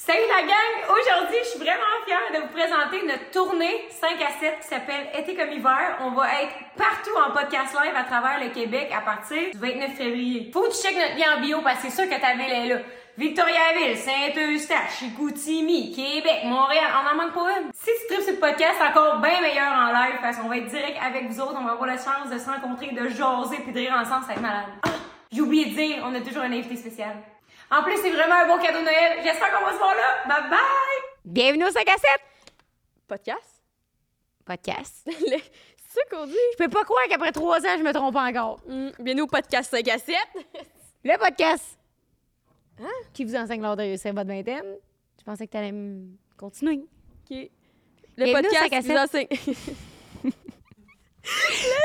Salut la gang! Aujourd'hui, je suis vraiment fière de vous présenter notre tournée 5 à 7 qui s'appelle Été comme hiver. On va être partout en podcast live à travers le Québec à partir du 29 février. Faut que tu checkes notre lien en bio parce que c'est sûr que ta ville est là. Victoriaville, Saint-Eustache, Chicoutimi, Québec, Montréal, on en manque pas une. Si tu tripes sur le podcast, c'est encore bien meilleur en live parce qu'on va être direct avec vous autres, on va avoir la chance de se rencontrer, de jaser puis de rire ensemble, ça va être malade. Ah, j'ai oublié de dire, on a toujours un invité spécial. En plus, c'est vraiment un bon cadeau de Noël. J'espère qu'on va se voir là. Bye bye! Bienvenue au 5 à 7! Podcast? Podcast. Le- C'est ça qu'on dit? Je peux pas croire qu'après trois ans, je me trompe encore. Mm, bienvenue au podcast 5 à 7. Le podcast! Hein? Qui vous enseigne l'art de réussir votre vingtaine? Je pensais que t'allais me continuer. OK. Bienvenue Le au podcast cinq à vous sept. enseigne...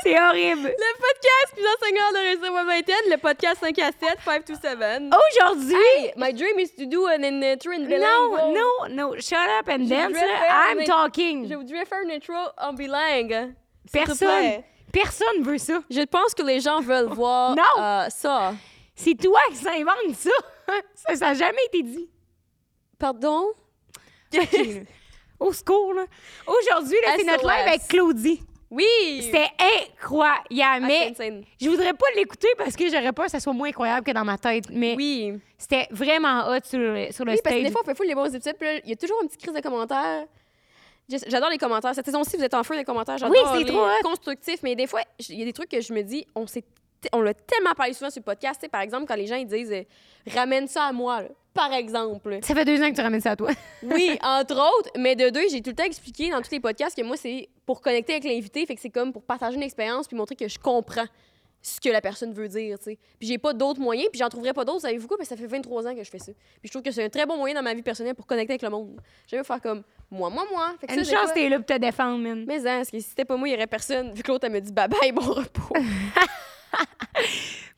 C'est horrible! le podcast plus enseignant de réussir ma vingtaine, le podcast 5 à 7, 5 to 7. Aujourd'hui! Oh, Hey, my dream is to do an intro in non, bilingual. non, no. Shut up and Je dance. voudrais là. faire I'm une- Je talking. voudrais faire une intro en bilingue. te Personne. plaît. Personne veut ça. Je pense que les gens veulent voir Non. euh, ça. C'est toi qui s'invente ça. ça. Ça a jamais été dit. Pardon? Au secours, là. Aujourd'hui, là, c'est notre SOS. live avec Claudie. Oui! C'était incroyable. Ah, c'est Mais insane. je voudrais pas l'écouter parce que j'aurais peur que ça soit moins incroyable que dans ma tête. Mais Oui. c'était vraiment hot sur le, sur le Oui, parce que stage. des fois, on fait fou les bons épisodes, puis là, il y a toujours une petite crise de commentaires. Jess- J'adore les commentaires. Cette saison-ci, vous êtes en feu des commentaires. J'adore Oui, c'est les trop hot. constructifs, mais des fois, j- il y a des trucs que je me dis, on s'est t- on l'a tellement parlé souvent sur le podcast. Tu sais, Par exemple, quand les gens ils disent euh, Ramène ça à moi, là. par exemple. Ça fait deux ans que tu ramènes ça à toi. Oui, entre autres, mais de deux, j'ai tout le temps expliqué dans tous les podcasts que moi, c'est pour connecter avec l'invité, fait que c'est comme pour partager une expérience puis montrer que je comprends ce que la personne veut dire, tu sais. Puis j'ai pas d'autres moyens, puis j'en trouverai pas d'autres, savez-vous quoi? Parce que ça fait 23 ans que je fais ça. Puis je trouve que c'est un très bon moyen dans ma vie personnelle pour connecter avec le monde. J'aime mieux faire comme moi, moi, moi. Fait que ça, Une des chance, fois- t'es là pour te défendre, man. Mais hein, parce que si c'était pas moi, il y aurait personne. Vu que l'autre, elle me dit bye-bye, bon repos.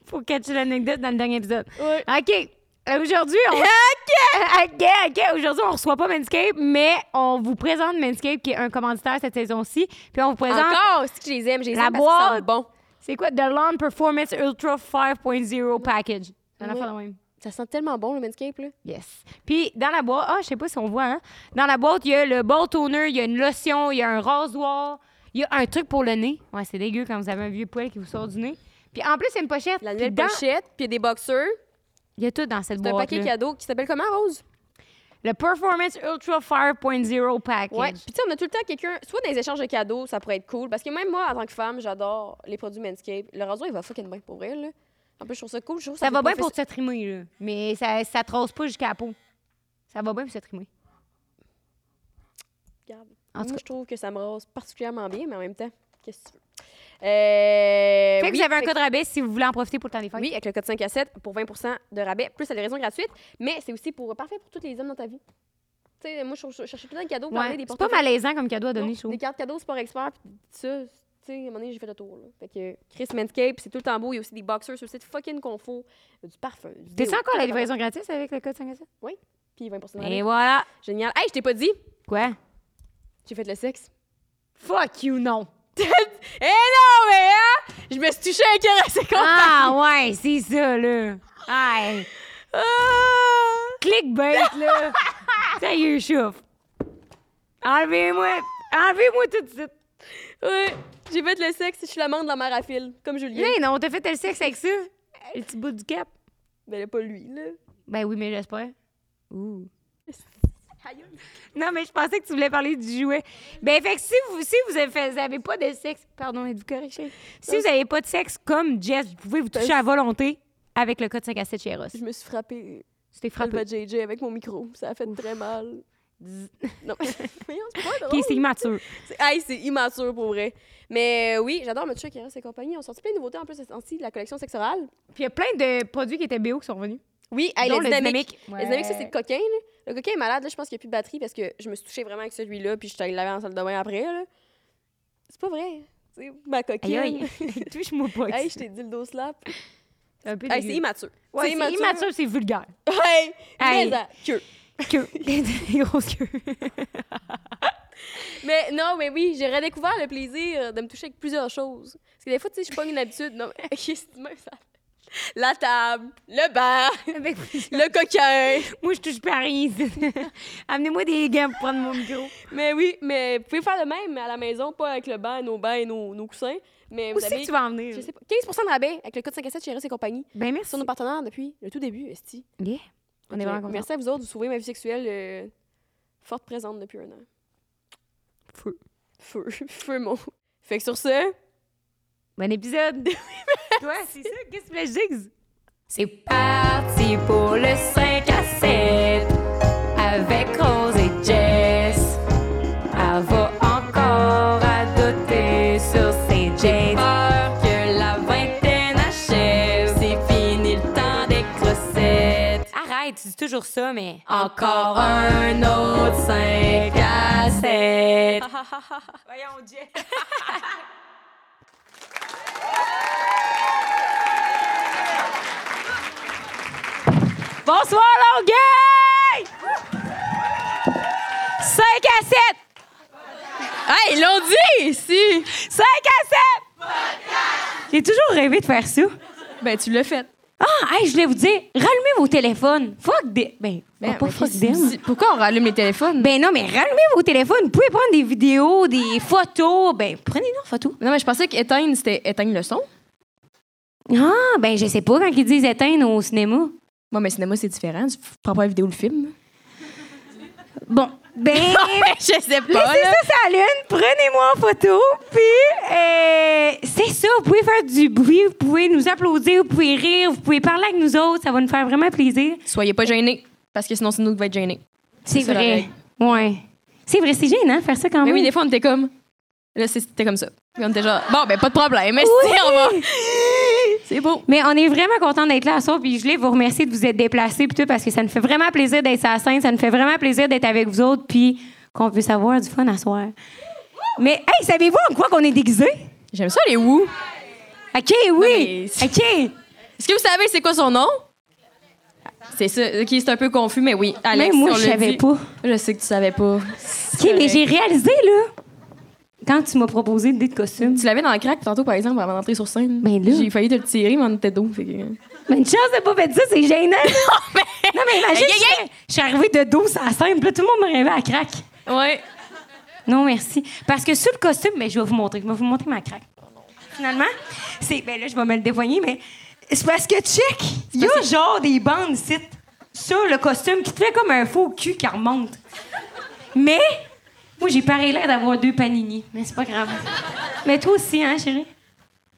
Faut catcher l'anecdote dans le dernier épisode. Ouais. OK. Euh, Aujourd'hui, on... OK! OK, OK. Aujourd'hui, on reçoit pas Manscape, mais on vous présente Manscape, qui est un commanditaire cette saison-ci. Puis on vous présente... Encore, c'est que je les aime, je les La aime parce qu'ils boîte. sentent bon. C'est quoi? The Lawn Performance Ultra 5.0 Package. On a Ouais. fait le même. Ça sent tellement bon, le Manscaped, là. Yes. Puis dans la boîte, ah, je sais pas si on voit, hein. Dans la boîte, il y a le ball toner, il y a une lotion, il y a un rasoir, il y a un truc pour le nez. Ouais, c'est dégueu quand vous avez un vieux poil qui vous sort du nez. Puis en plus, il y a une pochette. La Puis nouvelle dans- pochette, puis des boxeurs. Il y a tout dans cette C'est un boîte. paquet cadeau qui s'appelle comment, Rose? Le Performance Ultra 5.0 Package. Ouais. Puis tu sais, on a tout le temps quelqu'un, soit dans les échanges de cadeaux, ça pourrait être cool. Parce que même moi, en tant que femme, j'adore les produits Manscaped. Le rasoir, il va fucking bien pour elle. Là. En plus, je trouve ça cool. Je trouve Ça fait va bien pour professe- te trimer, là. Mais ça, ça te rase pas jusqu'à la peau. Ça va bien pour se trimer. Regarde. En tout moi, cas. je trouve que ça me rase particulièrement bien, mais en même temps, qu'est-ce que tu veux? Euh, Fait que oui, vous avez un fait- code rabais si vous voulez en profiter pour le temps des fêtes. Oui, avec le code 5 à 7 pour 20 de rabais, plus la livraison gratuite. Mais c'est aussi pour parfait pour tous les hommes dans ta vie. Tu sais, moi, je je cherchais tout le temps des cadeaux. puis Ouais. en vrai, des C'est pas portefeuilles- malaisant comme cadeau à Non, donner, je trouve. Des cartes cadeaux Sport Expert, puis ça, tu sais, à un moment donné, j'ai fait le tour. Là. Fait que Chris Manscape, c'est tout le temps beau. Il y a aussi des boxers sur le site fucking confo, du parfum. du T'es-tu encore déo, Eh tout la le temps. livraison gratis avec le code 5 à 7? Puis 20 de rabais. Et voilà. Génial. Hey, je t'ai pas dit, Quoi? j'ai fait le sexe. Fuck you, non. Eh non, mais hein, je me suis touchée un cœur à ses Ah ouais, c'est ça, là. Aïe. Ah. Clickbait, là. Sérieux, chauffe. Enlevez-moi. Enlevez-moi tout de suite. Ouais, j'ai fait le sexe, je suis l'amante de la mère à fil, comme Julien. Mais non, t'as fait tel sexe avec ça? Le petit bout du cap? Mais là, pas lui, là. Ben oui, mais j'espère. Ouh. Non, mais je pensais que tu voulais parler du jouet. Ben, fait que si vous, si vous avez, fait- vous avez pas de sexe, pardon, êtes-vous correct? chérie? Si vous avez pas de sexe comme Jess, vous pouvez vous toucher à volonté avec le code 5 à 7 chez Eros. Je me suis frappée C'était le frappé. bas de JJ avec mon micro. Ça a fait très mal. Zzz. Non, voyons, c'est pas drôle. Ok, c'est immature. C'est- Hey, c'est immature pour vrai. Mais euh, oui, j'adore Mathieu Keras et compagnie. On sorti plein de nouveautés en plus cette année, la collection sexorale. Puis il y a plein de produits qui étaient bio qui sont revenus. Oui, hey, Dont la dynamique. Ouais. La dynamique, ça, c'est le coquin. là. Le coquin est malade. Là, je pense qu'il n'y a plus de batterie parce que je me suis touchée vraiment avec celui-là puis je suis allée le laver en salle de bain après. là. C'est pas vrai. C'est ma coquine. Aïe, aïe. Touche-moi pas. Hey, je t'ai dit le dos slap. C'est un peu Hey, dégueu. c'est immature. Ouais, c'est immature, c'est vulgaire. Hey, Hey. mais ça, que. Queue. Des grosses queues. Mais non, mais oui, j'ai redécouvert le plaisir de me toucher avec plusieurs choses. Parce que des fois, tu sais, je pogne une habitude. Non, mais- Qu'est-ce que tu me fais? la table, le bar, Avec- le coquin. Moi, je touche pas à rien. ici. Amenez-moi des gants pour prendre mon micro. Mais oui, mais vous pouvez faire le même mais à la maison, pas avec le banc, nos bains, nos, nos coussins. Mais Où vous c'est avez que tu vas en venir? je sais pas, 15 de rabais avec le code 5 à 7 chez Eros et compagnie. Ben, Ils merci. sont nos partenaires depuis le tout début, Esti. Yeah. On est Fait que vraiment contents. Merci à vous autres, vous sauvez ma vie sexuelle euh, forte présente depuis un an. Feu. Feu, feu mon. Fait que sur ce, Bon épisode! Toi, c'est ça? Qu'est-ce que tu voulais que je dise? C'est parti pour le 5 à 7 avec Rose et Jess. Elle va encore adoter sur ses jets. que la vingtaine achève. C'est fini le temps des crossettes. Arrête, tu dis toujours ça, mais. Encore un autre 5 à 7. Ah, Voyons, Jess. Bonsoir, Longueuil! 5 à 7! hey, ils l'ont dit ici. 5 à 7! J'ai toujours rêvé de faire ça. Ben tu l'as fait. Ah, hey, je voulais vous dire, rallumez vos téléphones. Fuck des... Ben, pas fuck them. Pourquoi on rallume les téléphones Ben non, mais rallumez vos téléphones. Vous pouvez prendre des vidéos, des photos. Ben, prenez nos photos. Non, mais je pensais qu'éteindre, c'était éteindre le son. Ah, ben, je sais pas quand ils disent éteindre au cinéma. Moi, mais cinéma, c'est différent. Tu prends pas la vidéo, le film. Bon, ben... je sais Laissez ça ça lune, prenez-moi en photo, puis euh, c'est ça, vous pouvez faire du bruit, vous pouvez nous applaudir, vous pouvez rire, vous pouvez parler avec nous autres, ça va nous faire vraiment plaisir. Soyez pas gênés, parce que sinon, c'est nous qui va être gênés. C'est ça, la vrai. règle. Ouais. C'est vrai, c'est gênant de faire ça quand Mais même. oui, des fois, on était comme. Là, c'est- c'était comme ça. Puis on était genre, bon, ben, pas de problème. Mais Oui! si, on va. C'est beau. Mais on est vraiment content d'être là à soir, puis je voulais vous remercier de vous être déplacés puis tout, parce que ça nous fait vraiment plaisir d'être sur la scène, ça nous fait vraiment plaisir d'être avec vous autres, puis qu'on puisse avoir du fun à soir. Mais hey, savez-vous en quoi qu'on est déguisé? J'aime ça, les Wou. Ok, oui. mais- Ok. Est-ce que vous savez c'est quoi son nom? C'est ça. OK, c'est un peu confus, mais oui. Alex, Même moi, on je l'a savais dit. pas. Je sais que tu savais pas. OK, mais j'ai réalisé, là, quand tu m'as proposé l'idée de costume, Tu l'avais dans le crack tantôt, par exemple, avant d'entrer sur scène. Ben là. J'ai failli te le tirer, mais on était dos. Fait que... mais une chance de pas faire ça, c'est gênant. non, mais imagine, Hey, hey, je- je suis arrivée de dos à la scène, puis là, tout le monde me rêvait à crack. Ouais. Non, merci. Parce que sous le costume, mais je vais vous montrer, je vais vous montrer ma crack. Finalement, c'est... Ben là, je vais me le dévoigner, mais c'est parce que, check, il y a genre des bandes ici sur le costume qui te fait comme un faux cul qui remonte. Mais, moi, j'ai pareil l'air d'avoir deux panini, mais c'est pas grave. Mais toi aussi, hein, chérie?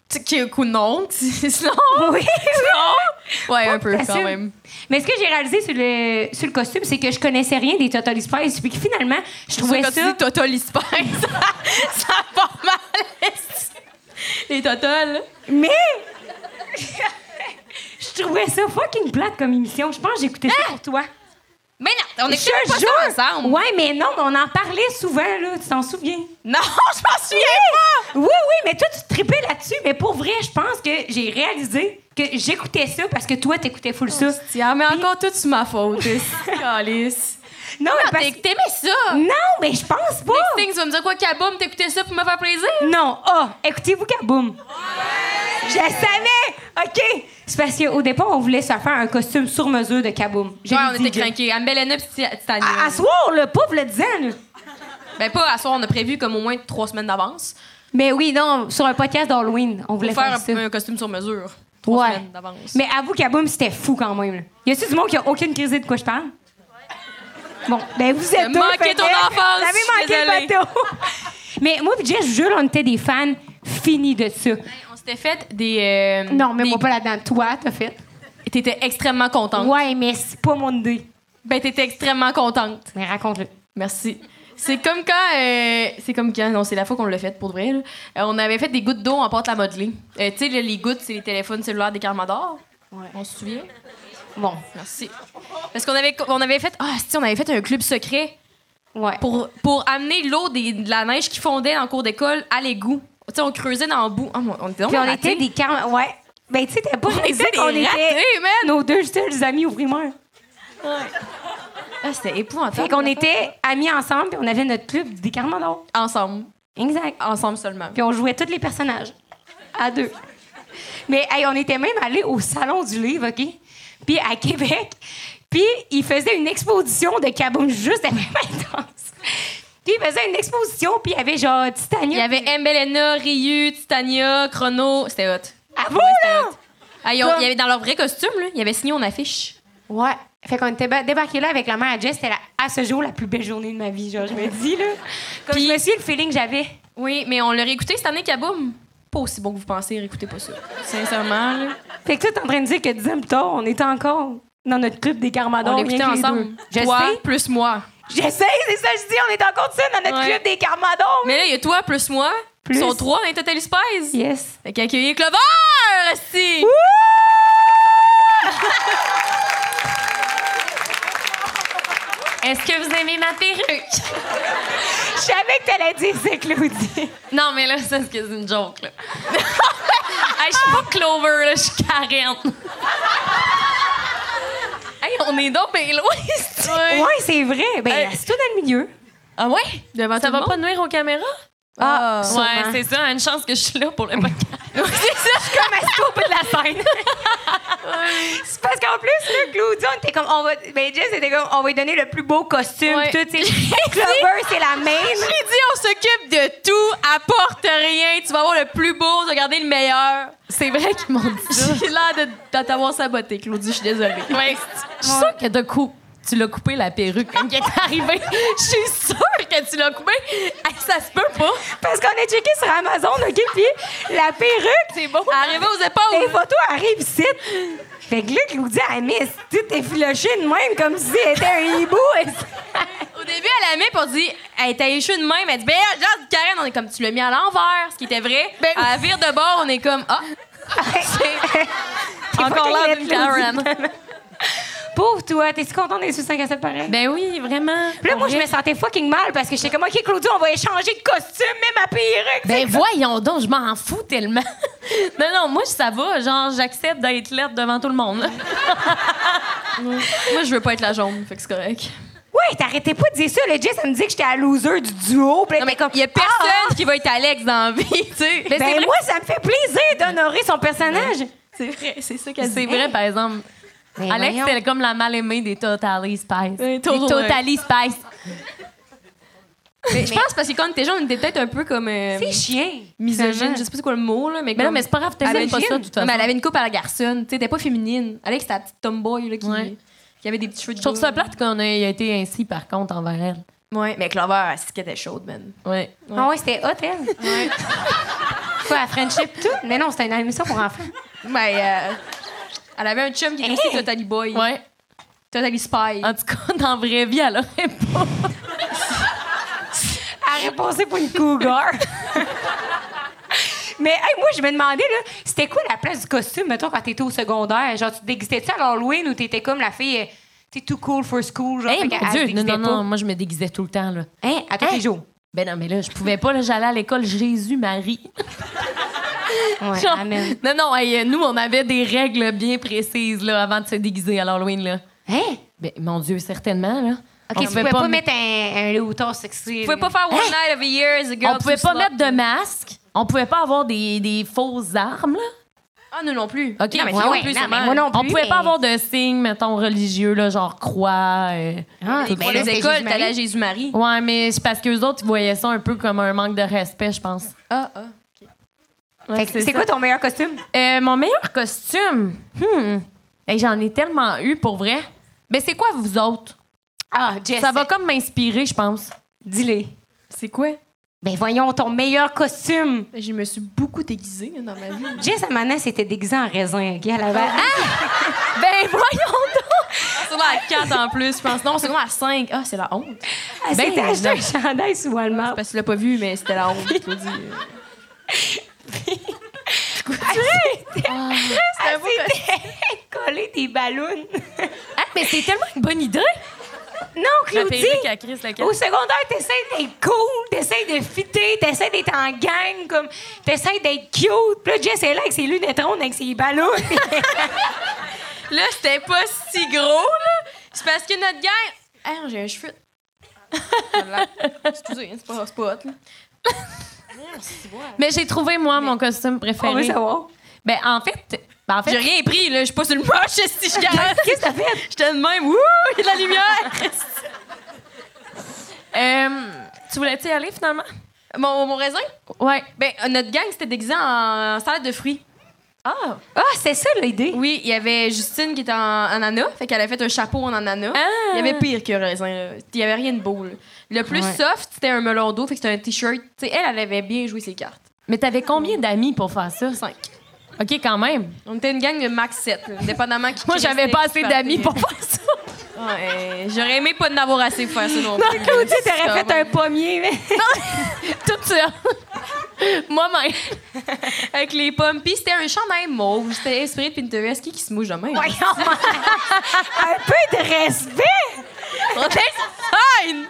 Tu qui coup de honte. sinon. Oui, Oh, Non. Ouais, Oh, un peu, quand Facile. même. Mais ce que j'ai réalisé sur le, sur le costume, c'est que je connaissais rien des Total Spice. Puis que finalement, je trouvais Quand tu ça. dis Total Espagne, ça, ça va mal. Les Total. Mais. je trouvais ça fucking plate comme émission. Je pense que j'écoutais ça pour toi. Mais non, on Je écoutait te pas jure. ça ensemble. Ouais, mais non, mais on en parlait souvent, là. Tu t'en souviens? Non, je m'en souviens pas. Oui, oui, mais toi, tu te tripais là-dessus. Mais pour vrai, je pense que j'ai réalisé que j'écoutais ça parce que toi, t'écoutais full ça. Tiens, mais encore tout sur ma faute. Calice. Non, mais parce Ah, T'aimais ça. Non, mais je pense pas. Next thing, tu vas me dire quoi, Kaboom, t'écoutais ça pour me faire plaisir? Non. Ah, écoutez-vous Kaboom. Je savais. OK. C'est parce qu'au départ, on voulait se faire un costume sur mesure de Kaboom. J'ai Ouais, on était craqués. Ambelena pis Titania. À, à soir, le pauvre le disant. là. Ben pas à soir, on a prévu comme au moins trois semaines d'avance. Mais oui, non, sur un podcast d'Halloween, on voulait Pour faire, faire ça. un, un costume sur mesure. Trois Ouais. semaines Ben, d'avance. Mais avoue, Kaboom, c'était fou quand même. là. Y a-tu du monde qui a aucune crise de quoi je parle? Bon, ben vous êtes T'as deux, manqué fait ton que enfance, je suis T'avais manqué le désolée. bateau. Mais moi et Jess, je jure, on était des fans finis de ça. Ben, On s'était fait des. euh, Non, mais des- moi pas là-dedans. Toi, t'as fait. T'étais extrêmement contente. Ouais, mais c'est pas mon idée. Ben t'étais extrêmement contente. Mais raconte-le. Merci. C'est comme quand. euh, c'est comme quand. Non, c'est la fois qu'on l'a fait pour de vrai. là. Euh, on avait fait des gouttes d'eau en pâte à modeler. Euh, tu sais, là, les gouttes, c'est les téléphones cellulaires des Carmador. Ouais. On se souvient? Bon, Merci. Parce qu'on avait, on avait fait. Ah, si, on avait fait un club secret ouais. pour, pour amener l'eau des- de la neige qui fondait en cours d'école à l'égout. Tu sais, on creusait dans le bout. Ah, mon- on était, donc Puis on ratés. était des carmes. Ouais. Ben, tu sais, t'as pas On réalisé était des qu'on était ratés, man! nos deux seuls amis au primaire. Ah, c'était épouvantable. Fait qu'on était amis ensemble, puis on avait notre club des carmandons. Ensemble. Exact. Ensemble seulement. Puis on jouait tous les personnages. À deux. Mais hey, on était même allé au Salon du Livre, OK? Puis à Québec. Puis ils faisaient une exposition de Kaboom juste à même intense. Puis ils faisaient une exposition, puis il y avait genre Titania. Il y avait Mbelena, Ryu, Titania, Chrono. C'était hot. À vous, C'était là! hot. Ah, ils ont- il y avait dans leur vrai costume, là, il y avait signé en affiche. Ouais. Fait qu'on était ba- débarqués là avec la mère à Jess. C'était la- à ce jour la plus belle journée de ma vie, genre, je me dis, là. Comme Puis- je me suis le feeling que j'avais. Oui, mais on l'a réécouté cette année, Kaboom. Pas aussi bon que vous pensez, réécoutez pas ça. Sincèrement, là. Fait que tu es en train de dire que 10 ans plus tard, on était encore dans notre club des Carmadors. on rien l'écoutait que les ensemble. deux. Je toi, sais. plus moi. Je sais, c'est ça, que je dis, on est encore ça dans notre Ouais. club des Carmadors. Mais là, il y a toi, plus moi. Plus. Ils sont trois dans les Total Spies. Yes. Fait qu'il a accueilli Clover, esti! Est-ce que vous aimez ma perruque? Je savais que t'allais dire ça, Claudie. Non, mais là, ça, c'est que c'est une joke, là. hey, je suis pas Clover, là, je suis Karen. hey, on est donc bien loin, esti. Ouais, c'est vrai. Ben, Hey. c'est tout dans le milieu. Ah ouais? ça va pas nuire aux caméras? Ah, ouais, c'est ça, une chance que je suis là pour le podcast. c'est ça, je comme assis au bout de la scène. c'est parce qu'en plus, là, Claudie, on était comme, on va, ben, Jess était comme, on va lui donner le plus beau costume, Ouais. tout, tu sais. Clover, c'est la même. l'ai dit, on s'occupe de tout, apporte rien, tu vas avoir le plus beau, regardez le meilleur. C'est vrai qu'ils m'ont dit ça. J'ai l'air de, de t'avoir saboté, Claudie, je suis désolée. Je suis sûre que de coup, tu l'as coupé la perruque quand elle est arrivée. Je suis sûre que tu l'as coupé. Hey, ça se peut pas. Parce qu'on a checké sur Amazon, OK, puis la perruque, C'est hein? beau. Arrivé aux épaules. les photos arrivent ici. Fait que là, Claudie, elle met tout effiloché de même, comme si c'était un hibou. Au début, elle la met pour dire Elle était échouée de même. Elle dit Ben, genre, Karen, on est comme Tu l'as mis à l'envers, ce qui était vrai. Ben oui. à la vire de bord, on est comme Ah, encore là, là d'une Karen. Pauvre toi, t'es si contente d'être sur 5 à 7 pareil? Ben oui, vraiment. Puis là, moi, je me sentais fucking mal parce que j'étais comme, OK, Claudio, on va échanger de costume, même à perruque. Ben voyons donc, je m'en fous tellement. non, non, moi, ça va. Genre, j'accepte d'être laide devant tout le monde. moi, je veux pas être la jaune, fait que c'est correct. Ouais, t'arrêtais pas de dire ça. Le Jess, elle me dit que j'étais la loser du duo. Puis là, Non, t'es mais comme, il y a personne Ah, ah. qui va être Alex dans la vie, tu sais. Ben, moi, ça me fait plaisir d'honorer son personnage. c'est vrai, c'est ça qu'elle C'est Eh, vrai, par exemple. Mais Alex, voyons. c'était comme la mal-aimée des Totally Spice. Oui, Des toujours, Totally Spice. je pense parce que quand t'es jeune, on était peut-être un peu comme euh, C'est chiant. misogyne, je sais pas c'est quoi le mot là, mais Mais non, comme- mais c'est pas grave, t'aimes Elle pas avait- ça, de toute Non, mais façon. elle avait une coupe à la garçonne, tu sais, t'es pas féminine. Alex, c'était la petite tomboy là, qui, Ouais. qui avait des petits cheveux de Je trouve boule. ça plate qu'on ait été ainsi, par contre, envers elle. Ouais, mais Clover, c'est qu'elle était chaude, man. Ouais. Ah ouais, c'était hot, elle. Quoi, la friendship, tout? Mais non, c'était une émission pour enfants. Mais euh, elle avait un chum qui était aussi Totally Boy. Ouais. Totally Spy. En tout cas, dans la vraie vie, elle aurait pas. Elle répondait pour une cougar. Mais hey, moi, je me demandais, là, c'était quoi la place du costume, mettons, quand t'étais au secondaire? Genre, tu te déguisais-tu à l'Halloween ou t'étais comme la fille, euh, t'es too cool for school, genre, Hey, fait mon qu'elle- elle se Dieu, non, déguisait non, pas. non, moi, je me déguisais tout le temps, là. Hein, à tous les jours. Ben non, mais là, je pouvais pas, là, j'allais à l'école Jésus-Marie. Ouais, Genre- amen. Non, non, hey, euh, nous, on avait des règles bien précises, là, avant de se déguiser à l'Halloween, là. Hein? Ben, mon Dieu, certainement, là. OK, On tu pouvait pouvais pas, me- mettre un, un léotard sexy. Vous pouvez pas faire One Night of a Year as a Girl. On pouvait pas mettre de masque. On pouvait pas avoir des, des fausses armes, là. Ah, nous non plus. OK, non, mais ouais, non ouais, plus, non, c'est mais mal. moi non On plus, pouvait mais- pas avoir de signes, mettons, religieux, là, genre croix. euh. Ah, Pour ben là, les c'était écoles, Jésus-Marie. t'allais à Jésus-Marie. Ouais, mais c'est parce qu'eux autres, ils voyaient ça un peu comme un manque de respect, je pense. Ah, ah. Ouais, Fait que C'est ça. quoi ton meilleur costume? Euh, mon meilleur costume? Hmm. Hey, J'en ai tellement eu, pour vrai. Mais c'est quoi, vous autres? Ah, Jess. Ça va comme m'inspirer, je pense. Dis-le. C'est quoi? Ben voyons, ton meilleur costume. Je me suis beaucoup déguisée dans ma vie. Jess, à Manas, c'était déguisée en raisin, OK? Elle avait... Ben voyons donc! C'est à 4 en plus, je pense. Non, c'est à 5. Ah, c'est la honte. elle ben, s'était acheté non. un chandail sous Walmart. Parce que tu l'as pas vu, mais c'était la honte, je te le dis. Elle s'était collée des ballons. Ah, mais c'est tellement une bonne idée! Non, Claudie! à Chris, la Au secondaire, t'essayes d'être cool, t'essayes de fitter, t'essayes d'être en gang, comme t'essayes d'être cute. Puis là, Jess est là avec ses lunettes rondes, avec ses ballons. Là, c'était pas si gros, là. C'est parce que notre gang. Ah, j'ai un cheveu. Excusez, hein, c'est pas, c'est pas hot, là. Mais j'ai trouvé, moi, mon costume On veut préféré. savoir. Ben, en fait, ben, en fait J'ai rien pris, là. Je suis pas sur le moche, si je gagne. Qu'est-ce que t'as fait? J'étais de même. Wouh, il y a de la lumière. euh, tu voulais-tu y aller finalement? mon, mon raisin? Ouais. Ben, euh, notre gang, c'était déguisé en salade de fruits. Ah! Ah, c'est ça l'idée. Oui, il y avait Justine qui était en ananas, fait qu'elle a fait un chapeau en ananas. Ah! Il y avait pire que raisin, là. Il y avait rien de beau, là. Le plus Ouais. soft, c'était un melon d'eau, fait que c'était un t-shirt. Tu sais, elle, elle avait bien joué ses cartes. Mais t'avais combien d'amis pour faire ça? Cinq. OK, quand même. On était une gang de max 7, là, dépendamment qui Moi, qui j'avais restait, pas qui assez partait. d'amis pour faire ça. Ouais, j'aurais aimé pas de n'avoir assez pour faire ça non plus. Claudie, t'aurais fait un pommier, mais. Tout ça. Moi-même. Avec les pommes. Puis c'était un chandail mauve. C'était inspiré de Pinterest. Qui qui se mouche de même? un peu de respect! On design!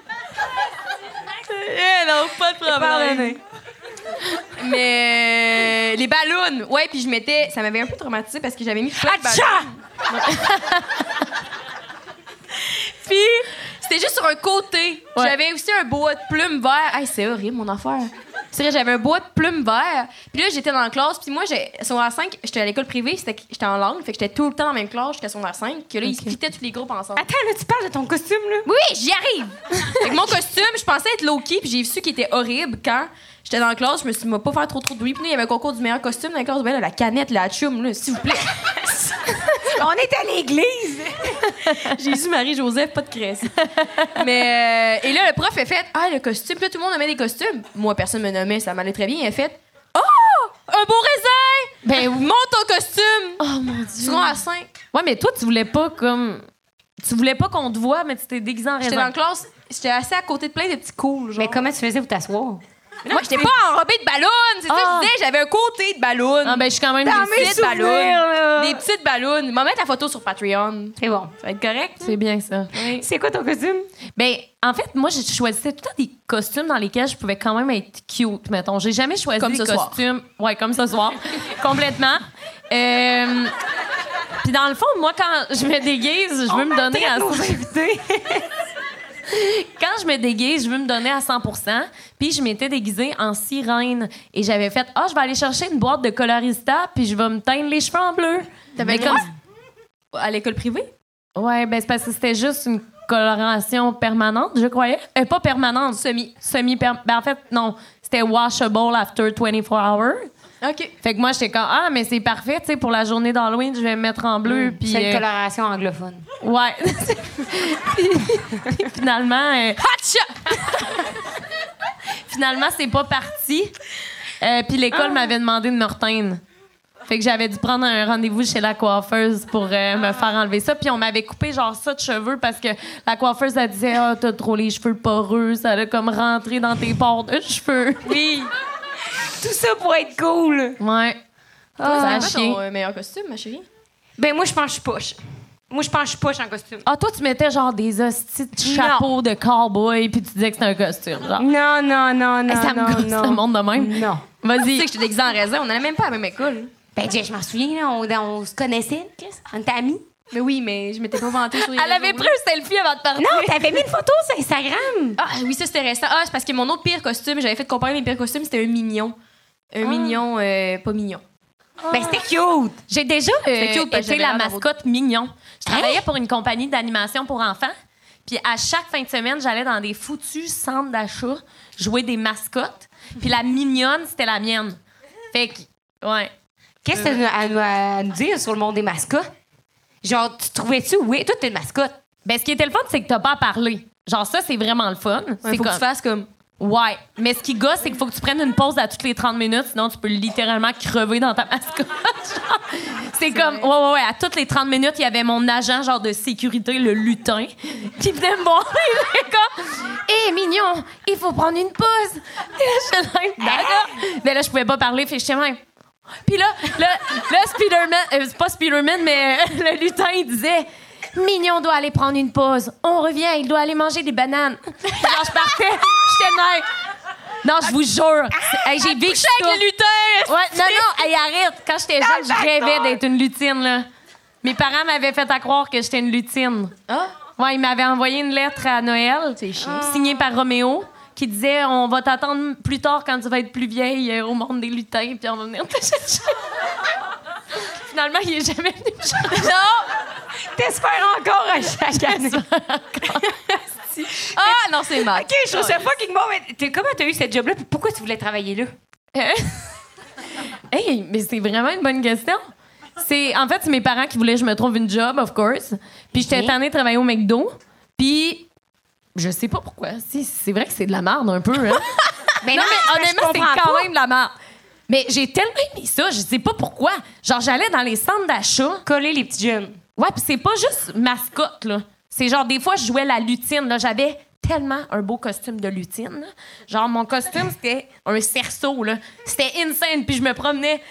Eh non, pas de problème. Mais euh, les ballons, ouais, puis je m'étais, ça m'avait un peu traumatisée parce que j'avais mis plein de ballons. Puis c'était juste sur un côté. Ouais. J'avais aussi un boa de plumes vert. Hey, c'est horrible mon affaire. C'est vrai, j'avais un boa de plumes vert. Puis là, j'étais dans la classe. Puis moi, j'ai- secondaire 5, j'étais à l'école privée, c'était- j'étais en langue. Fait que j'étais tout le temps dans la même classe jusqu'à secondaire 5. Que là, ils splittaient tous les groupes ensemble. Attends, là, tu parles de ton costume, là? Oui, j'y arrive. Fait que mon costume, je pensais être Loki, puis j'ai su qu'il était horrible quand j'étais dans la classe. Je me suis dit, m'a pas faire trop trop de bruit. Puis là, il y avait un concours du meilleur costume dans la classe. Ben là, la canette, la chum, là, s'il vous plaît. On est à l'église! Jésus-Marie-Joseph, pas de crèse. Mais, euh, et là, le prof a fait, ah, le costume. Puis là, tout le monde nommait des costumes. Moi, personne me nommait, ça m'allait très bien. Il a fait, oh, un beau raisin! Ben, monte ton costume! Oh mon Dieu. Second à 5. Ouais, mais toi, tu voulais pas comme. Tu voulais pas qu'on te voit, mais tu t'es déguisé en J'étais dans la raisin. classe, j'étais assez à côté de plein de petits cools, genre. Mais comment tu faisais pour t'asseoir? Moi, j'étais pas enrobée de ballon, c'est ça, Ah. je disais, j'avais un côté de ballon. Ah, ben, je suis quand même. Dans déçue. mes petites souvenirs, ballons. là. Des petites ballons. M'en mettre la photo sur Patreon. C'est bon. Ça va être correct? C'est bien ça. C'est quoi ton costume? Ben, en fait, moi, je choisissais tout le temps des costumes dans lesquels je pouvais quand même être cute, mettons. J'ai jamais choisi Comme des ce soir. costumes. Ouais, comme ce soir. complètement. Euh, Puis dans le fond, moi, quand je me déguise, je veux me donner à nos invités. quand je me déguise, je veux me donner à 100 Puis je m'étais déguisée en sirène et j'avais fait "Ah, je vais aller chercher une boîte de colorista puis je vais me teindre les cheveux en bleu." T'avais Mais comme À l'école privée? Ouais, ben c'est parce que c'était juste une coloration permanente, je croyais. Euh, pas permanente, Semi. semi permanente en fait, non, c'était washable after 24 hours. OK. Fait que moi j'étais comme ah, mais c'est parfait, tu sais pour la journée d'Halloween, je vais me mettre en bleu Hmm. puis C'est une euh, coloration anglophone. ouais. Puis finalement euh, finalement, c'est pas parti. Euh, puis Ah. l'école m'avait demandé de me reteindre. Fait que j'avais dû prendre un rendez-vous chez la coiffeuse pour euh, Ah. me faire enlever ça. Puis on m'avait coupé genre ça de cheveux parce que la coiffeuse, elle disait « Ah, t'as trop les cheveux poreux, ça a comme rentré dans tes pores de cheveux. Oui. Tout ça pour être cool. » Ouais. ça Ah, a c'est chié. ton euh, meilleur costume, ma chérie. Ben, moi, je pense que je suis poche. Moi, je pense que je suis poche en costume. Ah, toi, tu mettais genre des hosties de chapeaux de cowboy puis tu disais que c'était un costume, genre. Non, non, non, non. ça me non, gosse, non. le monde de même. Non. Tu Vas-y. sais que j'étais déguisée en raisin, on n'allait même pas à la même école. Ben, Jay, je m'en souviens, là, on, on se connaissait, Chris. On était amis. Mais oui, mais je m'étais pas vantée sur les Elle réseaux, avait là. pris un selfie avant de partir. Non, t'avais mis une photo sur Instagram. Ah oui, ça c'était récent. Ah, c'est parce que mon autre pire costume, j'avais fait comparer mes pires costumes, c'était un mignon. Ah. Un mignon, euh, pas mignon. Ben, c'était cute. J'ai déjà euh, C'était cute parce que été la j'avais l'air mascotte mignon. Je travaillais pour une compagnie d'animation pour enfants. Puis à chaque fin de semaine, j'allais dans des foutus centres d'achat jouer des mascottes. Puis la mignonne, c'était la mienne. Fait que, ouais. Qu'est-ce que t'as à nous- à nous dire sur le monde des mascottes? Genre, tu trouvais-tu, oui, toi, t'es une mascotte. Ben, ce qui était le fun, c'est que t'as pas à parler. Genre, ça, c'est vraiment le fun. Il c'est faut que comme- tu fasses comme. Ouais. Mais ce qui gosse, c'est qu'il faut que tu prennes une pause à toutes les 30 minutes, sinon tu peux littéralement crever dans ta mascotte. Genre, c'est comme, ouais, ouais, ouais. À toutes les 30 minutes, il y avait mon agent, genre de sécurité, le lutin, qui venait me voir. Il était comme, hé, mignon, il faut prendre une pause. Et là, je suis là, d'accord. Mais là, je pouvais pas parler, fait que j'étais même. Puis là, là, là Spider-Man, euh, c'est pas Spider-Man, mais euh, le lutin, il disait. Mignon doit aller prendre une pause. On revient, il doit aller manger des bananes. Genre, je partais, j'étais même. Non, je vous jure. c'est- hey, j'ai vécu ça. Avec le Ah, lutin! Ouais, non, non, hey, arrête. Quand j'étais jeune, je rêvais d'être une lutine, là. Mes parents m'avaient fait à croire que j'étais une lutine. Ah, Ouais, ils m'avaient envoyé une lettre à Noël, Ah. signée par Roméo, qui disait On va t'attendre plus tard quand tu vas être plus vieille euh, au monde des lutins, puis on va venir te chercher. finalement, il est jamais venu me chercher. T'espères encore à chaque année. Ah, non, c'est mal. OK, je trouve ça fucking bon. Mais t'es- comment t'as eu cette job-là? puis Pourquoi tu voulais travailler là? Hey, mais c'est vraiment une bonne question. C'est en fait c'est mes parents qui voulaient que je me trouve une job, of course. Puis j'étais Ok. tannée de travailler au McDo. Puis je sais pas pourquoi. Si c'est vrai que c'est de la merde un peu. Hein? Mais mais non, mais je honnêtement, comprends c'est quand pas. même de la merde. Mais j'ai tellement aimé ça, je sais pas pourquoi. Genre j'allais dans les centres d'achat. Coller les petits jeunes. Ouais, puis c'est pas juste mascotte là. C'est genre des fois je jouais la lutine là, j'avais tellement un beau costume de lutine. là. Genre mon costume c'était un cerceau là. C'était insane puis je me promenais.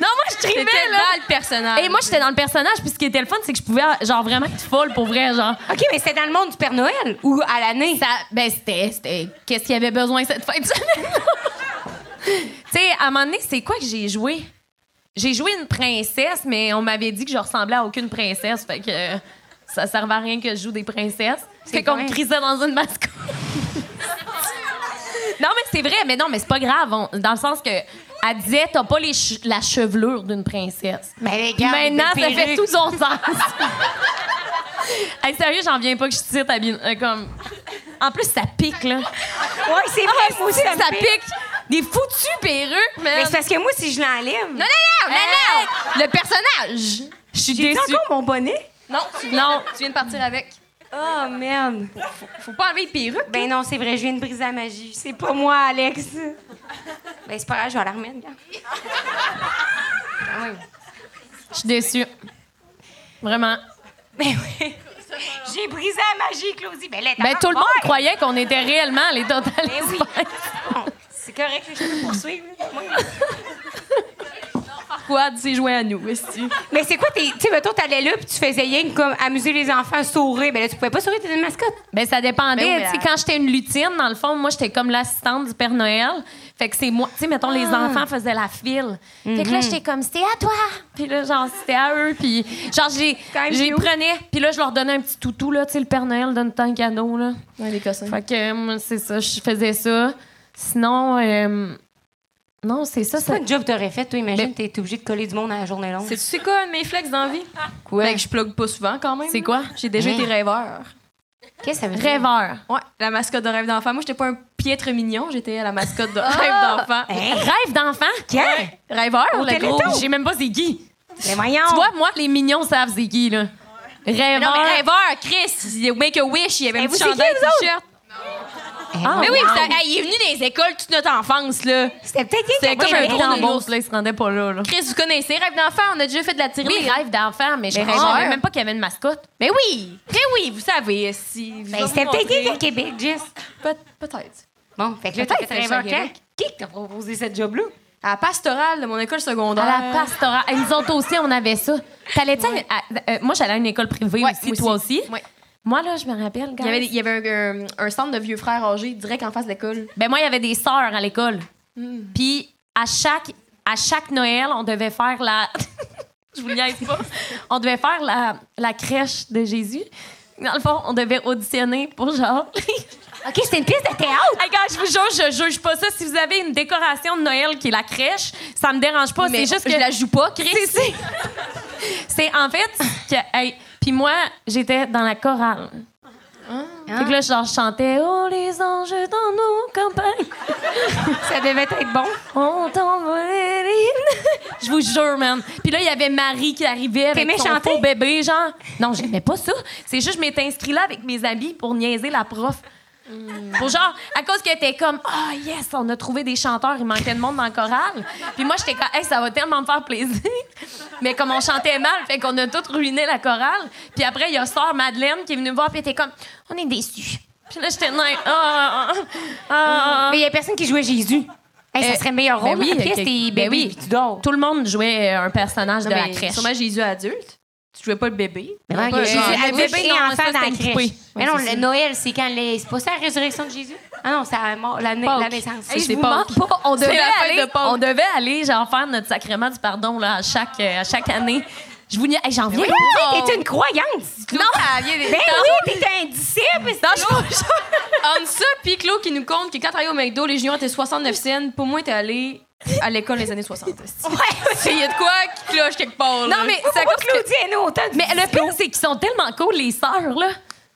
Non, moi je trivais C'était là. dans le personnage. Et moi, j'étais dans le personnage, puis ce qui était le fun, c'est que je pouvais, genre, vraiment être folle pour vrai, genre. OK, mais c'était dans le monde du Père Noël ou à l'année? Ça, ben, c'était. c'était- Qu'est-ce qu'il y avait besoin cette fin de semaine? tu sais, à un moment donné, c'est quoi que j'ai joué? J'ai joué une princesse, mais on m'avait dit que je ressemblais à aucune princesse, fait que euh, ça servait à rien que je joue des princesses. Fait qu'on me vrai. crisait dans une mascotte. non, mais c'est vrai, mais non, mais c'est pas grave, on- dans le sens que. Elle disait, t'as pas les che- la chevelure d'une princesse. Mais les Puis gars, maintenant, des ça fait perruques. tout son sens. hey, sérieux, j'en viens pas que je tire ta bine. euh, comme... En plus, ça pique, là. Ah, Ouais, c'est vrai, moi aussi, ça, ça me pique. pique. Des foutues perruques, man. Mais c'est parce que moi, si je l'enlève... Non, non, non, non, non. Le personnage. Je suis J'ai déçue. encore mon bonnet? Non, tu viens, Non. tu viens de partir avec. Oh, merde. Faut pas enlever les perruques. Ben non, c'est vrai, je viens de briser la magie. C'est pas moi, Alex. Ben c'est pas grave, je vais à la remettre, regarde. Ah oui. Je suis déçue. Vraiment. Ben oui. J'ai brisé la magie, Claudie. Ben là, Ben, t'as- tout le monde Ouais. croyait qu'on était réellement les Total Ben oui. Bon, C'est correct, je peux poursuivre. Moi, Pourquoi tu sais jouer à nous, est-ce Mais c'est quoi, tes- tu sais, mettons, t'allais là, puis tu faisais rien que comme amuser les enfants, sourire. Ben là, tu pouvais pas sourire, t'étais une mascotte. Ben, ça dépendait. Ben oui, tu sais, mais- quand j'étais une lutine, dans le fond, moi, j'étais comme l'assistante du Père Noël. Fait que c'est moi. Tu sais, mettons, les enfants faisaient la file. Fait que là, j'étais comme, c'était à toi. Puis là, genre, c'était à eux. Puis, genre, j'ai, Quand même j'ai cute. prenais. Puis là, je leur donnais un petit toutou, là. Tu sais, le Père Noël donne tant de cadeaux, là. Ouais, les cossins. Fait que, euh, moi, c'est ça. Je faisais ça. Sinon, euh, non, c'est ça. ça... Pas de job t'aurais fait, toi, imagine, t'es obligé de coller du monde à la journée longue. C'est tu sais quoi, un de mes flex d'envie? quoi? Ben, que je plug pas souvent quand même. C'est quoi? Mmh. J'ai déjà Hein? été rêveur. Qu'est-ce que ça veut dire? Rêveur. Ouais, la mascotte de rêve d'enfant. Moi, j'étais pas un piètre mignon, j'étais la mascotte de rêve d'enfant. Hein? Rêve d'enfant? Quand? Rêveur, le Le gros. gros, j'ai même pas c'est qui. Mais voyons. Tu vois, moi, les mignons savent c'est qui, là. Rêveur. Oh. Non, mais rêveur, Chris, il y a Make a Wish, il y avait Mais un petit vous, c'est qui, chandail, vous autres? t-shirt. Eh, Ah, Mais oui, wow. ça- hey, il est venu dans les écoles toute notre enfance, là. C'était peut-être qui C'était qui a comme un pris gros le nounours. Bon, là, il se rendait pas là, là. Chris, vous connaissez Rêve d'enfant, on a déjà fait de la tirer. Oui, rêve d'enfant, mais je Mais ne savais rêveur. même pas qu'il y avait une mascotte. Mais oui, mais oui, vous savez, si. Ben, c'était peut-être qui à Québec, Jess? Peut-être. Bon, fait que là, t'as Peut-être, fait c'est rêveur ça, quand? Québec. Qui que t'a proposé cette job-là? À la pastorale de mon école secondaire. À la pastorale. Et nous autres aussi, on avait ça. T'allais-tu à- à- euh, Moi, j'allais à une école privée Ouais, aussi, moi toi aussi. Ouais. Moi, là, je me rappelle. Il y avait, des- il y avait un, un- un centre de vieux frères âgés direct en face de l'école. Ben, moi, il y avait des sœurs à l'école. Mm. Puis, à chaque, à chaque Noël, on devait faire la. je vous niaise pas. on devait faire la, la crèche de Jésus. Dans le fond, on devait auditionner pour genre. OK, c'était une pièce de théâtre! Hey, gars, je vous jure, je juge pas ça. Si vous avez une décoration de Noël qui est la crèche, ça me dérange pas. Mais C'est juste que. je la joue pas, Chris. C'est- C'est c'est en fait que hey, puis moi j'étais dans la chorale. Fait que là, genre, je chantais Oh les anges dans nos campagnes, Ça devait être bon. on t'envolait les- Je vous jure, man. Puis là, il y avait Marie qui arrivait avec T'aimais son chanter? faux bébé, genre. Non, j'aimais pas ça. C'est juste, je m'étais inscrite là avec mes amis pour niaiser la prof. Pour genre, à cause qu'elle était comme, ah yes, on a trouvé des chanteurs, il manquait de monde dans le chorale. Puis moi, j'étais comme, hey, ça va tellement me faire plaisir. Mais comme on chantait mal, fait qu'on a tout ruiné la chorale. Puis après, il y a Sœur Madeleine qui est venue me voir, puis elle était comme, on est déçus. Puis là, j'étais, non, ah, ah, ah. Mais il y a personne qui jouait Jésus. Hey, Euh, ça serait le meilleur ben rôle. oui, la pièce, t'es ok. Ben bébé, oui. puis tu dors. Tout le monde jouait euh, un personnage de la mais crèche. Sûrement Jésus adulte. Tu jouais pas le bébé. Mais non, pas- il y a euh, Jésus, le adulte bébé, et non, ça, enfant dans la c'était crèche. coupé. Mais non, le Noël, c'est quand les... C'est pas ça la résurrection de Jésus? Ah non, c'est la, mort- la, na- la naissance. Hey, je C'est vous Pâques. mens pas. On C'est devait la fête aller, de Pâques. on devait aller genre faire notre sacrement du pardon là à chaque euh, à chaque année. Je vous dis, hey, j'en viens. Eh Oui, oh. Wow! t'es une croyante! Non, elle vient des- Ben oui, t'es un disciple! Non, je Entre ça, puis Claude qui nous compte que quand travaillait au McDo, les juniors étaient 69 cents. Pour moi, t'es allé à l'école les années 60. Ouais, Il y a de quoi cloche quelque part. là. Non, mais ça Pourquoi cause que- Claudie est nous autant du Mais le pire, c'est qu'ils sont tellement cool, les sœurs, là.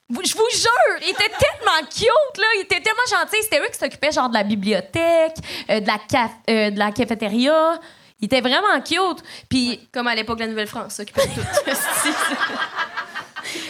Vous- Je vous jure, ils étaient tellement cute, là. Ils étaient tellement gentils. C'était eux qui s'occupaient, genre, de la bibliothèque, euh, de, la caf- euh, de la cafétéria. Ils étaient vraiment cute. Puis, Comme à l'époque, la Nouvelle-France s'occupait de tout.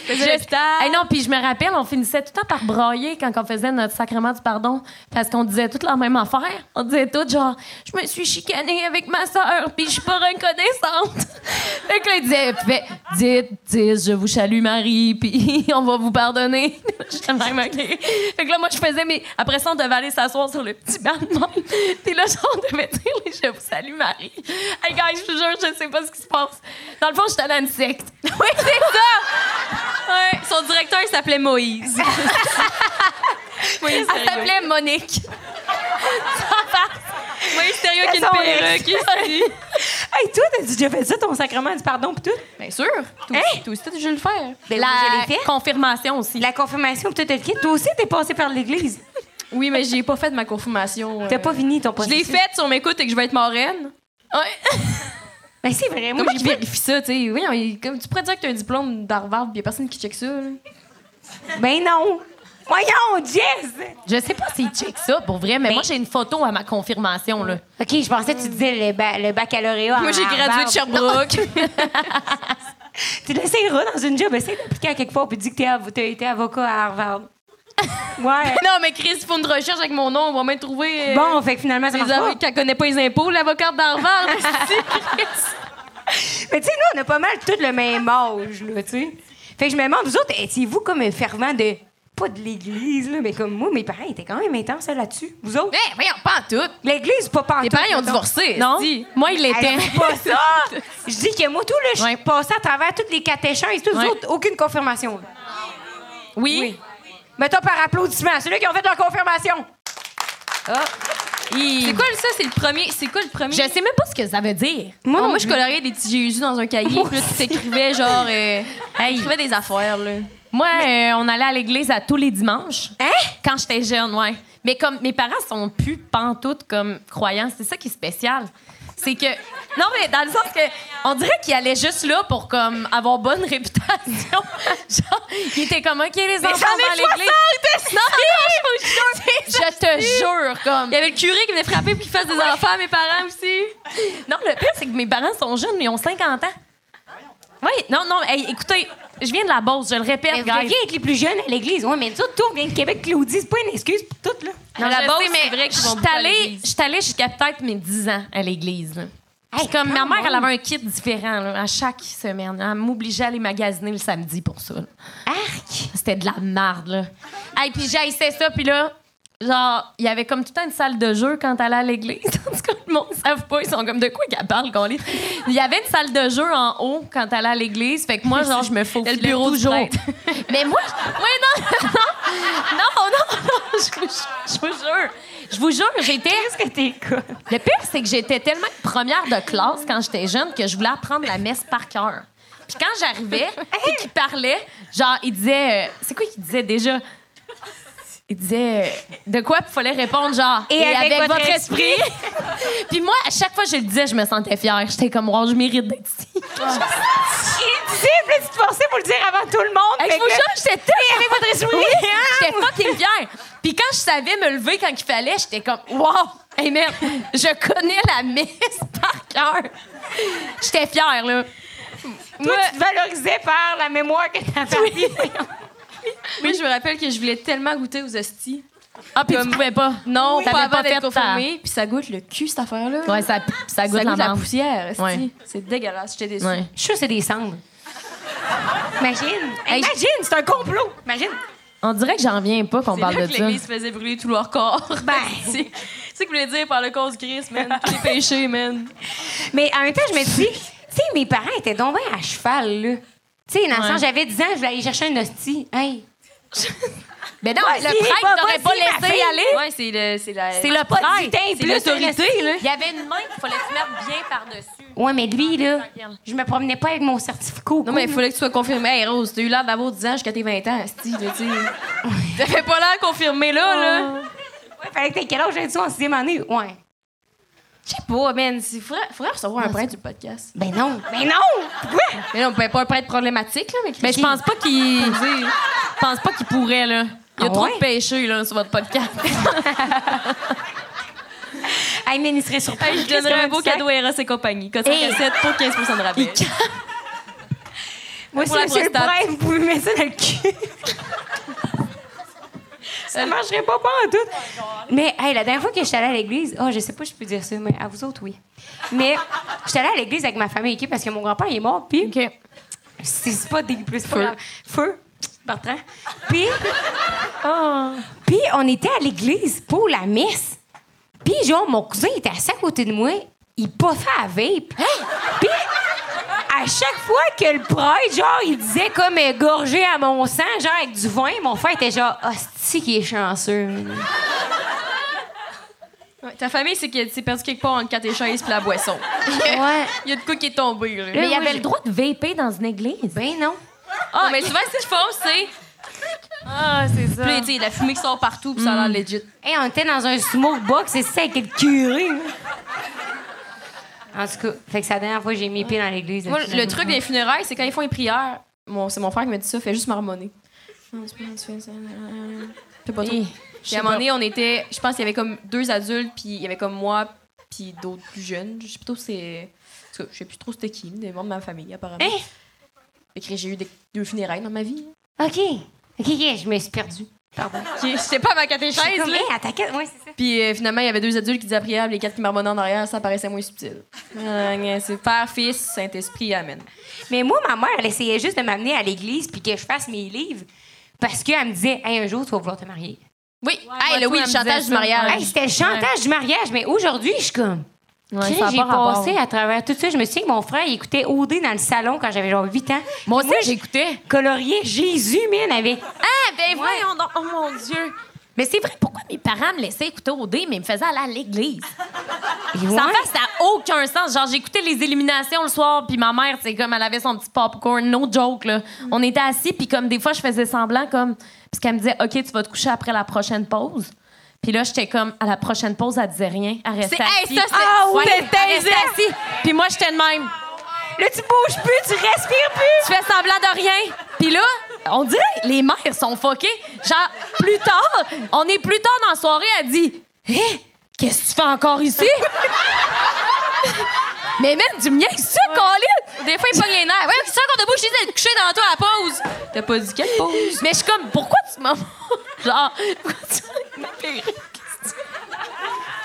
Je- L'hôpital. Hey, non, puis je me rappelle, on finissait tout le temps par brailler quand on faisait notre sacrement du pardon parce qu'on disait toutes la même affaire. On disait toutes genre je me suis chicanée avec ma sœur puis je suis pas reconnaissante. fait que là, il disait fait, dites dites je vous salue Marie puis on va vous pardonner. J'étais même OK. Fait que là moi je faisais mais après ça on devait aller s'asseoir sur le petit banc de même. Puis là genre on devait dire les je vous salue Marie. Hey guys, je te jure, je sais pas ce qui se passe. Dans le fond, j'étais dans une secte. oui, c'est ça. Ouais, son directeur, il s'appelait Moïse. Moïse Elle Thériault. s'appelait Monique. Moïse Thériault avec Son une ex. perruque ici. Hey, toi, t'as déjà fait ça, ton sacrement du pardon, pis tout? Bien sûr. Toi aussi, toi aussi, t'as dû le faire. Ben, la moi, je l'ai fait. confirmation aussi. La confirmation, pis tout, t'as le kit. Toi aussi, t'es passé par l'église. Oui, mais j'ai pas fait ma confirmation. euh. T'as pas fini ton Je processus. l'ai faite sur mes côtes et que je vais être marraine. Ben, c'est vrai, moi, Comment j'ai je fait. vérifie ça, tu sais? Voyons, il- comme tu pourrais dire que t'as un diplôme d'Harvard, puis y a personne qui check ça. là. Ben, non. Voyons, Jess! Je sais pas s'ils checkent ça pour vrai, Ben- mais moi j'ai une photo à ma confirmation là. OK, je pensais que tu disais le, ba- le baccalauréat. Moi, j'ai gradué de Sherbrooke. Tu l'essayeras dans une job, ben, essaye d'appliquer à quelque part, puis dis que t'es av- t'as été avocat à Harvard. Ouais. non, mais Chris, il faut une recherche avec mon nom. On va même trouver. euh, Bon, fait que finalement, ça Les marche pas. avocats qui connaît pas les impôts, l'avocate d'Harvard. Mais tu sais, nous, on a pas mal tout le même âge, là, tu sais. Fait que je me demande, vous autres, étiez-vous comme un fervent de... Pas de l'Église, là, mais comme moi, mes parents étaient quand même intenses là-dessus. Vous autres? mais Ben, voyons, pas en tout. L'Église, pas pantoute. Les parents, ils ont mettons. divorcé. Non, si. moi il l'était. Elle fait pas ça! Je dis que moi, tout, là, je suis Ouais. passée à travers toutes les catéchèses, tous Ouais. autres, aucune confirmation. Oui. Mettons par applaudissement, ceux-là qui ont fait leur confirmation. C'est quoi ça? C'est le premier. C'est quoi le premier? Je sais même pas ce que ça veut dire. Moi, non moi, je plus. colorais des petits Jésus dans un cahier. puis là, tu t'écrivais genre. Euh, Hey. t'écrivais des affaires, là. Moi, euh, on allait à l'église à tous les dimanches. Hein? Quand j'étais jeune, ouais. Mais comme mes parents sont plus pantoute comme croyants, c'est ça qui est spécial. C'est que non mais dans le sens que on dirait qu'ils allaient juste là pour comme avoir bonne réputation. Genre, ils étaient comme OK les enfants années dans l'église. Non, non, non, je vous jure, je te jure comme Il y avait le curé qui venait frapper pour qu'il fasse des enfants à mes parents aussi. Non, le pire, c'est que mes parents sont jeunes, mais ils ont 50 ans. Oui, non, non, hey, écoutez, je viens de la Beauce, je le Mais répète, vous guys. deviez être les plus jeunes à l'église. Oui, mais tout, tout, on vient de Québec. Claudie, c'est pas une excuse pour tout, là. Non, Je la sais, Beauce, mais c'est vrai qu'ils vont j'étais allée- J'étais allée jusqu'à peut-être mes 10 ans à l'église. là. Puis comme ma mère, elle avait un kit différent là, à chaque semaine. Elle m'obligeait à aller magasiner le samedi pour ça. là. Arc! C'était de la marde, là. Hey, puis j'haïssais ça, puis là, genre, il y avait comme tout le temps une salle de jeu quand t'allais à l'église. En tout cas, le monde ne savent pas, ils sont comme de quoi qu'elle parle, qu'on lit. Il y avait une salle de jeu en haut quand t'allais à l'église, fait que moi, genre, je me faufilais le bureau du toujours. prêtre. Mais moi, je- oui, non, non, non, non, non, je vous jure, je vous jure. Je vous jure, j'étais... Qu'est-ce que t'es con? Le pire, c'est que j'étais tellement première de classe quand j'étais jeune que je voulais apprendre la messe par cœur. Puis quand j'arrivais, puis qu'il parlait, genre, il disait... euh, c'est quoi qu'il disait déjà? Il disait euh, de quoi il fallait répondre, genre, Et avec votre puis moi, à chaque fois que je le disais, je me sentais fière. J'étais comme, wow, je mérite d'être ici. Invisible, tu te forçais pour le dire avant tout le monde. Hey, fait je vous que- jure, j'étais tellement... Avec votre esprit. Oui, hein? J'étais fucking fière. Puis quand je savais me lever quand il fallait, j'étais comme wow, hey merde, je connais la messe par cœur. J'étais fière là. Toi, tu te valorisais par la mémoire que t'as perdue. Oui, je me rappelle que je voulais tellement goûter aux hosties. Ah puis tu pouvais pas. Non, T'avais pas avant pas d'être fait ta- confirmée. Puis ça goûte le cul, cette affaire-là. Ouais, ça ça goûte la ça goûte la menthe. poussière, esti. Ouais. C'est dégueulasse, j'étais déçue. Ouais. Je suis sûre que c'est des cendres. Imagine. Hey, Imagine, c'est un complot. Imagine. On dirait que j'en viens pas qu'on C'est parle là de que ça. l'Église faisait brûler tout leur corps. Ben. c'est c'est ce que je voulais dire par le cause Christ, man. Tous les péchés, man. Mais en même temps, je me dis, tu sais, mes parents étaient donc bien à cheval, là. Tu sais, dans le sens, j'avais 10 ans, je voulais aller chercher un hostie. Hey. Mais Ben non, Vas-y, le prêtre va- t'aurait pas vas-y, ma laissé fille. aller. Ouais, c'est le. C'est la. C'est le Ah, Pas de prêtre. butin, C'est plus l'autorité, un là. Il y avait une main qu'il fallait se mettre bien par-dessus. Ouais, mais lui, là, je me promenais pas avec mon certificat. Non, mais il fallait que tu sois confirmée. Hey, Rose, t'as eu l'air d'avoir 10 ans jusqu'à tes 20 ans, Esti. là, tu sais. T'avais pas l'air confirmée, là, là. Ouais, fallait que t'aies quel âge? J'ai dit en sixième année. Ouais. Je sais pas, man. Il faudrait, faudrait recevoir un prêtre du podcast. Ben non. Ben non! Pourquoi? Mais là, on peut pas un prêtre problématique, là. Mais, Mais je pense pas qu'il. Je pense pas qu'il pourrait, là. Il y a Ah trop ouais? de péchés, là, sur votre podcast. Hey, mais il serait surpris. Hey, je donnerais un beau Qu'est-ce que cadeau à Eros et compagnie. Cosmic Hey. Cassette pour 15 de rabais. Moi, pour la c'est monsieur le prostate. prêtre, vous pouvez mettre ça dans le cul. ça marcherait pas pas en tout. Mais hey, la dernière fois que je suis allée à l'église, oh, je sais pas si je peux dire ça, mais à vous autres, oui. Mais je suis allée à l'église avec ma famille, OK, parce que mon grand-père, il est mort, puis OK. c'est c'est pas des plus feu. Feu. Bertrand. Puis, Ah. puis on était à l'église pour la messe. Puis genre, mon cousin il était assis à côté de moi. Il puffait à la vape. Puis à chaque fois que le prêtre, genre, il disait comme euh, gorgé à mon sang, genre avec du vin, mon frère était genre, hostie qui est chanceux. Ta famille, c'est qu'elle s'est perdue quelque part entre catéchèse et la boisson. Ouais. Il y a de quoi qui est tombé, là. Là, Mais il y moi, avait le j'ai- droit de vaper dans une église. Ben non. Ah, mais souvent, ce qu'ils font, c'est. Ah, c'est ça. Puis là, tu sais, la fumée qui sort partout, puis ça a l'air legit. Hey, on était dans un smoke box, c'est ça, avec le curé. hein. En tout cas, fait que c'est la dernière fois que j'ai mis pieds dans l'église. Moi, le truc des funérailles, c'est quand ils font une prière. Mon, c'est mon frère qui me dit ça, fais juste marmonner. Fais Eh, pas trop. Puis à un moment donné, on était, je pense qu'il y avait comme deux adultes, puis il y avait comme moi, puis d'autres plus jeunes. Je sais plus trop c'est. en tout cas, Je sais plus trop c'était qui, des membres de ma famille, apparemment. Hein? Fait que J'ai eu des- deux funérailles dans ma vie. OK. OK, OK, je me suis perdue. Pardon. C'était pas ma catéchèse, Comme, hey, attaquez. Oui, c'est ça. Puis euh, finalement, il y avait deux adultes qui disaient la prière, puis les quatre qui marmonnaient en arrière, ça paraissait moins subtil. Euh, c'est Père, Fils, Saint-Esprit, Amen. Mais moi, ma mère, elle essayait juste de m'amener à l'église puis que je fasse mes livres parce qu'elle me disait, hey, un jour, tu vas vouloir te marier. Oui, hey, le toi, oui, elle le me chantage disait du ça. mariage. Hey, c'était le chantage du mariage, mais aujourd'hui, je suis comme. Ouais, Chris, ça a j'ai pas rapport. passé à travers tout ça. Je me souviens que mon frère, il écoutait OD dans le salon quand j'avais genre 8 ans. Moi Puis aussi, j'écoutais. colorié Jésus, mine, avec. Ah, ben voyons donc. Oh mon Dieu. Mais c'est vrai, pourquoi mes parents me laissaient écouter au dé, mais ils me faisaient aller à l'église? Ça en Ouais. fait, ça n'a aucun sens. Genre, j'écoutais les éliminations le soir, puis ma mère, c'est comme, elle avait son petit popcorn, no joke, là. On était assis, puis comme des fois, je faisais semblant, comme, parce qu'elle me disait, OK, tu vas te coucher après la prochaine pause. Puis là, j'étais comme, à la prochaine pause, elle disait rien. Elle restait assise. hey, ça, c'est- ah ouais, c'était elle restait assise. Puis moi, j'étais de même. Là, tu bouges plus, tu respires plus. Tu fais semblant de rien. Puis là, on dirait que les mères sont fuckées. Genre, plus tard, on est plus tard dans la soirée, elle dit Hé, qu'est-ce que tu fais encore ici? Mais même du mien, c'est ça, Colin! Des fois, ils pognent les nerfs. Ouais, c'est ça qu'on debout, je disais de coucher dans toi à la pause. T'as pas dit quelle pause? Mais je suis comme, pourquoi tu m'en. Genre, pourquoi tu-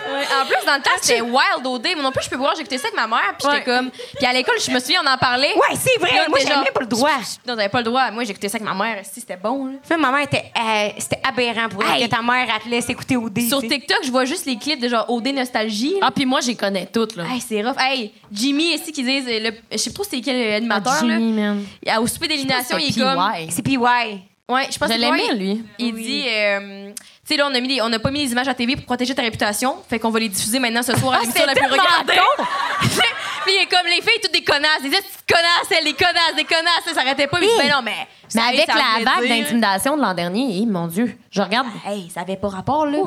En plus, dans le temps, Ah, c'était wild OD. Moi non plus, je peux voir, j'écoutais ça avec ma mère, puis j'étais comme. Puis à l'école, je me souviens, on en parlait. Ouais, c'est vrai. Là, moi, t'es j'avais genre- pas le droit. Non, t'avais pas le droit. Moi, j'écoutais ça avec ma mère. Si, c'était bon, là. Là, ma mère était, euh, c'était aberrant pour elle Hey. que ta mère, elle te laisse écouter OD. Sur tu sais. TikTok, je vois juste les clips de genre OD Nostalgie. là. Ah, puis moi, j'y connais toutes, là. Hey, c'est rough. Hey, Jimmy, ici, qui disent. euh, le- Je sais pas trop c'est quel euh, Ah, animateur, Jimmy, man. là. Au souper d'élimination, il est comme. comme. C'est PY. Ouais, je pense Je que c'est l'aimais, Dwight. lui. Il dit, euh, tu sais, là, on a, mis des- on a pas mis les images à TV pour protéger ta réputation. Fait qu'on va les diffuser maintenant ce Ah, soir à l'émission la plus regardée. Puis il est comme, les filles, toutes des connasses. Des petites connasses, elles, des connasses, des connasses. Ça s'arrêtait pas. Mais je dis, ben non, mais. Mais ça- avec ça la veut vague dire- d'intimidation de l'an dernier, hé, mon Dieu, je regarde. Hey, ça avait pas rapport, là.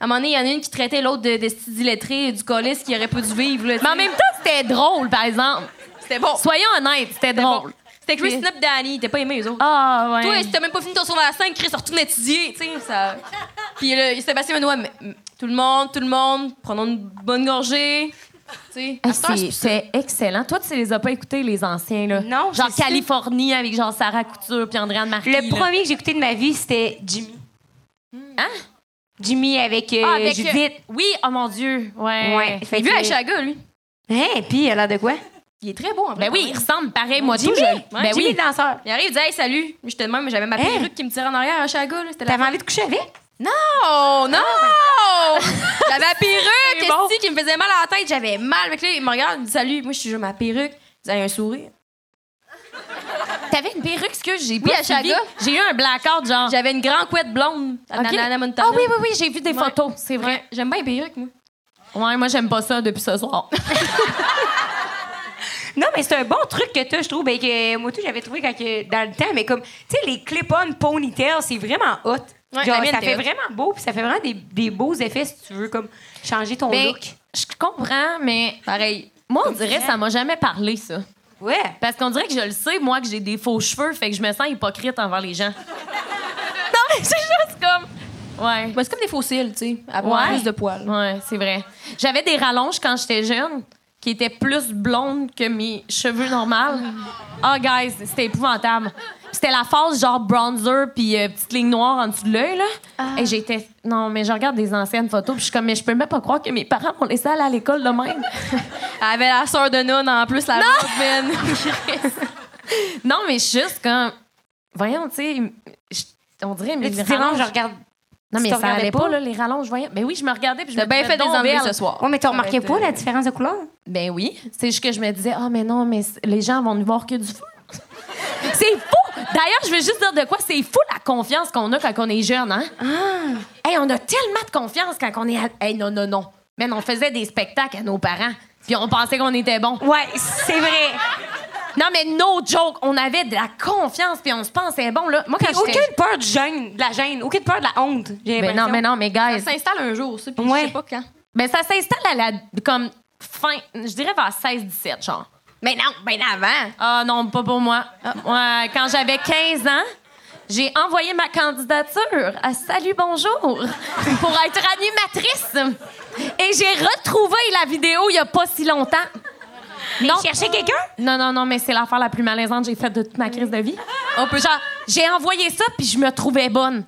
À un moment donné, il y en a une qui traitait l'autre de, de style illettré, du colis qui aurait pas dû vivre, là. tu Mais en sais. même temps, c'était drôle, par exemple. c'était bon. Soyons honnêtes, c'était drôle. C'était Christina pis Danny. T'es pas aimé, eux autres. Ah, ouais. Toi, si t'as même pas fini ton secondaire 5, Chris, retourne étudier, tu sais, ça... Puis euh, là, Sébastien Benoît, mais- mais tout le monde, tout le monde, prenons une bonne gorgée, tu Ah, sais. Hey, À cette heure, Eh, c'est- c'est- C'était excellent. Toi, tu les as pas écoutés, les anciens, là. Non, Genre c'est ça. Californie avec genre Sarah Couture puis Andréane Marquis. Le premier que j'ai écouté de ma vie, c'était Jimmy. Hein? Jimmy avec, euh, Ah, avec, euh, Judith. Oui, oh mon Dieu. Ouais. Ouais. Fait Il est vu que- à Chaga, lui. Hein, puis elle a l'air de quoi? Il est très beau, en vrai. Ben oui, il ressemble pareil, moi, tout. Jimmy? je- Ben Jimmy le oui. danseur. Il arrive, il dit « Hey, salut! » J'étais de même, mais j'avais ma perruque qui me tirait en arrière à Chaga, là. C'était la... T'avais envie de coucher avec? Oh, non! j'avais la perruque, C'est bon. esti, qui me faisait mal à la tête. J'avais mal. Fait que là, il me regarde, il me dit « Salut! » Moi, je suis juste ma perruque. Il a un sourire. T'avais une perruque, ce que j'ai Oui, pas à suivi. Chaga. J'ai eu un blackout, genre. J'avais une grande couette blonde. Ah. Ok. Nana Montana. Ah oui, oui, oui, j'ai vu des Ouais. photos, c'est vrai. Ouais, J'aime bien les perruques, moi. Ouais, moi, j'aime pas ça depuis ce soir. Non, mais c'est un bon truc que t'as, je trouve. Ben, que moi, tout, j'avais trouvé quand que- dans le temps, mais comme, tu sais, les clip-on ponytails, c'est vraiment hot. Ouais, Genre, la mienne ça était fait hot. vraiment beau, puis ça fait vraiment des, des beaux effets si tu veux comme changer ton Ben, look. je comprends, mais Pareil. moi, on dirait que ça m'a jamais parlé, ça. Ouais. Parce qu'on dirait que je le sais, moi, que j'ai des faux cheveux, fait que je me sens hypocrite envers les gens. non, mais c'est juste comme. Ouais. Bah, c'est comme des fossiles, tu sais. Avoir Ouais. plus de poils. Ouais, c'est vrai. J'avais des rallonges quand j'étais jeune qui étaient plus blondes que mes cheveux normaux. Ah, guys, c'était épouvantable. C'était la phase genre bronzer puis euh, petite ligne noire en dessous de l'œil, là. Ah. Et j'étais. Non, mais je regarde des anciennes photos puis je suis comme, mais je peux même pas croire que mes parents m'ont laissé aller à l'école de même. Elle avait la sœur de Noun en plus, la blonde, man. non, mais je suis juste comme. Voyons, tu sais, je- on dirait, mais, Là, tu les te dis, non, rallonges- je regarde. Non, mais te ça regardais allait pas, pas? là, les rallonges, je voyais. Ben oui, je me regardais, puis je T'as me bien disais, fait des donc, enlever belle. ce soir. Ouais, mais tu remarquais Ça pas va être, la différence de couleur? Ben oui. C'est juste que je me disais, ah, mais non, mais c- les gens vont nous voir que du feu. c'est fou! D'ailleurs, je veux juste dire de quoi, c'est fou la confiance qu'on a quand on est jeune, hein? Hey, on a tellement de confiance quand on est. à- Hey, non, non, non. Man, on faisait des spectacles à nos parents, puis on pensait qu'on était bons. Ouais, c'est vrai. Non, mais no joke, on avait de la confiance, puis on se pensait bon, là. Moi, quand j'étais. Aucune peur du gêne, de la gêne, aucune peur de la honte. J'ai Ben non, l'impression. mais non, mais guys. euh, s'installe un jour, ça, puis Ouais. je sais pas quand. Ben, ça s'installe à la. comme fin. Je dirais vers 16-17, genre. Mais non, ben avant. Ah non, pas pour moi. Ouais, quand j'avais 15 ans, j'ai envoyé ma candidature à Salut Bonjour pour être animatrice. Et j'ai retrouvé la vidéo il y a pas si longtemps. Non. Chercher quelqu'un? Non, non, non, mais c'est l'affaire la plus malaisante que j'ai faite de toute ma Mm. crise de vie. On peut genre, j'ai envoyé ça, puis je me trouvais bonne.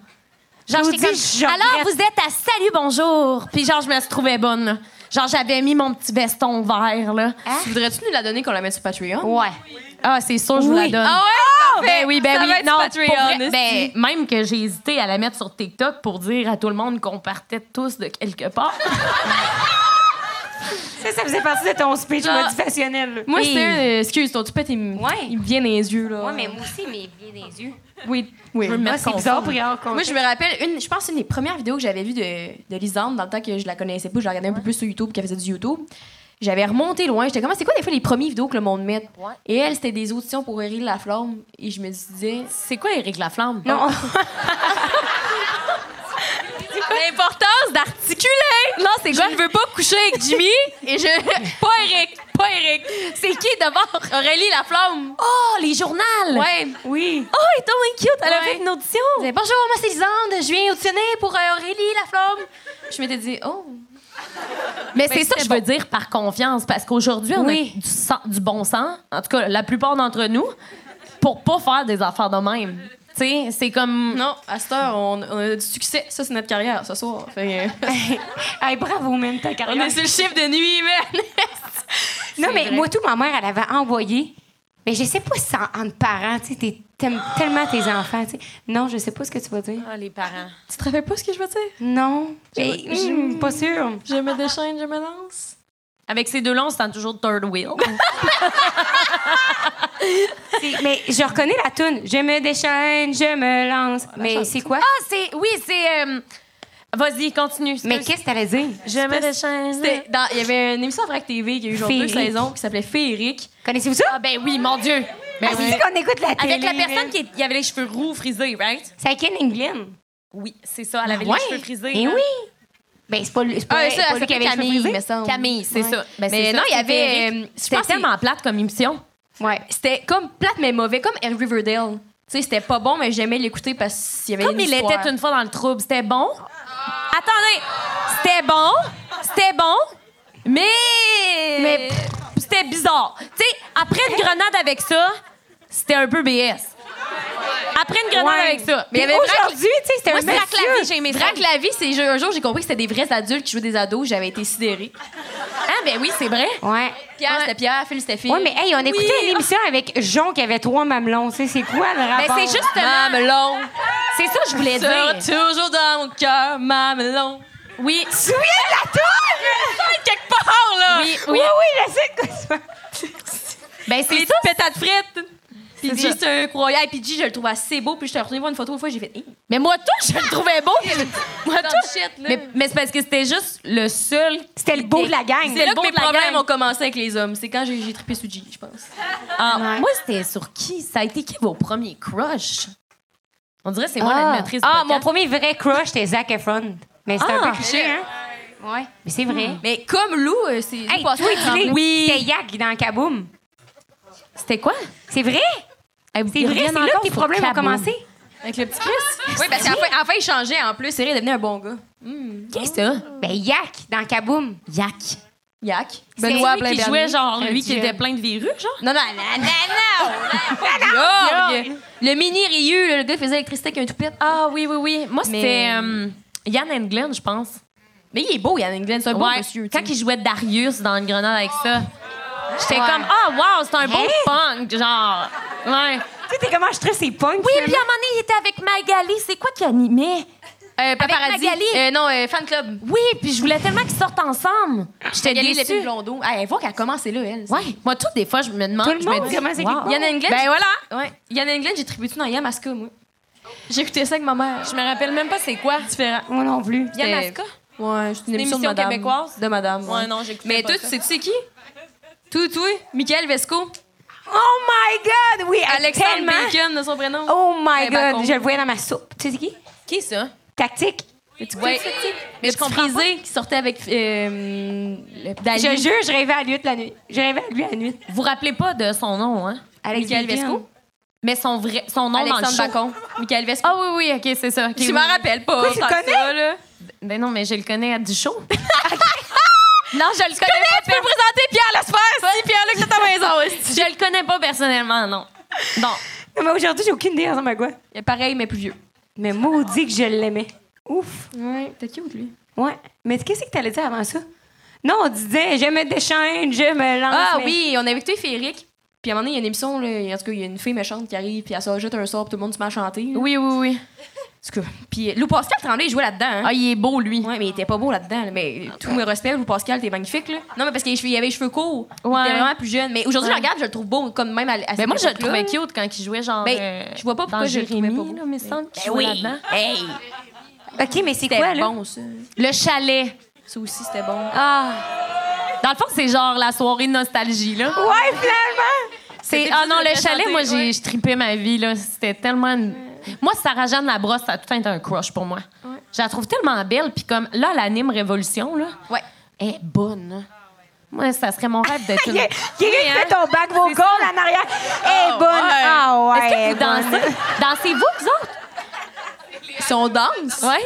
Genre, Je vous j'étais dis, je comme, alors vous êtes à Salut, bonjour. Puis genre, je me trouvais bonne. là. Genre, j'avais mis mon petit veston vert, là. Ah. Tu voudrais-tu nous la donner qu'on la mette sur Patreon? Ouais. Ah, c'est sûr, je vous la Oui. donne. Ah ouais? Ben Parfait. oui, ben Ça oui. va être non, sur pour vrai, Patreon, esti. ben, même que j'ai hésité à la mettre sur TikTok pour dire à tout le monde qu'on partait tous de quelque part. Ça, ça faisait partie de ton speech Genre- motivationnel. là. Moi, Oui. c'était un. euh, excuse, ton toupette, il me Ouais. il me vient dans les yeux, là. moi aussi, mais bien des yeux. Oui, oui. Je veux me Moi, mettre c'est confort. bizarre, Briard. qu'on- Moi, je me rappelle, une, je pense, une des premières vidéos que j'avais vues de, de Lisande, dans le temps que je la connaissais pas, je la regardais un peu plus sur YouTube, qu'elle faisait du YouTube. J'avais remonté loin. J'étais comme, Ah, c'est quoi des fois les premières vidéos que le monde met? Et elle, c'était des auditions pour Eric Laflamme. Et je me disais, C'est quoi Éric Laflamme? Non, l'importance d'articuler! Non, c'est quoi? Je ne veux pas coucher avec Jimmy et je. Pas Eric! Pas Eric! C'est qui d'abord? Aurélie Laflamme! Oh, les journaux! Ouais! oui. Oh, elle est donc cute! Elle a Ouais. fait une audition! Elle disait, Bonjour, moi c'est Lisande, je viens auditionner pour euh, Aurélie Laflamme. Je m'étais dit, oh! Mais c'est ça que c'était je veux dire par confiance, parce qu'aujourd'hui, on Oui. a du, sang- du bon sens, en tout cas la plupart d'entre nous, pour pas faire des affaires de même. Tu sais, c'est comme. Non, à cette heure, on, on a du succès. Ça, c'est notre carrière ce soir. Fait que- Hey, bravo, même ta on carrière. est sur le chiffre de nuit, man! Non, mais moi, tout, ma mère, elle avait envoyé. Mais je sais pas si c'est en- entre parents, tu sais, t'es- t'aimes tellement tes enfants, tu sais. Non, je sais pas ce que tu vas dire. Ah, les parents. tu te rappelles pas ce que je veux dire? Non, mais je suis pas sûre. Je me déchaîne, je me lance. Avec ces deux-là, on se sent toujours third wheel. C'est- Mais je reconnais la toune. Je me déchaîne, je me lance. mais c'est quoi? ah, c'est. Oui, c'est. euh, Vas-y, continue. mais qu'est-ce que t'allais dire? Je me déchaîne. C'était dans- Il y avait une émission à Vrac TV qui a eu genre deux Féerique. saisons qui s'appelait Féerique. Connaissez-vous ça? Ah ben oui, mon Dieu. Ben Ah, c'est oui. ça qu'on écoute la télé. Avec la personne man. qui est- y avait les cheveux roux frisés, right? Ah C'est avec Ken England. Oui, c'est ça. Elle avait Ouais. les cheveux frisés. hein. Eh là. oui! Ben, c'est pas lui, c'est Ah, pas, c'est pas lui qui avait les cheveux frisés. Camille, c'est ça. Ben, c'est Mais ça, non, il y c'est avait. Eric. euh, je C'était pense que tellement plate comme émission. Ouais. C'était comme plate mais mauvais, comme Ed Riverdale. Tu sais, c'était pas bon, mais j'aimais l'écouter parce qu'il y avait Comme il était une fois dans le trouble, c'était bon. Attendez, c'était bon, c'était bon, mais, Mais- c'était bizarre. Tu sais, après une grenade avec ça, c'était un peu BS. Après une grenade Ouais. avec ça, Mais il y avait aujourd'hui, tu sais, c'était un Moi, c'est monsieur. la clavie, j'ai aimé ça. Vrac la vie, c'est j'ai- un jour j'ai compris que c'était des vrais adultes qui jouaient des ados, j'avais été sidérée. Ah ben oui, c'est vrai. Ouais. Pierre, c'était Pierre, Phil, c'était Phil. Ouais, mais hey, on écoutait une émission avec Jean qui avait trois mamelons. Tu sais, c'est quoi le Ben rapport? c'est justement, Mamelon, c'est ça que je voulais dire. sera toujours dans mon cœur, mamelon. Oui, Tu te souviens de la tour! Quelque part, là! oui, Oui, oui. oui, je sais de quoi ça. Ben c'est Des ça. petites pétates frites! PJ, ça. c'est incroyable. PJ, je le trouve assez beau. Puis je t'ai retourné voir une photo une fois, j'ai fait. Hey, Mais moi tout, je le trouvais beau. moi dans tout. le shit, là. Mais, mais c'est parce que c'était juste le seul. C'était le beau de la gang. c'est là le bon que mes de la problèmes gang. ont commencé avec les hommes. C'est quand j'ai j'ai trippé sur G, je pense. Ah, Moi c'était sur qui Ça a été qui vos premiers crushs On dirait que c'est moi Ah. l'animatrice. du Ah, podcast. mon premier vrai crush, c'était Zac Efron. Mais c'était Ah. Hmm. un peu cliché, hein? Ouais. Mais c'est vrai. Mais comme Lou, euh, c'est. Lou Hey, toi, Pascal Tremblay. tu oui. C'était Yak dans Kaboom. C'était quoi? C'est vrai? C'est C'est vrai, c'est là que tes problèmes ont commencé. Avec le petit Chris. Oui, parce qu'à la fin- à la fin, il changeait en plus. C'est vrai, il devenait un bon gars. Qu'est-ce que c'est ça? Ben, Yak dans Kaboom. Yak. Yak. Benoît lui qui Blain-Bernier. jouait genre lui qui Dieu. était plein de virus, genre? Non, non, non, non, non! Pas Georges. Le mini Ryu, là, le gars faisait l'électricité avec un toupette. Ah, Ah oui, oui, oui. Moi, c'était Mais- euh, Yann Englund, je pense. mais il est beau, Yann England, c'est un beau Ouais. monsieur. Quand tu sais. il jouait Darius dans une grenade avec ça, j'étais Ouais. comme, ah, wow, c'est un beau punk, genre. Ouais. Tu sais, t'es comment je traite ces punks? Oui, puis à un moment donné, il était avec Magali. C'est quoi qui animait? Euh, paparazzi. Magali. Euh, non, euh, fan club. Oui, puis je voulais tellement qu'ils sortent ensemble. J'étais Ah, Magali, la petite déçue. blondeau. Ah, elle voit qu'elle commence, là, elle. Ouais. Moi, toutes des fois, je me demande. Tout le je me monde dis, commence avec wow. les Yann Englund. Ben voilà. Ouais. Yann Englund, j'ai tributé dans Yamaska, moi. J'écoutais ça avec ma mère. Je me rappelle même pas c'est quoi. Différent. Moi non plus. Yamaska? Mmh, Ouais, c'est une, émission, émission de madame. québécoise? De madame. Ouais, non, j'écoutais Mais pas toi, ça. tu sais, tu sais qui? Tout, tout. Michael Vesco. Oh my God! Oui, Alexandre tellement. Bacon, de son prénom. Oh my Eh ben, God! con. Je le voyais dans ma soupe. Tu sais c'est qui? Qui ça? Tactique. Ouais. Mais je comprends qui sortait avec euh, le- Dali. Je jure, je rêvais à lui toute la nuit. Je rêvais à lui la nuit. Vous vous rappelez pas de son nom, hein? Michael Vivian. Vesco. Mais son vrai son nom dans le Alexandre show. Bacon. Michael Vesco. Ah oui, oui, ok, c'est ça. ok, je oui. m'en rappelle pas. tu tant le que ça, là. Ben non, mais je le connais à du show. Non, je le connais, pas. Tu peux présenter Pierre Lasphère. Si Pierre-Luc, c'est ta maison. aussi. je le connais pas personnellement, non. Non. Non, mais aujourd'hui, j'ai aucune idée, ressemble à quoi. Il est Pareil, mais plus vieux. Mais maudit que je l'aimais. Ouf. Ouais, t'es cute, lui. Ouais. Mais qu'est-ce que t'allais dire avant ça? Non, on disait, je me déchaîne, je me lance. Ah mais- oui, on a écouté Féeric. Puis à un moment donné, il y a une émission, là, en tout cas, il y a une fille méchante qui arrive, puis elle se jette un sort, puis tout le monde se met à chanter. là. Oui, oui, oui. En tout cas, puis euh, Lou Pascal Tremblay, il jouait là-dedans. hein. Ah, il est beau, lui. Ouais, mais il était pas beau là-dedans. là. Mais euh, tout mes respects, Lou Pascal, t'es magnifique, là. Non, mais parce qu'il avait les cheveux- il avait les cheveux courts. Ouais. Il était vraiment plus jeune. Mais aujourd'hui, Ouais. je regarde, je le trouve beau, comme même à, à Ben moi, je le époque-là. trouvais cute quand il jouait genre. Ben, euh, je vois pas pourquoi dans je le trouvais Jérémy, pas beau. là, mais il semble qu'il Ben jouait oui. là-dedans. Hey, OK, mais c'est c'était quoi, là? bon, ça. Le chalet. Ça aussi, c'était bon. Ah. Dans le fond, c'est genre la soirée de nostalgie, là. Ouais, finalement! C'est C'était ah plus non de le chalet, présenter, moi j'ai ouais. je tripais ma vie là, c'était tellement une- moi Sarah Jeanne Labrosse ça a tout le temps été un crush pour moi. Je la trouve tellement belle puis comme là elle anime Révolution là, Ouais. elle est bonne. là. Moi ça serait mon rêve d'être une Quelqu'un qui fait hein? ton back vocal en arrière. Eh, bonne! Ah ouais! Est-ce que vous bonne. dansez Dansez-vous vous autres Si on danse. Ouais.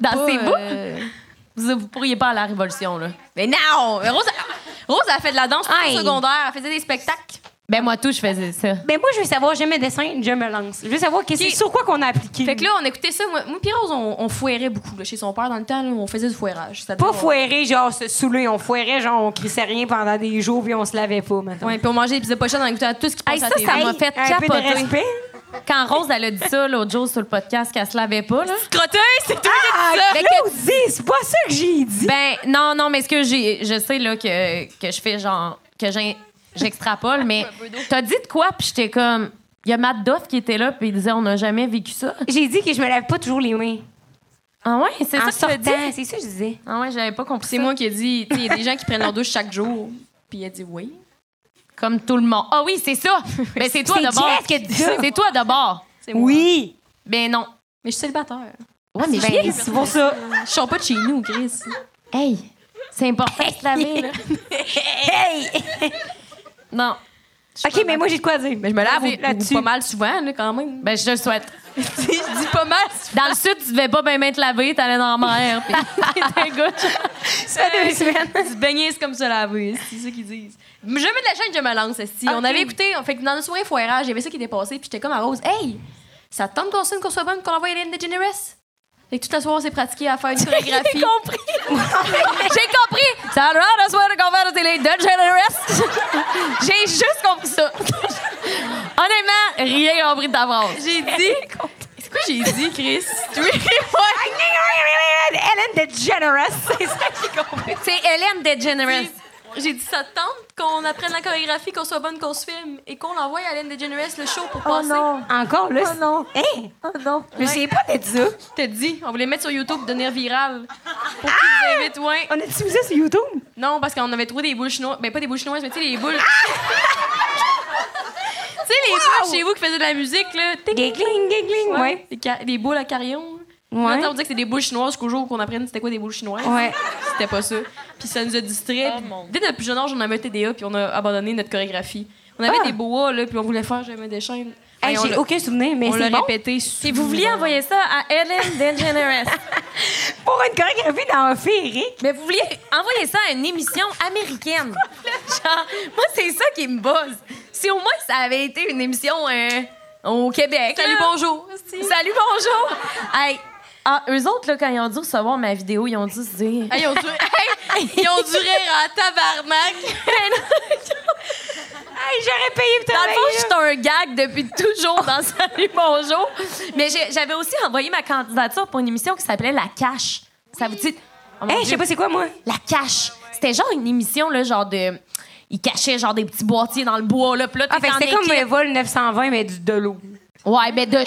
Dansez-vous Pas, euh, vous, vous pourriez pas à la Révolution là. Mais non! Mais Rose, Rose, elle a fait de la danse tout au Hey. secondaire. Elle faisait des spectacles. Ben moi tout je faisais ça. Ben moi, je veux savoir, je me dessine, je me lance. Je veux savoir qu'est-ce- Ok. sur quoi qu'on a appliqué. Fait que là, on écoutait ça. Moi, moi pis Rose, on, on fouerait beaucoup. là, chez son père, dans le temps, là, on faisait du fouérage. Ça pas devait- foirer, genre se saouler. On foirait, genre on crissait rien pendant des jours puis on se lavait pas, maintenant. Ouais, puis on mangeait des pizzas pochettes en écoutant tout ce qui Hey, passait à ça, la ça télé. m'a fait un peu de capoter. respect. Quand Rose elle a dit ça l'autre jour sur le podcast qu'elle se lavait pas là. Crotteuse, c'est tout! Ah, Mais Claudie, c'est pas ça que j'ai dit. Ben non, non, mais ce que j'ai, je sais là que, que je fais genre que j'in- j'extrapole, mais t'as dit de quoi Puis j'étais comme, il y a Matt Doff qui était là, puis il disait on n'a jamais vécu ça. J'ai dit que je me lave pas toujours les mains. Ah ouais, c'est En ça que tu as dit. sortant, c'est ça que je disais. Ah ouais, j'avais pas compris. C'est ça. moi qui ai dit, tu sais, il y a des gens qui prennent leur douche chaque jour. Puis elle dit oui. comme tout le monde. Ah oui, c'est ça. Mais c'est toi C'est d'abord. Jess qui a dit ça. C'est toi d'abord. C'est moi. Oui. Ben non. Mais je suis célibataire. Ouais, mais Ben, c'est pour ça. Je sors pas de chez nous, Chris. hey, c'est important de se laver là. Hey! Non. OK, mais moi, j'ai de quoi dire. Mais je me lave Vas-y, au- là-dessus. pas mal souvent, là, quand même. Ben je te le souhaite. je dis pas mal. Dans le sud, tu devais pas bien bien te laver, t'allais dans la mer, puis t'étais un gars. Ça fait deux semaines. se baigner, c'est comme ça laver. C'est ça qu'ils disent. Je mets de la chaîne, je me lance. Si On avait écouté, fait que dans le soirée foirage, il y avait ça qui était passé, puis j'étais comme à Rose, hey, ça te tente qu'on signe qu'on soit bonne, qu'on envoie Hélène DeGeneres? Fait que toute la soirée, on s'est pratiqué à faire une chorégraphie. J'ai compris! J'ai compris! Ça a l'air de soir qu'on va à la télé DeGeneres! J'ai juste compris ça. Honnêtement, rien compris de ta phrase. J'ai dit. C'est quoi j'ai dit, Chris? Ellen DeGeneres, c'est ça. C'est Hélène DeGeneres. J'ai dit, ça te tente qu'on apprenne la chorégraphie, qu'on soit bonne, qu'on se filme et qu'on l'envoie à Hélène DeGeneres le show pour Oh, passer. Encore, là? Oh non. Hein? Oh non. Mais j'ai pas dit ça. T'as dit, on voulait mettre sur YouTube pour devenir viral. Pour qu'ils nous invitent, ouais. On a dit ça sur YouTube? Non, parce qu'on avait trouvé des boules chinoises. Ben, pas des boules chinoises, mais tu sais, les boules. Tu sais, les boules chez vous qui faisaient de la musique, là. tic, Giggling, giggling, ouais. ouais. Des, ca- des boules à carillon. Ouais. Là, on disait que c'est des boules chinoises jusqu'au jour qu'on apprenne c'était quoi des boules chinoises. Ouais. C'était pas ça. Puis ça nous a distrait. Oh, Puis mon dès notre plus jeune âge, on avait TDA, puis on a abandonné notre chorégraphie. On avait Ah. des boas, là, puis on voulait faire Jamais des chaînes. Hey, Et on J'ai l'a- aucun souvenir, mais On l'a c'est bon. répété Si vous vouliez envoyer ça à Ellen DeGeneres, Pour une chorégraphie dans un fait, Eric. mais vous vouliez envoyer ça à une émission américaine. Genre, moi, c'est ça qui me buzz. Si au moins ça avait été une émission euh, au Québec. Salut, là. bonjour. Salut, bonjour. Hey, ah, eux autres, là, quand ils ont dû recevoir ma vidéo, ils ont dû se dire. Hey, ils, ont dû... hey, ils ont dû rire en tabarnak. Hey, j'aurais payé pour Dans le fond, travailler. je suis un gag depuis toujours dans Salut Bonjour. Mais j'ai- j'avais aussi envoyé ma candidature pour une émission qui s'appelait La Cache. Ça vous dit. Oh mon Hey, je Dieu. sais pas c'est quoi, moi. La Cache. C'était genre une émission, là, genre de. Ils cachaient genre des petits boîtiers dans le bois, là. Puis là, Ah, fait t'étais que en c'était comme équipe. un vol 920, mais du de l'eau. Ouais, ben de jeunes.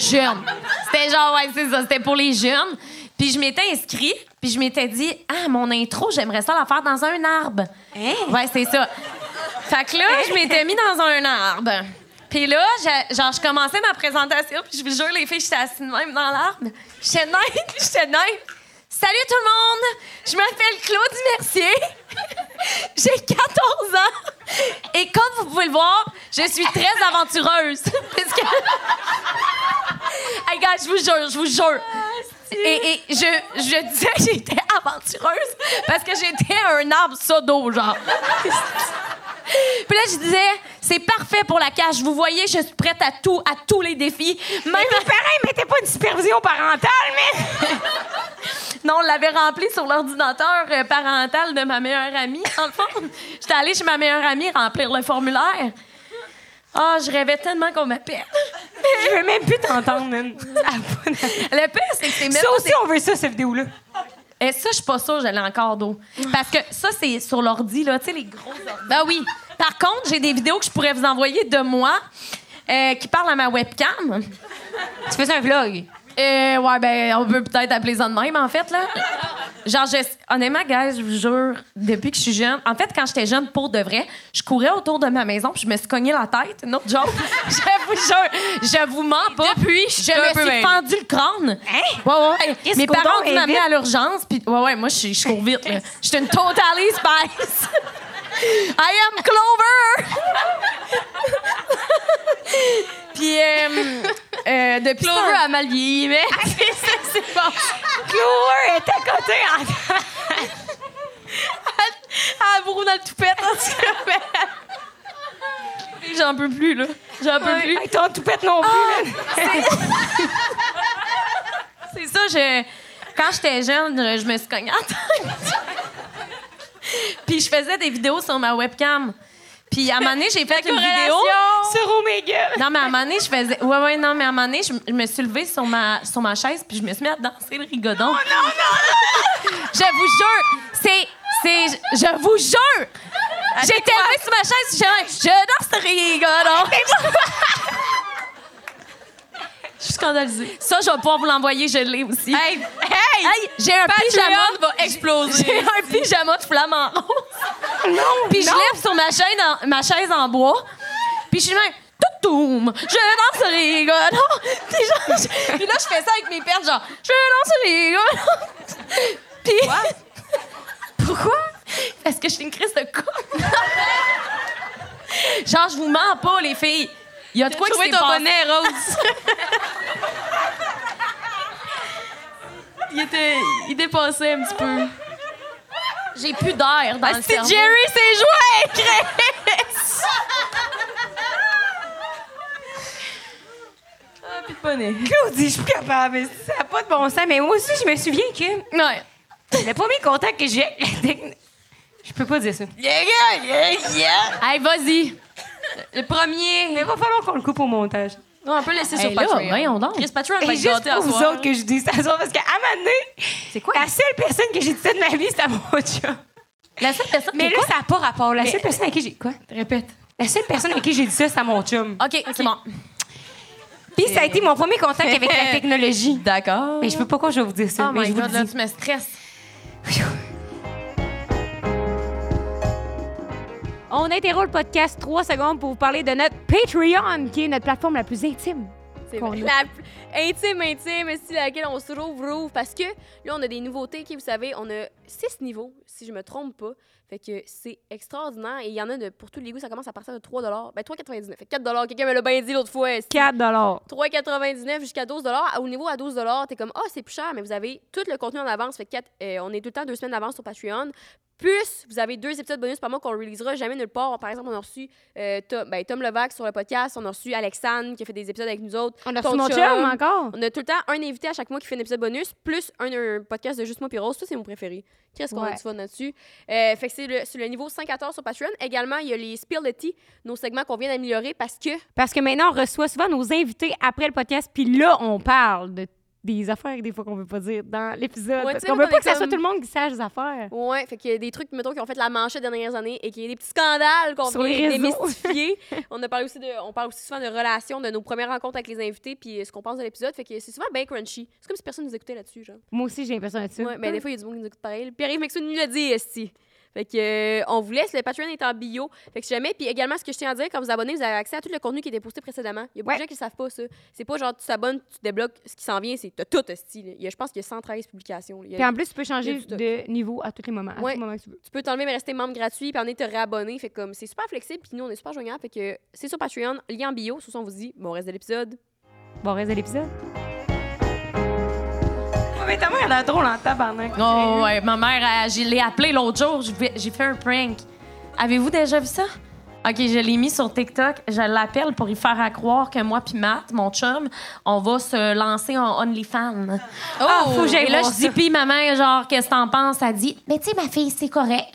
C'était genre, ouais, c'est ça, c'était pour les jeunes. Puis je m'étais inscrite, puis je m'étais dit, ah, mon intro, j'aimerais ça la faire dans un arbre. Ouais, c'est ça. Fait que là, je m'étais mis dans un arbre. Puis là, j'a- genre, je commençais ma présentation, puis je vous jure, les filles, j'étais assise de même dans l'arbre. J'étais nette, j'étais nette. Salut tout le monde! Je m'appelle Claudie Mercier. J'ai 14 ans. Et comme vous pouvez le voir, je suis très aventureuse. Parce que... Hey, gars, je vous jure, je vous jure. Ah, Et, et je, je disais que j'étais aventureuse parce que j'étais un arbre sodo, genre. Puis là, je disais, c'est parfait pour la cage. Vous voyez, je suis prête à tout, à tous les défis. Même à- Mes parents, mettaient pas une supervision parentale, mais. Non, on l'avait rempli sur l'ordinateur euh, parental de ma meilleure amie. En fond, j'étais allée chez ma meilleure amie remplir le formulaire. Ah, je rêvais tellement qu'on m'appelle. Je veux même plus t'entendre, man. Ça Le pire, c'est que c'est même pas aussi, on veut ça, cette vidéo-là. Et Eh, ça, je suis pas sûre, je l'ai encore d'eau. Parce que ça, c'est sur l'ordi, là, tu sais, les gros ordi. Ben oui. Par contre, j'ai des vidéos que je pourrais vous envoyer de moi euh, qui parlent à ma webcam. Tu faisais un vlog. Euh, ouais, ben, on peut peut-être appeler ça de même, en fait, là. Genre, je- honnêtement, guys, je vous jure, depuis que je suis jeune, en fait, quand j'étais jeune, pour de vrai, je courais autour de ma maison puis je me suis cognée la tête. Non, joke. je vous jure, je vous mens pas. Depuis, je, un peu me suis mêlée. pendu le crâne. Hein? Ouais, ouais, ouais. Chris Mes Gaudon parents ont dû est m'amener vite. à l'urgence puis ouais, ouais, moi, je suis- je cours vite, là. Je suis une totally spice. I am Clover! puis, euh, euh, depuis ça- Clover a mal vieilli, mais. Chloé est à côté. en- Ah, bourreau dans le toupette, en tout cas, mais- J'en peux plus, là. J'en peux plus. Hey, ton toupette non plus, man. C'est ça, je... quand j'étais jeune, je, je me suis cognée en tête. Puis je faisais des vidéos sur ma webcam. Puis à un moment donné, j'ai fait une vidéo. Sur Omega. Non, mais à un moment donné, je faisais. Ouais, ouais, non, mais à un moment donné, je, je me suis levée sur ma, sur ma chaise, puis je me suis mise à danser le rigodon. Non, non, non! je vous jure, c'est. c'est je vous jure! J'étais levée sur ma chaise, je, je danse le rigodon. Je suis scandalisée. Ça, je vais pouvoir vous l'envoyer, je l'ai aussi. Hey, hey! Hey, j'ai un pyjama. Patreon va exploser. J'ai un pyjama de flamant rose. Puis je lève sur ma, chaîne en- ma chaise en bois. Puis je suis même... Toutoum! Je danse les gars, non! Puis, genre, je- puis là, je fais ça avec mes pertes, genre... Je danse les gars, non! Puis... Pourquoi? Parce que je suis une crise de con. genre, je vous mens pas, les filles. Il y a de quoi que Trouver c'est ton passé. bonnet rose. il était. Il dépassait un petit peu. Ah, J'ai plus d'air dans le C'est cerveau. Jerry, c'est joué! Chris! Ah, plus de bonnet. Claudie, je suis plus capable. mais Ça n'a pas de bon sens. Mais moi aussi, je me souviens que Ouais. le premier contact que j'ai avec la techno- Je peux pas dire ça. Il Hey, vas-y. Le premier. va falloir qu'on le coupe au montage. Non, on peut laisser Hey, sur là, Patreon. voyons donc. Chris Patreon Et va être juste gâté à pour vous soir. autres que je dis ça, parce qu'à un moment donné, la seule personne que j'ai dit ça de ma vie, c'était à mon chum. La seule personne Mais qui est là, ça n'a pas rapport. La seule personne à qui j'ai. Quoi? Répète. La seule personne à qui j'ai dit ça, c'est à mon chum. pas- OK, c'est bon. Oh Puis ça a été mon premier contact avec la technologie. D'accord. Mais je peux pas quand je vais vous dire ça. Oh mais my je vous God, le là, dis. tu me stresses. On interrompt le podcast 3 secondes pour vous parler de notre Patreon, qui est notre plateforme la plus intime. C'est Qu'on vrai. La p- intime, intime, c'est laquelle on se rouvre, rouvre. Parce que là, on a des nouveautés, qui, vous savez, on a six niveaux, si je me trompe pas. Fait que c'est extraordinaire. Et il y en a de, pour tous les goûts, ça commence à partir de 3 Ben, 3,99. Fait que 4 Quelqu'un me l'a bien dit l'autre fois. esti. 4 dollars. 3,99 jusqu'à 12 Au niveau à 12 t'es comme, ah, c'est plus cher, mais vous avez tout le contenu en avance. Fait que quatre- euh, on est tout le temps deux semaines d'avance sur Patreon. Plus, vous avez deux épisodes bonus par mois qu'on ne releasera jamais nulle part. Par exemple, on a reçu euh, Tom, ben, Tom Levac sur le podcast. On a reçu Alexandre qui a fait des épisodes avec nous autres. On a Ton reçu mon chum. chum encore. On a tout le temps un invité à chaque mois qui fait un épisode bonus, plus un, un podcast de Juste moi puis Rose. Ça, c'est mon préféré. Qu'est-ce qu'on a Ouais. du fun là-dessus? Euh, fait que c'est le, sur le niveau 5-14 sur Patreon. Également, il y a les Spill the Tea, nos segments qu'on vient d'améliorer parce que Parce que maintenant, on reçoit souvent nos invités après le podcast, puis là, on parle de des affaires des fois qu'on veut pas dire dans l'épisode. Ouais, parce tu sais, qu'on là, veut pas on que ça est soit comme- tout le monde qui sache des affaires. Ouais, fait qu'il y a des trucs, mettons, qui ont fait la manchette des dernières années et qu'il y a des petits scandales qu'on Sur les vient réseaux. démystifier. on, a parlé aussi de, on parle aussi souvent de relations, de nos premières rencontres avec les invités, puis euh, ce qu'on pense de l'épisode. Fait que c'est souvent bien crunchy. C'est comme si personne nous écoutait là-dessus, genre. Moi aussi, j'ai l'impression d'être ça. Ouais, mais des fois, il y a du monde qui nous écoute pareil. Puis arrive Maxou nous l'a dit, esti. Fait que, euh, on vous laisse. Le Patreon est en bio. Fait que si jamais. Puis également, ce que je tiens à dire, quand vous abonnez, vous avez accès à tout le contenu qui était posté précédemment. Il y a beaucoup Ouais. de gens qui ne savent pas ça. C'est pas genre, tu t'abonnes, tu débloques ce qui s'en vient, c'est t'as tout, esti. là. Il y a, je pense qu'il y a 113 publications. là. Il y a- Puis en plus, tu peux Il y a changer du stock. de niveau à tous les moments, à Ouais. tout moment que tu veux. tu peux t'enlever mais rester membre gratuit puis en te réabonner fait comme c'est super flexible puis nous on est super joignable fait que c'est sur Patreon lien en bio sous ça on vous dit bon reste de l'épisode Bon, reste de l'épisode. Oh, mais ta mère, elle a drôle en tabarnak. Oh, ouais, ma mère, elle- je l'ai appelée l'autre jour, j'ai fait- j'ai fait un prank. Avez-vous déjà vu ça? OK, je l'ai mis sur TikTok. Je l'appelle pour y faire à croire que moi puis Matt, mon chum, on va se lancer en OnlyFans. Oh! faut que j'aille Et là, voir je dis, ça. puis maman, genre, qu'est-ce que t'en penses? Elle dit, mais tu sais, ma fille, c'est correct.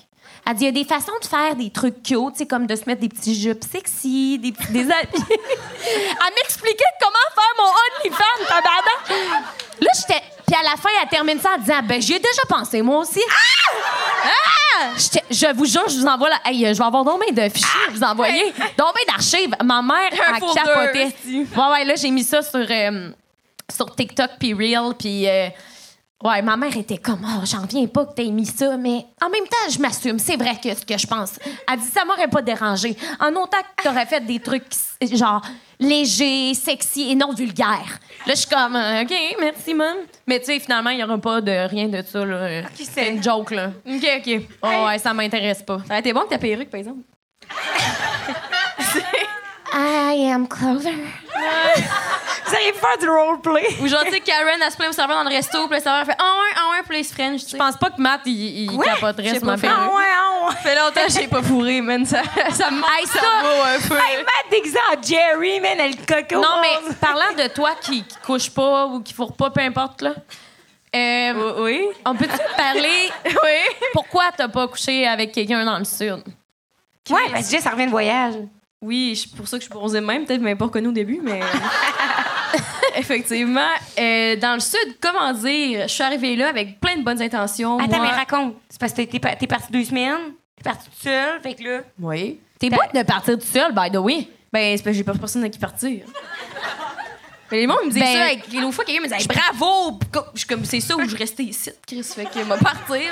Elle dit, il y a des façons de faire des trucs cute, tu sais, comme de se mettre des petits jupes sexy, des petits des habits. elle m'expliquait comment faire mon OnlyFans, tabarnak. Là, j'étais... Puis à la fin, elle termine ça en disant, ben, j'y ai déjà pensé, moi aussi. Ah! J'étais- Je vous jure, je vous envoie la. Hey, euh, je vais avoir donc bien de fichiers à vous envoyer. Donc bien d'archives. Ma mère a folder, capoté. Ouais, ouais, là, j'ai mis ça sur, euh, sur TikTok puis Reel puis. euh, Ouais, ma mère était comme, oh, j'en viens pas que t'aies mis ça, mais en même temps, je m'assume, c'est vrai que ce que je pense. Elle dit, ça m'aurait pas dérangé. En autant que t'aurais fait des trucs, genre, légers, sexy et non vulgaires. Là, je suis comme, euh, OK, merci, mom. Mais tu sais, finalement, il y aura pas de rien de ça, là. c'est une joke, là. OK, OK. Oh, ouais, ça m'intéresse pas. Ça aurait été bon que ta perruque, par exemple. I am Clover. Vous allez faire du roleplay. Ou genre, tu sais, Karen, elle se plaint au serveur dans le resto, puis le serveur fait « Ah ouais, ah ouais », puis là, il se french, tu sais. Je pense pas que Matt, il, il capoterait J'ai sur ma Ah, pas Ah perruque. fait. Ça fait longtemps que j'ai pas fourré, man. Ça, ça me manque le cerveau un peu. Hey, Matt déguisé en Jerry, man, elle coco. Non, mais parlant de toi qui, qui couche pas ou qui fourre pas, peu importe, là. euh, Oh, Oui? on peut-tu parler Oui? pourquoi t'as pas couché avec quelqu'un dans le Sud? Ouais, parce que Jess, ça revient de voyage. Oui, je- pour ça que je suis bronzée de même. Peut-être que je m'avais pas reconnue au début, mais... Effectivement. euh, dans le sud, comment dire, je suis arrivée là avec plein de bonnes intentions. Attends, moi. mais raconte. C'est parce que t'es- t'es pa- t'es partie deux semaines, t'es partie toute seule, fait que là. Oui. T'es bonne de partir tout seul, by the way. Ben, c'est parce que j'ai pas personne à qui partir. Mais les gens me disent Ben- ça, avec- l'autre fois, quelqu'un me disait bravo! Puis comme- Je suis comme, c'est ça où je restais ici, Chris, fait qu'il m'a partir, là.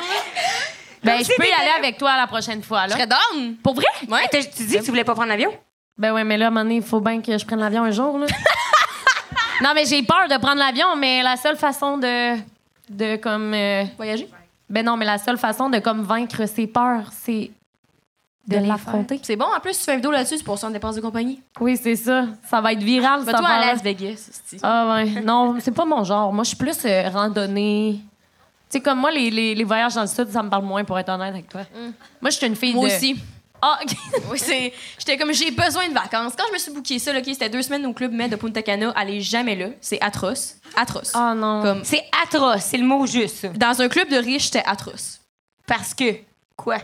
Ben, Comme si je peux y t'étais- aller avec toi la prochaine fois, Je là. serais down! Pour vrai? Ouais. T'as- Tu dis que tu voulais pas prendre l'avion? Ben ouais, mais là, à un moment donné, il faut bien que je prenne l'avion un jour, là. non, mais j'ai peur de prendre l'avion, mais la seule façon de... de comme... euh, Voyager? Ben non, mais la seule façon de comme vaincre ses peurs, c'est de, les l'affronter. C'est bon, en plus, tu fais une vidéo là-dessus, c'est pour ça en dépense de compagnie. Oui, c'est ça. Ça va être viral, Bah, ça toi, va. à Las Vegas, c'est Ah ouais. Non, c'est pas mon genre. Moi, je suis plus euh, randonnée. Tu sais, comme moi, les, les, les voyages dans le sud, ça me parle moins, pour être honnête avec toi. Moi, je suis une fille Mm. Moi de... aussi. Ah, ok. Oui, c'est. J'étais comme, j'ai besoin de vacances. Quand je me suis booké ça, là, ok, c'était deux semaines au club Med de Punta Cana. Allez jamais là. C'est atroce. Atroce. Ah non. Comme, C'est atroce, c'est le mot juste, ça. dans un club de riches, c'était atroce. Parce que. Quoi?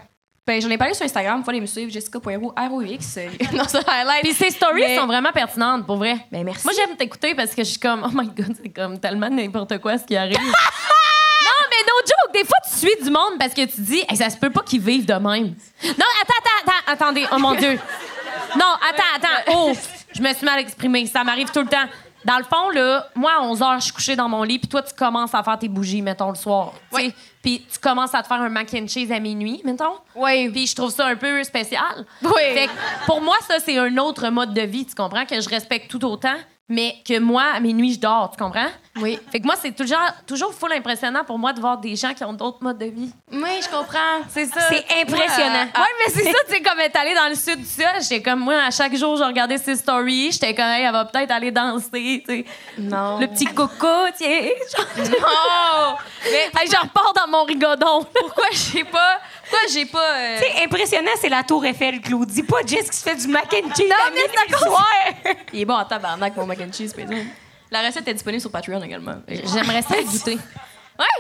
Ben, j'en ai parlé sur Instagram. Vous pouvez aller me suivre, jessica.ro, R-O-X, euh, dans un highlight. Puis ces stories Mais- sont vraiment pertinentes, pour vrai. Ben, merci. Moi, j'aime t'écouter parce que je suis comme, oh my god, c'est comme tellement n'importe quoi ce qui arrive. non, mais no joke, des fois, tu suis du monde parce que tu dis, Hey, ça se peut pas qu'ils vivent de même. Non, attends, attends, attends, attendez, oh mon Dieu. Non, attends, attends, oh, je me suis mal exprimée, ça m'arrive tout le temps. Dans le fond, là, moi, à 11 h je suis couchée dans mon lit, puis toi, tu commences à faire tes bougies, mettons, le soir. tu sais. Ouais. Puis puis tu commences à te faire un mac and cheese à minuit, mettons. Oui. Puis je trouve ça un peu spécial. Oui. Fait que pour moi, ça, c'est un autre mode de vie, tu comprends, que je respecte tout autant, mais que moi, à minuit, je dors, tu comprends? Oui. Fait que moi, c'est toujours, toujours full impressionnant pour moi de voir des gens qui ont d'autres modes de vie. Oui, je comprends. C'est ça. C'est impressionnant. euh, Ouais, mais c'est ça, tu sais, comme être allée dans le sud du sol, j'étais comme, moi, à chaque jour, je regardais ses stories, j'étais comme, hey, elle va peut-être aller danser, tu sais. Non. Le petit coco, tiens. Non! Mais Hey, je repars dans mon rigodon. pourquoi j'ai pas. Pourquoi j'ai pas. euh, C'est impressionnant, c'est la tour Eiffel, Claudie. Pas Jess qui se fait du mac and cheese. Non, mais c'est Il est bon en tabarnak, mon mac and cheese, par exemple. La recette est disponible sur Patreon également. Ouais, J'aimerais ça goûter.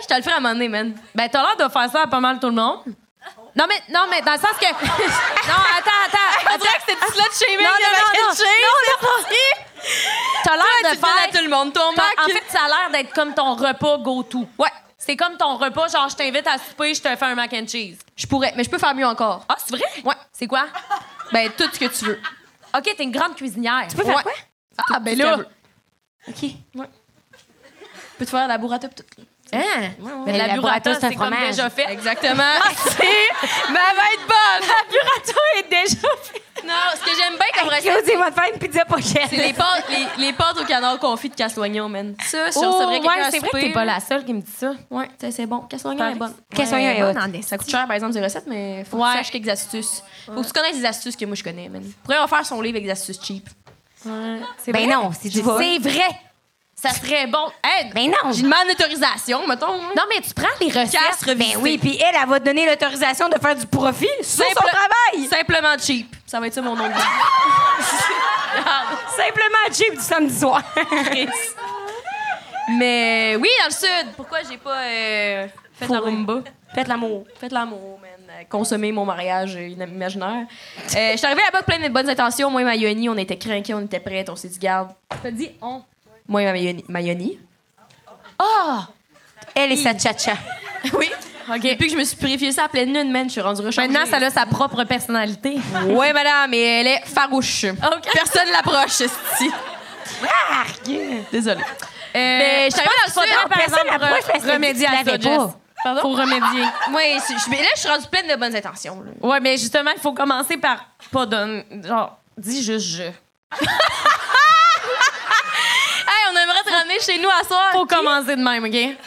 je te le ferai à un moment donné, man. Ben, t'as l'air de faire ça à pas mal tout le monde. Non, mais, non, mais dans le sens que. Non, attends, attends. On dirait que c'était slut shaming, Non, non, le mac non, and non. cheese. T'as l'air de Tu le donnes à faire. tout le monde, ton t'as- mac. En fait, ça a l'air d'être comme ton repas go-to. Ouais. C'est comme ton repas, genre, je t'invite à souper, je te fais un mac and cheese. Je pourrais, mais je peux faire mieux encore. Ah, c'est vrai? Ouais. C'est quoi? Ben, tout ce que tu veux. OK, t'es une grande cuisinière. Tu peux faire quoi? Ah, ben là. OK. Ouais. Je peux te faire la burrata pis tout. Hein? Mais Mais la, la burrata, burrata, c'est un c'est comme fromage. déjà fait. Ah, Exactement. Mais elle va être bonne! La burrata est déjà faite. non, ce que j'aime bien comme recette, Claudie, va te faire une pizza pochette. c'est les pâtes, les, les pâtes au canard confit de Casloignon, man. Ça, je Oh, recevrais quelqu'un ouais, à c'est vrai que souper, t'es pas la seule qui me dit ça. Ouais, tu sais, c'est bon. Cassoignon est bonne. Cassoignon est haute. Ça coûte cher, par exemple, des recettes, mais faut que Ouais. tu saches quelques astuces. Faut que tu connaisses les astuces que moi je connais, man. Pourrais en faire son livre avec des astuces cheap. C'est Ben vrai? non, si tu C'est vas. vrai! Ça serait bon. Hey, Ben non! J'ai demandé l'autorisation, mettons. hein. non, mais tu prends les recettes. Casse, revisiter. Ben oui, puis elle, elle va te donner l'autorisation de faire du profit sur son Simple- travail! Simplement cheap. Ça va être ça mon nom de livre. Simplement cheap du samedi soir. Mais oui, dans le sud. Pourquoi j'ai pas euh, fait la rumba? Faites l'amour. Faites l'amour, man. Euh, Consommer mon mariage euh, ina- imaginaire. Euh, je suis arrivée là-bas avec plein de bonnes intentions. Moi et Mayoni, on était craqués, on était prêtes, on s'est dit, garde. T'as dit on. Moi et Mayoni. Mayoni. Elle et sa tcha-tcha. oui. Depuis que je me suis purifiée ça à pleine lune, man, je suis rendue rechargée. Maintenant, ça a sa propre personnalité. Ouais, madame, et elle est farouche. Personne l'approche, Euh, esti. Désolée. mais je suis arrivée dans le sud. par exemple, remédier à ça, Jess. Pardon? Faut remédier. Moi, je, je- mais là, je suis rendue pleine de bonnes intentions. là. Ouais, mais justement, il faut commencer par pas donner. Genre, dis juste je. Hey, on aimerait te ramener chez nous à soir. Faut commencer de même, OK?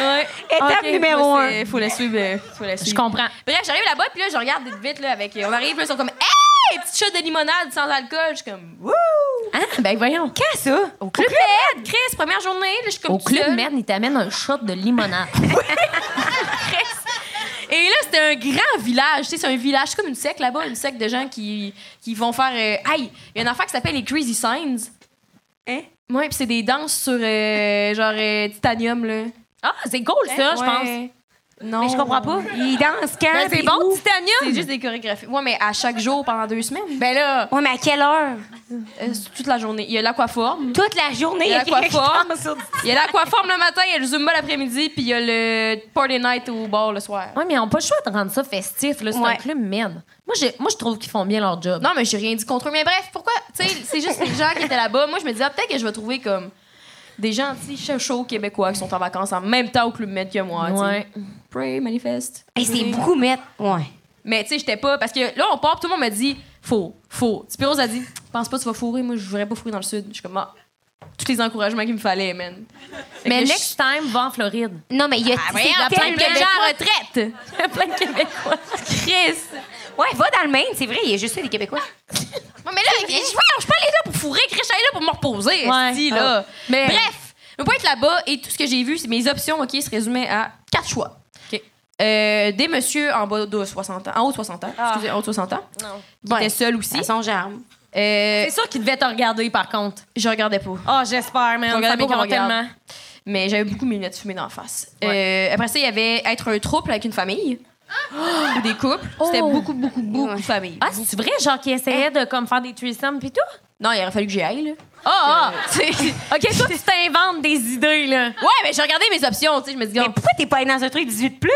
Ouais. Étape Ok, numéro moi, un. c'est- Faut la suivre. euh, Faut la Je suivre. comprends. Bref, j'arrive là-bas, puis là, je regarde vite, vite, là, avec. euh, On arrive, là, ils sont comme. Hey! Petite shot de limonade sans alcool. Je suis comme. Wouh! Hein? Ben voyons. Quand ça? Au club, Med! Chris, première journée, là, je suis comme. Au toute club, seule. merde, il t'amène un shot de limonade. Et là, c'était un grand village. Tu sais, c'est un village, c'est comme une secte là-bas, une secte de gens qui, qui vont faire. euh, Aïe, il y a une affaire qui s'appelle les Crazy Signs. Hein? Ouais, puis c'est des danses sur euh, genre euh, titanium, là. Ah, c'est cool, ça, je pense. Ouais. Non. Mais je comprends pas. Il danse quand? Ouais, c'est puis bon, où? titanium! C'est juste des chorégraphies. Ouais, mais à chaque jour pendant deux semaines. Ben là, Ouais, mais à quelle heure? euh, toute la journée. Il y a l'aquaforme. Toute la journée, il y a Il y a quelqu'un qui quoi danse sur du- Il y a l'aquaforme le matin, il y a le zumba l'après-midi, puis il y a le party night au bar le soir. Ouais, mais ils ont pas le choix de rendre ça festif, là. C'est un Ouais. club merde. Moi, je, moi, je trouve qu'ils font bien leur job. Non, mais j'ai rien dit contre eux. Mais bref, pourquoi? Tu sais, c'est juste les gens qui étaient là-bas. Moi, je me disais, ah, peut-être que je vais trouver comme des gentils chauds québécois qui sont en vacances en même temps au Club Med que moi. tu sais. Ouais. Pray, manifeste. Hey, c'est beaucoup mettre. Ouais. Mais tu sais, j'étais pas. Parce que là, on part, puis tout le monde m'a dit, faut, faut. Puis Rose a dit, pense pas, que tu vas fourrer. Moi, je voudrais pas fourrer dans le sud. Je suis comme, ah, tous les encouragements qu'il me fallait, man. Fait Mais que je- next time, va en Floride. Non, mais il y a Ah, voyons, c'est plein de tellement- gens en retraite. plein de Québécois. Chris. Ouais, va dans le Maine, c'est vrai, il y a juste ça, des Québécois. Ouais, mais là, je voyons, je suis pas allée là pour fourrer, Chris, je suis allée là pour me reposer. Ouais. Ah. esti, là. Mais- Bref, je peux être là-bas et tout ce que j'ai vu, c'est mes options, OK, se résumaient à quatre choix. OK. Euh, des messieurs en bas de 60 ans, en haut de 60 ans, Ah. excusez, en haut de 60 ans, qui Ouais. étaient seuls aussi. À son germe. Euh, C'est sûr qu'ils devaient te regarder, par contre. je regardais pas. Ah, j'espère, man. Je regardais Ça pas qu'on m'écoeure regarde. tellement. Mais j'avais beaucoup mes lunettes fumées d'en face. Euh, après ça, il y avait être un trouble avec une famille. Ou des couples. C'était Ah! Oh. beaucoup, beaucoup, beaucoup de familles. Ah, c'est vrai, genre, qu'ils essayaient de comme, faire des threesomes pis tout? Non, il aurait fallu que j'y aille, là. Ah, ah! Tu sais, OK, toi, tu t'inventes des idées, là. Ouais, mais j'ai regardé mes options, tu sais, je me dis, Mais pourquoi t'es pas allé dans un truc 18 plus?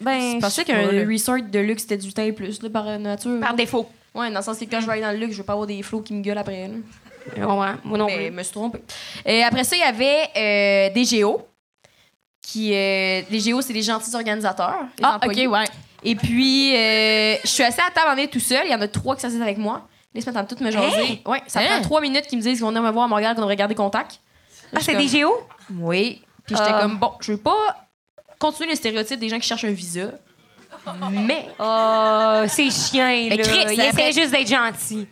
Ben, Je pensais qu'un resort de luxe, c'était du temps plus, là, par euh, nature. Par défaut. Ouais, dans le sens que quand je vais aller dans le luxe, je veux pas avoir des flots qui me gueulent après. là. Ben, Ouais, moi non Mais je plus. me suis trompée. Euh, après ça, il y avait euh, des géos qui euh, les Géos, c'est les gentils organisateurs. les Ah, employés. OK, ouais. Et puis, euh, je suis assise à la table en est tout seul. Il y en a trois qui s'assisent avec moi. Là, ils se mettent à toutes me jaser. Ouais, ça Hein? prend trois minutes qu'ils me disent qu'ils vont venir me voir à Montréal, qu'on devrait garder contact. Ah, c'est des géos? Oui. Puis j'étais Ah. comme, bon, je veux pas continuer les stéréotypes des gens qui cherchent un visa. Mais, Oh, c'est chien, Mais là. Chris, Il essaie après- juste d'être gentil.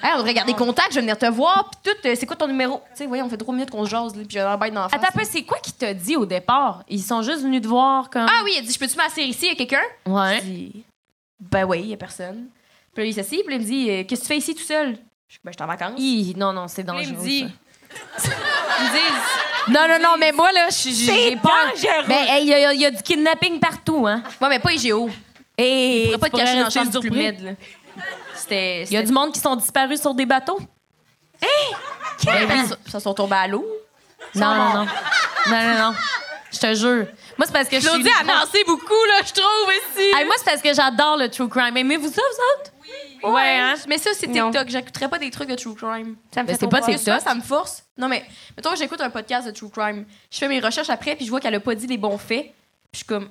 hey, on devrait garder contact, je vais venir te voir, puis tout, euh, c'est quoi ton numéro? Tu sais, voyons, on fait trois minutes qu'on se jase, là, puis j'ai un bête dans la face. Attends, un peu, c'est quoi qui t'a dit au départ? Ils sont juste venus te voir comme. Ah oui, il a dit, je peux-tu m'asseoir ici, il y a quelqu'un? Ouais. Je dis, ben oui, il y a personne. Puis là, il s'assied, puis là, il me dit, euh, qu'est-ce que tu fais ici tout seul? Je dis, ben, je suis en vacances. Hi, non, non, c'est dangereux. Puis là, il me dit, ça. ils me disent, Non, non, non, mais moi, là, je suis- j'ai C'est peur. dangereux! Ben, hey, il y, a- il y a du kidnapping partout, hein? ouais, mais pas IGO. Et. Il pourrait pas te cacher dans la chambre du plus surpris. humide, là. C'était. Il y a du monde qui sont disparus sur des bateaux? Ça sont tombés à l'eau. Non, non, non. Non, non, non. Je te jure. Moi, c'est parce que je suis. Claudie a une- dansé beaucoup, là, je trouve, ici. Hey, moi, c'est parce que j'adore le true crime. Aimez-vous ça, vous autres? Ouais, hein? Mais ça, c'est Non. TikTok. J'écouterais pas des trucs de true crime. Ça me Ben, fait c'est pas trop Parce peur. que ça, ça me force. Non, mais mettons que j'écoute un podcast de true crime. Je fais mes recherches après, puis je vois qu'elle a pas dit les bons faits. Puis je suis comme.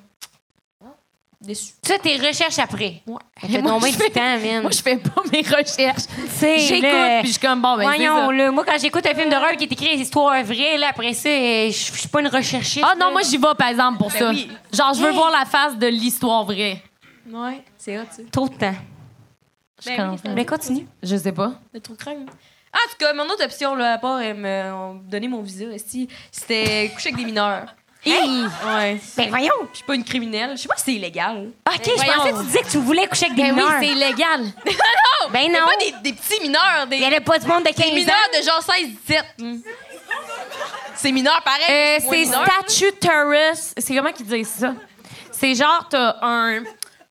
ah, Déçue. Ça, tes recherches après. Ouais. Elle fait Moi, tomber je du fais- temps, man. Moi, je fais pas mes recherches. Tu sais, J'écoute, là, puis je suis comme, bon, ben, c'est Voyons, ça. là. Moi, quand j'écoute un film d'horreur qui est écrit des histoires vraies, là, après ça, euh, je je suis pas une recherchiste. Ah non, là. moi, j'y vais, par exemple, pour Ben ça. oui. Genre, je veux Hey. voir la face de l'histoire vraie. Ouais, c'est hot, ça. Trop de temps. Je, Ben comprends. oui, Mais continue. Je sais pas. Le true crime. Ah, en tout cas, mon autre option, là, à part euh, me on me donner mon visa, esti, c'était coucher avec des mineurs. Hey! Ouais. Ben voyons! Je suis pas une criminelle. Je sais pas si c'est illégal. OK, je pensais que tu disais que tu voulais coucher avec des mineurs. illégal. ben non! Pas des, des petits mineurs, des Il y avait pas du monde de 15 ans. mineurs de genre 16-17. Mm. C'est mineur Euh, pareil. moins c'est mineur. statutorous. C'est comment qu'ils disent ça? C'est genre, t'as un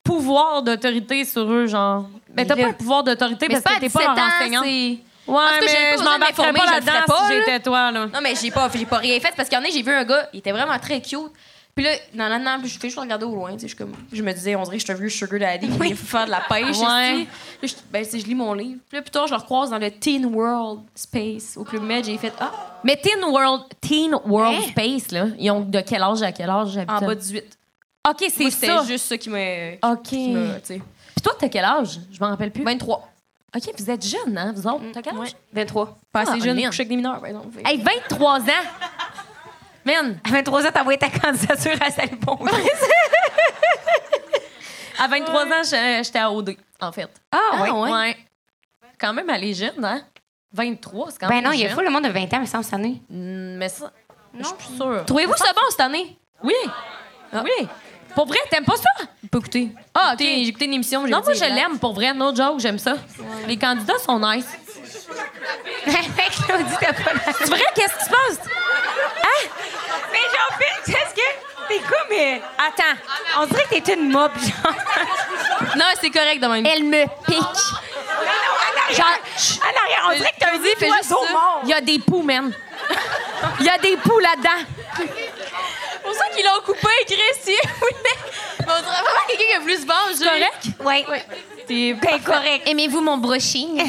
pouvoir d'autorité sur eux, genre. Mais t'as Mais pas là- un pouvoir d'autorité parce que t'es pas leur enseignant. Ouais, tout cas, j'ai pas mais je besoin m'en de m'informer, battrais pas je le ferais là-dedans pas, si là. j'étais toi, là. Non, mais j'ai pas, j'ai pas rien fait parce qu'il y en a, j'ai vu un gars, il était vraiment très cute. Puis là, dans la nappe, je fais juste regarder au loin, tu sais, je, suis comme, je me disais, on dirait que je suis un vieux sugar daddy qui vient faire de la pêche. Ouais. esti. Là, je, ben, tu sais, je lis mon livre. Puis là, plus tard, je le recroise dans le Teen World Space au Club Med, j'ai fait, ah, Mais Teen World, Teen World Hein? Space, là, ils ont de quel âge à quel âge en bas habituellement? de 18. OK, Moi, c'est ça. C'était juste ça qui m'a... OK. qui m'a, Puis tu Ben, sais, toi, t'as quel âge? Je m'en rappelle plus. 23. OK, vous êtes jeune, hein, vous autres? T'as quel âge? Mm, Ouais, 23. Pas assez Ah, jeune man. pour coucher avec des mineurs, par exemple. Fait- Hey, 23 ans! Man, À 23 ans, t'as envoyé ta candidature à Salibon. à 23 ans, je- j'étais à OD, en fait. Ah, ouais. Quand même, elle est jeune, hein? 23, c'est quand ben même non, il y a jeune. fou le monde de 20 ans, mais sans s'ennuyer. Mm, Mais ça, je suis plus sûre. Trouvez-vous ça bon cette année? Oui! Oui! Pour vrai, t'aimes pas ça? Pas écouter. Ah, OK. J'ai écouté une émission, j'ai Non, moi, dit, je l'aime, pour vrai. No joke, j'aime ça. Les candidats sont nice. Claudie, t'as pas la... C'est vrai? Qu'est-ce qui se passe? Mais Jean-Pierre, qu'est-ce que... T'es quoi, mais... Attends, on dirait que t'es une mop, genre. Non, c'est correct dans même. Elle me pique. Genre, à l'arrière, on dirait que t'as un Claudie fait juste oiseau ça. mort. Il y a des poux, man. Il y a des poux là-dedans. C'est pour ça qu'ils l'ont coupé, Christy. Oui, mais mais on dirait vraiment quelqu'un qui a plus bon jeu. Correct? Ouais. T'es Ben correct. Aimez-vous mon brushing?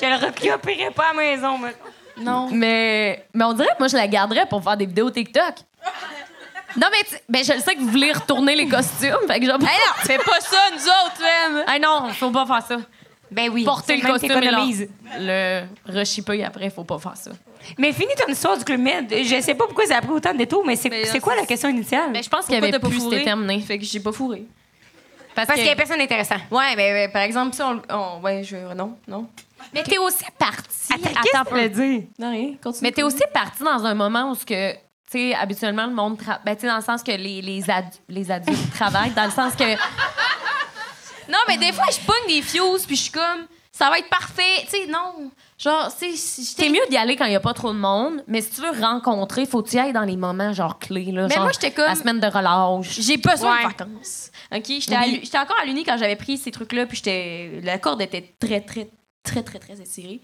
Je le récupérerai pas à la maison, moi. Non. Mais, mais on dirait que moi, je la garderais pour faire des vidéos TikTok. Non, mais tu- ben, je le sais que vous voulez retourner les costumes. Fait que je vais pas- non, fais pas ça, nous autres, même. Ah non, faut pas faire ça. Ben oui. Porter le Seulement que costume et t'économises. le, le rechipper après, faut pas faire ça. Mais finis ton histoire du Club Med. Je sais pas pourquoi ça a pris autant de détours, mais c'est Mais c'est non, quoi c'est- la question initiale? Mais Ben, je pense qu'il y Pourquoi avait t'as pas plus, fourré? c'était terminé. Fait que j'ai pas fourré. Parce, Parce que, qu'il y a personne intéressante. Ouais, mais mais, par exemple, si on, on- Ouais, je. Non, non. mais t'es aussi parti. qu'est-ce que tu veux dire? Non, rien. Continue. Mais t'es aussi parti dans un moment où ce que tu sais habituellement le monde tra- ben tu sais dans le sens que les les, adu- les adultes travaillent dans le sens que Non, mais des fois, je pogne des fuses, puis je suis comme. Ça va être parfait. Tu sais, non. Genre, tu sais, si j'étais- c'est mieux d'y aller quand il y a pas trop de monde mais si tu veux rencontrer faut que tu y ailles dans les moments genre clés là Mais genre moi, j'étais comme- la semaine de relâche. J'ai pas besoin de Ouais. vacances. OK? J'étais à Oui. l'u- j'étais encore à l'Uni quand j'avais pris ces trucs-là, puis j'étais. La corde était très, très, très, très, très étirée.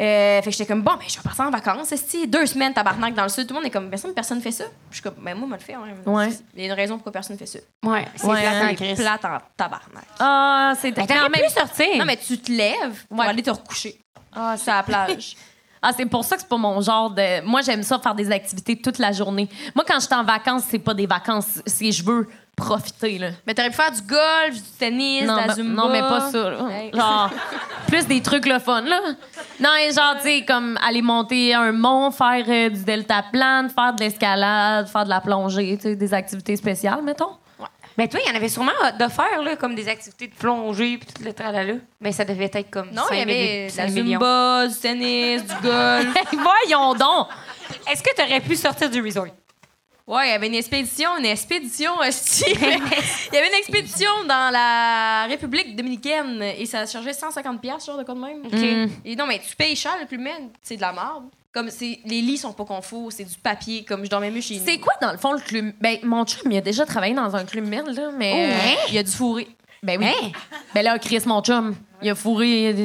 Euh, fait que j'étais comme, bon, ben, je vais partir en vacances. esti. deux semaines, tabarnak, dans le sud. Tout le monde est comme, ben, ça, personne fait ça. Je suis comme, ben, moi, moi, le fais. hein. Ouais. Il y a une raison pourquoi personne fait ça. Ouais, c'est Ouais, plate en hein, crise. Plate en tabarnak. Ah, c'est Mais t'aurais pu sortir. Non, mais tu te lèves pour Ouais. aller te recoucher. Ah, c'est à la plage. Ah, c'est pour ça que c'est pas mon genre de. Moi, j'aime ça faire des activités toute la journée. Moi, quand je suis en vacances, c'est pas des vacances. C'est je veux profiter, là. Mais t'aurais pu faire du golf, du tennis, Non, de la non, zumba. non, mais pas ça. là. Genre, plus des trucs le fun, là. Non, et genre, tu sais, comme aller monter un mont, faire euh, du deltaplane, faire de l'escalade, faire de la plongée, tu sais, des activités spéciales, mettons. Mais toi, il y en avait sûrement euh, de faire, là, comme des activités de plongée puis tout le tralala. Mais ça devait être comme Non, 5 il y avait millions, de la 5 millions. zumba, du tennis, du golf. Voyons donc! Est-ce que tu aurais pu sortir du resort? Ouais, il y avait une expédition, une expédition aussi. il y avait une expédition dans la République dominicaine et ça chargeait 150 pièces genre de quoi de même. Et non, mais tu payes cher le plus même, c'est de la merde. Comme c'est les lits sont pas confort, c'est du papier comme je dormais mieux chez nous. C'est quoi, dans le fond, le club? Ben, mon chum, il a déjà travaillé dans un club merde, là, mais. euh, Il y a du fourré. Ben oui. Ben là, Chris, mon chum, il a fourré. Il a fourré.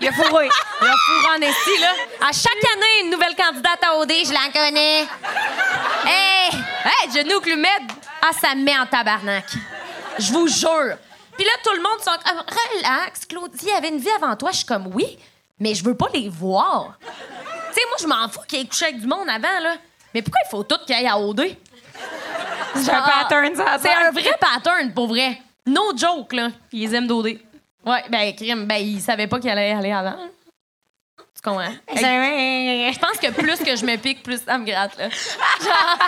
Il a fourré. Il a fourré en esti, là. À chaque année, une nouvelle candidate à OD, je la connais. Hey! Hey, Johnny au Club Med. Ah, ça me met en tabarnak. Je vous jure. Puis là, tout le monde sont comme, relax, Claudie, il y avait une vie avant toi. Je suis comme, oui, mais je veux pas les voir. Tu sais, moi, je m'en fous qu'il ait couché avec du monde avant, là. Mais pourquoi il faut tout qu'il aille à OD? Ah, C'est un pattern, ça. C'est un vrai pattern, pour vrai. No joke, là. Ils aiment doder. Ouais, ben, crime, ben, ils savaient pas qu'il allait aller avant. Tu comprends? Je pense que plus que je me pique, plus ça me gratte, là. Genre,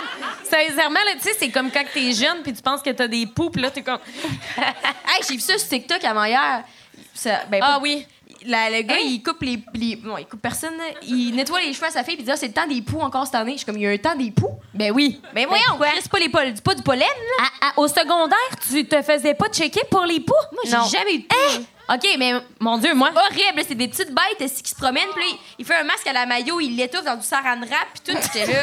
sincèrement, là, tu sais, c'est comme quand t'es jeune puis tu penses que t'as des poux, puis là, t'es comme... Hey, j'ai vu ça sur TikTok avant hier. Ça- ben, Ah pas- oui. La- le gars, il coupe les, les- Bon, il coupe personne. là. Il nettoie les cheveux à sa fille puis il dit Ah, c'est le temps des poux encore cette année. Je suis comme, il y a un temps des poux. Ben oui. Ben voyons, c'est pas, les pol- pas du pollen, là. À- à- au secondaire, tu te faisais pas checker pour les poux? Moi, J'ai jamais eu de poux. OK, mais mon Dieu, moi... horrible. là. C'est des petites bêtes esti, qui se promènent. Puis là, il- il fait un masque à la maillot, il l'étouffe dans du saran wrap. Puis tout, j'étais là.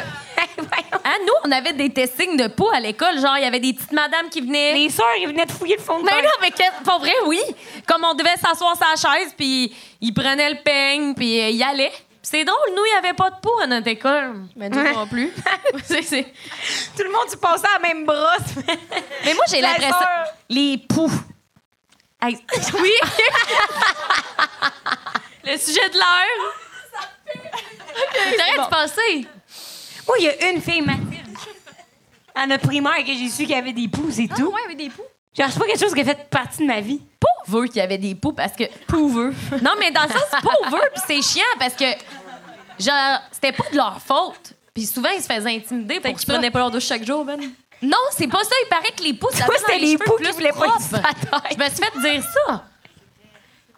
Hein, nous, on avait des testings de poux à l'école. Genre, il y avait des petites madames qui venaient... Les sœurs, ils venaient de fouiller le fond de Mais terre. Ben non, mais que- pour vrai, oui. Comme on devait s'asseoir sa chaise, puis il prenait le peigne, puis euh, il allait. Puis C'est drôle, nous, il n'y avait pas de poux à notre école. Mais nous non plus. C'est- c'est- Tout le monde, tu passais à la même brosse. Mais moi, j'ai La l'impression... sœur. Les poux. Hey, oui. Le sujet de l'heure. T'arrêtes de passer. Moi, Oh, il y a une fille, Mathilde, à notre primaire, que j'ai su qu'il y avait des poux, c'est tout. Ouais, avec des poux. Genre, c'est pas quelque chose qui a fait partie de ma vie. Pauvre qu'il y avait des poux, parce que... Pauvre. Non, mais dans le sens pauvre, puis c'est chiant, parce que, genre, c'était pas de leur faute. Puis souvent, ils se faisaient intimider pour Ils ça. prenaient pas leur douche chaque jour, Ben. Non, c'est pas ça. Il paraît que les poux, ça Toi, fait dans c'était les cheveux poux qui plus voulaient pas propres. être sur la Je me suis fait dire ça.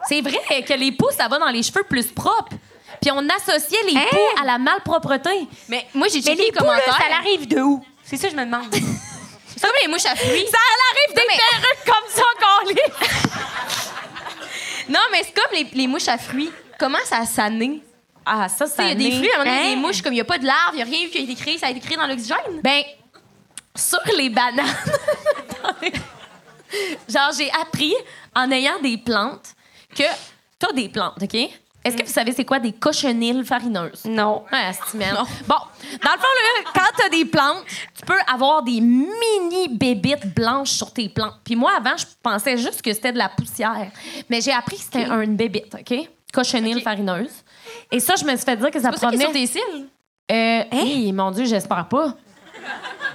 C'est vrai que les poux, ça va dans les cheveux plus propres. Puis on associait les poux à la malpropreté. Mais moi, j'ai Hein? Mais checké les les poux, là, commentaires. ça l'arrive de où? C'est ça, que je me demande. C'est comme les mouches à fruits. Ça arrive des mais- perruques comme ça qu'on lit. Non, mais c'est comme les, les mouches à fruits. Comment ça, ça naît? Ah, ça, Tu ça sais, Il y a des naît. fruits, à un moment donné, il y a Hein? des mouches, comme il n'y a pas de larves, il n'y a rien eu qui a été créé, ça a été créé dans l'oxygène. Ben, sur les bananes. Genre, j'ai appris en ayant des plantes que t'as des plantes, OK? Est-ce que vous savez c'est quoi des cochenilles farineuses? Non. Ouais, c'est man. Bon, dans le fond, là, quand t'as des plantes, tu peux avoir des mini bébites blanches sur tes plantes. Puis moi, avant, je pensais juste que c'était de la poussière. Mais j'ai appris que c'était un- une bébite, OK? Cochenille farineuse. Et ça, je me suis fait dire que ça C'est pas ça qui est provenait... sur tes cils. Euh, hey, mon Dieu, j'espère pas.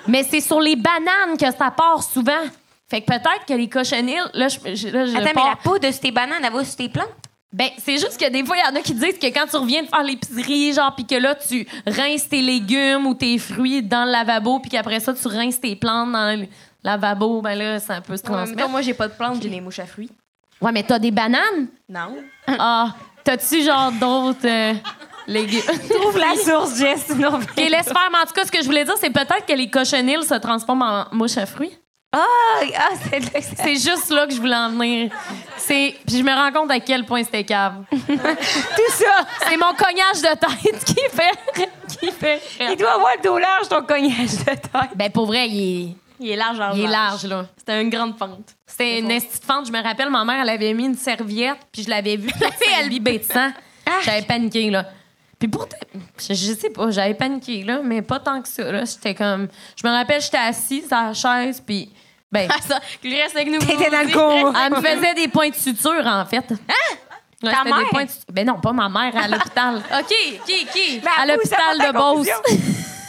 Mais c'est sur les bananes que ça part souvent. Fait que peut-être que les cochenilles... Là, je, je- là, je Attends, mais pars. la peau de tes bananes, elle va sur tes plantes? Ben, c'est juste que des fois, il y en a qui disent que quand tu reviens de faire l'épicerie, genre, puis que là, tu rinces tes légumes ou tes fruits dans le lavabo, puis qu'après ça, tu rinces tes plantes dans le lavabo, ben là, ça peut se transmettre. moi, j'ai pas de plantes, j'ai les mouches à fruits. Ouais, mais t'as des bananes? Non. Ah, t'as-tu, genre, d'autres euh, légumes? Trouve la source, Jess. Non, OK, laisse faire, mais en tout cas, ce que je voulais dire, c'est peut-être que les cochenilles se transforment en mouches à fruits. Ah, ah c'est là que ça- C'est juste là que je voulais en venir. C'est... Puis je me rends compte à quel point c'était cave. tout ça. C'est mon cognage de tête qui fait... qui fait... Il doit avoir le dos large, ton cognage de taille. Ben, pour vrai, il est... Il est large, Il est large, là. C'était une grande pente. C'était une petite fente. Je me rappelle, ma mère, elle avait mis une serviette, puis je l'avais vue. La fille, elle bibait de sang. Ah! J'avais paniqué, là. Puis pour... Je, je sais pas, j'avais paniqué, là, mais pas tant que ça, là. J'étais comme... Je me rappelle, j'étais assise à la chaise, puis... Ben, Ah, Ah, ça, il reste avec nous. T'étais dans le cours. elle me faisait des points de suture, en fait. Hein? Ouais, Ta c'était des mère? points de- Ben non, pas ma mère, à l'hôpital. OK, qui, qui? Mais à avoue, ça l'hôpital porte à de Beauce.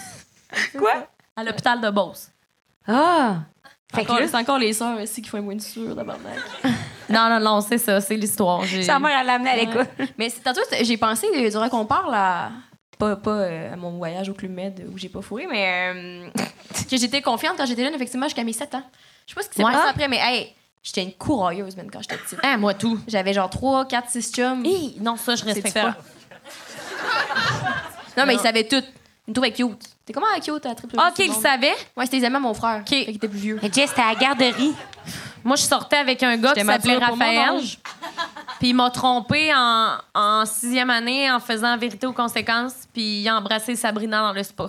Quoi? À l'hôpital de Beauce. Ah! Fait que Encore- là, C'est encore les sœurs ici qui font une sûr d'abord. Non, non, non, c'est ça, c'est l'histoire. J'ai- sa mère, elle l'a amené à l'école. Mais c'est- tantôt, c'est- j'ai pensé, euh, durant qu'on parle, à... Pas, pas euh, à mon voyage au Club Med où j'ai pas fourré, mais euh, que j'étais confiante quand j'étais jeune, effectivement, jusqu'à mes 7 ans. Je sais pas ce qui s'est Ouais. passé après, mais hey, j'étais une courailleuse, même, quand j'étais petite. Hein, moi, tout. J'avais genre 3, 4, 6 chums. Hi, non, ça, je respecte différent. pas. Non, mais ils savaient tout. Une trouvaient cute. T'es comment à cute à triple OK, il savait. Ouais, c'était les amis à mon frère. OK. Qui était plus vieux. Mais Jess, t'es à la garderie. Moi, je sortais avec un gars qui J'étais s'appelait mature pour mon Raphaël. âge. Puis il m'a trompé en, en sixième année en faisant vérité aux conséquences. Puis il a embrassé Sabrina dans le spa.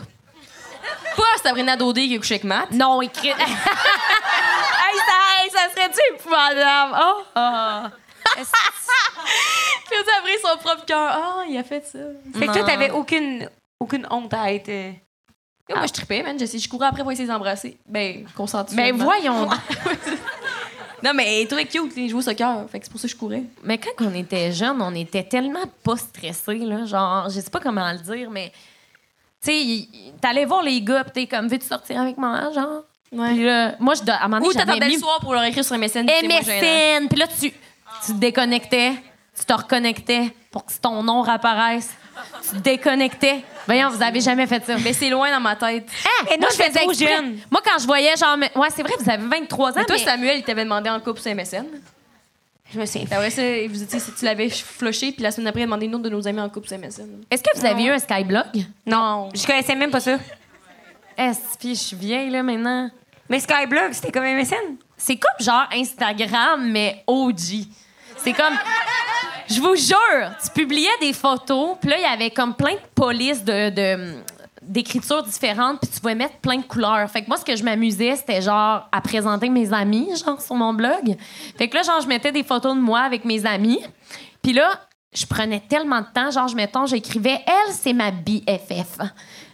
Pas Sabrina Dodé qui a couché avec Matt. Non, écrit. hey, ça, hey, ça serait-tu épouvantable? Oh, Claudia a pris son propre cœur. Ah, il a fait ça. Fait que toi, Non. t'avais aucune, aucune honte à être. euh, Et Moi, je tripais, man. Je, sais- je courais après pour essayer de les embrasser. Ben, consentu. Ben voyons. donc. Non, mais ils trouvaient cute, les joueurs au soccer. Fait que c'est pour ça que je courais. Mais quand on était jeune, on était tellement pas stressés, là. Genre, je sais pas comment le dire, mais. Tu sais, il- t'allais voir les gars, pis t'es comme, veux-tu sortir avec moi, genre? Puis là, moi, je, do- à un moment donné, Ou j'avais t'attendais mis- le soir pour leur écrire sur MSN. c'est moins gênant. MSN. Eh, Puis là, tu, tu te déconnectais, tu te reconnectais pour que ton nom réapparaisse. Tu te déconnectais. Voyons, vous avez jamais fait ça. Mais c'est loin dans ma tête. Hein? Mais non, Moi, je j'étais faisais trop exprès. jeune. Moi, quand je voyais, genre, mais- ouais, c'est vrai, vous avez 23 ans. Mais toi, mais- Samuel, il t'avait demandé en couple sur MSN. Je me souviens. Ben ouais, ça, vous étiez, tu l'avais flushé, puis la semaine après, il a demandé une autre de nos amis en couple sur MSN. Est-ce que vous avez eu un Skyblog? Non, je connaissais même pas ça. Est-ce que je suis vieille, là, maintenant? Mais Skyblog, c'était comme MSN. C'est comme genre Instagram, mais OG. C'est comme. Je vous jure, tu publiais des photos, puis là, il y avait comme plein de polices de. de- d'écritures différentes, puis tu pouvais mettre plein de couleurs. Fait que moi, ce que je m'amusais, c'était genre à présenter mes amis, genre, sur mon blog. Fait que là, genre, je mettais des photos de moi avec mes amis. Puis là, je prenais tellement de temps, genre, je mettons, j'écrivais « Elle, c'est ma BFF,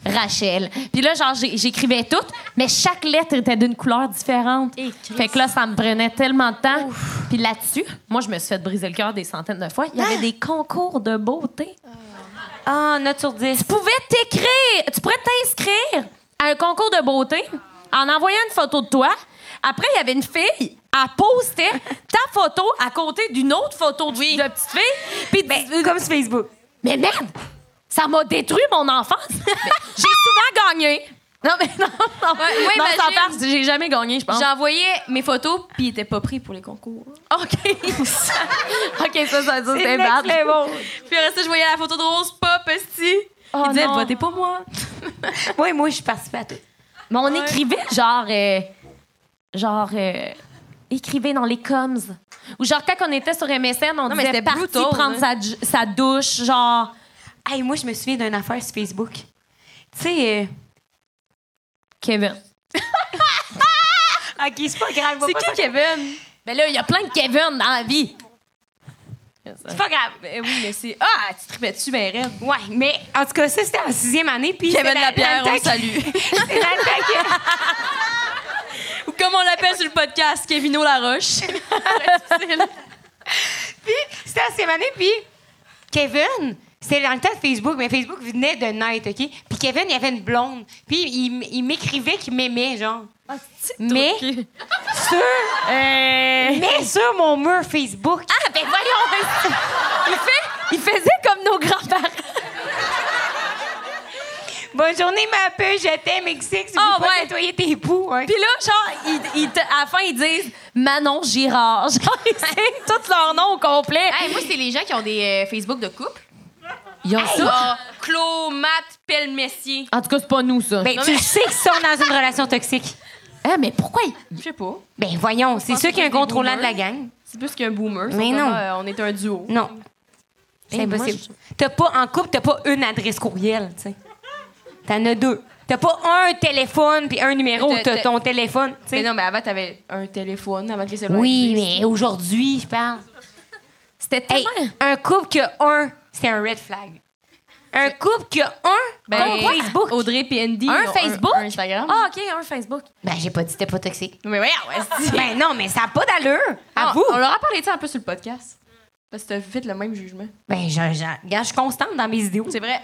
Rachel ». Puis là, genre, j'ai- j'écrivais toutes, mais chaque lettre était d'une couleur différente. fait que là, ça me prenait tellement de temps. Puis là-dessus, moi, je me suis fait briser le cœur des centaines de fois. Il y avait des concours de beauté. Ah, note sur 10. Tu pouvais t'écrire, tu pourrais t'inscrire à un concours de beauté en envoyant une photo de toi. Après, il y avait une fille, elle postait ta photo à côté d'une autre photo de, de petite fille. Puis tu- Ben, comme sur Facebook. mais merde, ça m'a détruit mon enfance. J'ai souvent gagné. Ben, Non, mais non, non. Ouais, ouais, non, imagine. sans farce, j'ai jamais gagné, je pense. J'envoyais mes photos, puis il était pas pris pour les concours. OK. OK, ça, ça, ça, C'est c'est next bad. level. Puis après ça, je voyais la photo de Rose Pop, esti. Oh il disait, non. votez pas moi. Oui, moi, je participais à tout. Mais on écrivait genre. euh, genre. euh, écrivez dans les coms. Ou genre, quand on était sur MSN, on Non, mais disait c'était parti brutal, prendre hein. sa, ju- sa douche, genre. Hey, moi, je me souviens d'une affaire sur Facebook. Tu sais. euh, Kevin. Ok, c'est pas grave. C'est qui Kevin? Ben là, il y a plein de Kevin dans la vie. C'est pas grave. Ben oui, mais c'est. Ah, tu tripais dessus, ben raide. Ouais, mais en tout cas, ça, c'était en sixième année. Puis Kevin c'était dans- Lapierre, dans on le le temps salue. que- c'était dans le temps que- Ou comme on l'appelle sur le podcast, Kevino Laroche. C'était la sixième année, puis Kevin, c'était dans le temps de Facebook, mais Facebook venait de naître, OK? Puis Kevin, il avait une blonde. Puis il, m- il m'écrivait qu'il m'aimait, genre. mais sur... mais sur mon mur Facebook. Ah, ben voyons! Il faisait comme nos grands-parents. Bonne journée, ma peu, je t'aime, XX. Oublie Ah, pas de ouais. nettoyer tes poux. hein. Ouais. Puis là, genre, ils- ils te- à la fin, ils disent Manon Girard. Genre, ils disent tous leurs noms au complet. moi, c'est les gens qui ont des euh, Facebook de couple. Ils ont ça. Claude, Matt, Pelle-Messier. En tout cas, c'est pas nous, ça. ben, tu le sais qu'ils sont dans une relation toxique. Ah, Hein, mais pourquoi? ils- Je sais pas. Ben, voyons, c'est pense sûr qu'il y a un que c'est des contrôlant de la boomers. Ben, gang. C'est plus qu'un boomer. Mais C'est comme, non. euh, on est un duo. Non. C'est Hey, moi, impossible. T'as pas, en couple, t'as pas une adresse courriel, tu sais. T'en as deux. T'as pas un téléphone puis un numéro, T'as- t'as t'as- ton téléphone, tu sais. Ben, Mais non, mais avant, t'avais un téléphone avant que les cellulaires Oui, existent. mais aujourd'hui, je parle. C'était Hey, tellement. un couple qui a un, c'est un red flag. Un couple qui a un, Ben, compte Facebook. Audrey et Andy. Un ils ont Facebook? Un, Instagram. Ah, OK, un Facebook. Ben, j'ai pas dit que t'es pas toxique. Mais voyons, esti. ben non, mais ça a pas d'allure. À Ah, Non, vous. On leur a parlé de ça un peu sur le podcast. Parce que t'as vite le même jugement. Ben, je, je, regarde, je suis constante dans mes idéos. C'est vrai.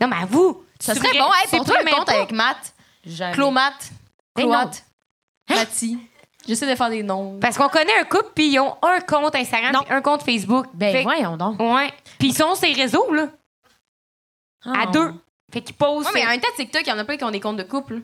Non, mais avoue! Ça tu serait devrais- bon. Hey, c'est pour toi, vraiment un compte pas- avec Matt. Jamais. Hein? Clomat. Eh non. Cloat. Mati. J'essaie de faire des noms. Parce qu'on connaît un couple, puis ils ont un compte Instagram, puis un compte Facebook. Ben Fait- voyons donc. Ouais. Puis ils sont sur les réseaux, là, à Ah. deux. Fait qu'ils posent. Ouais, mais en même temps, TikTok, il y en a plein qui ont des comptes de couple.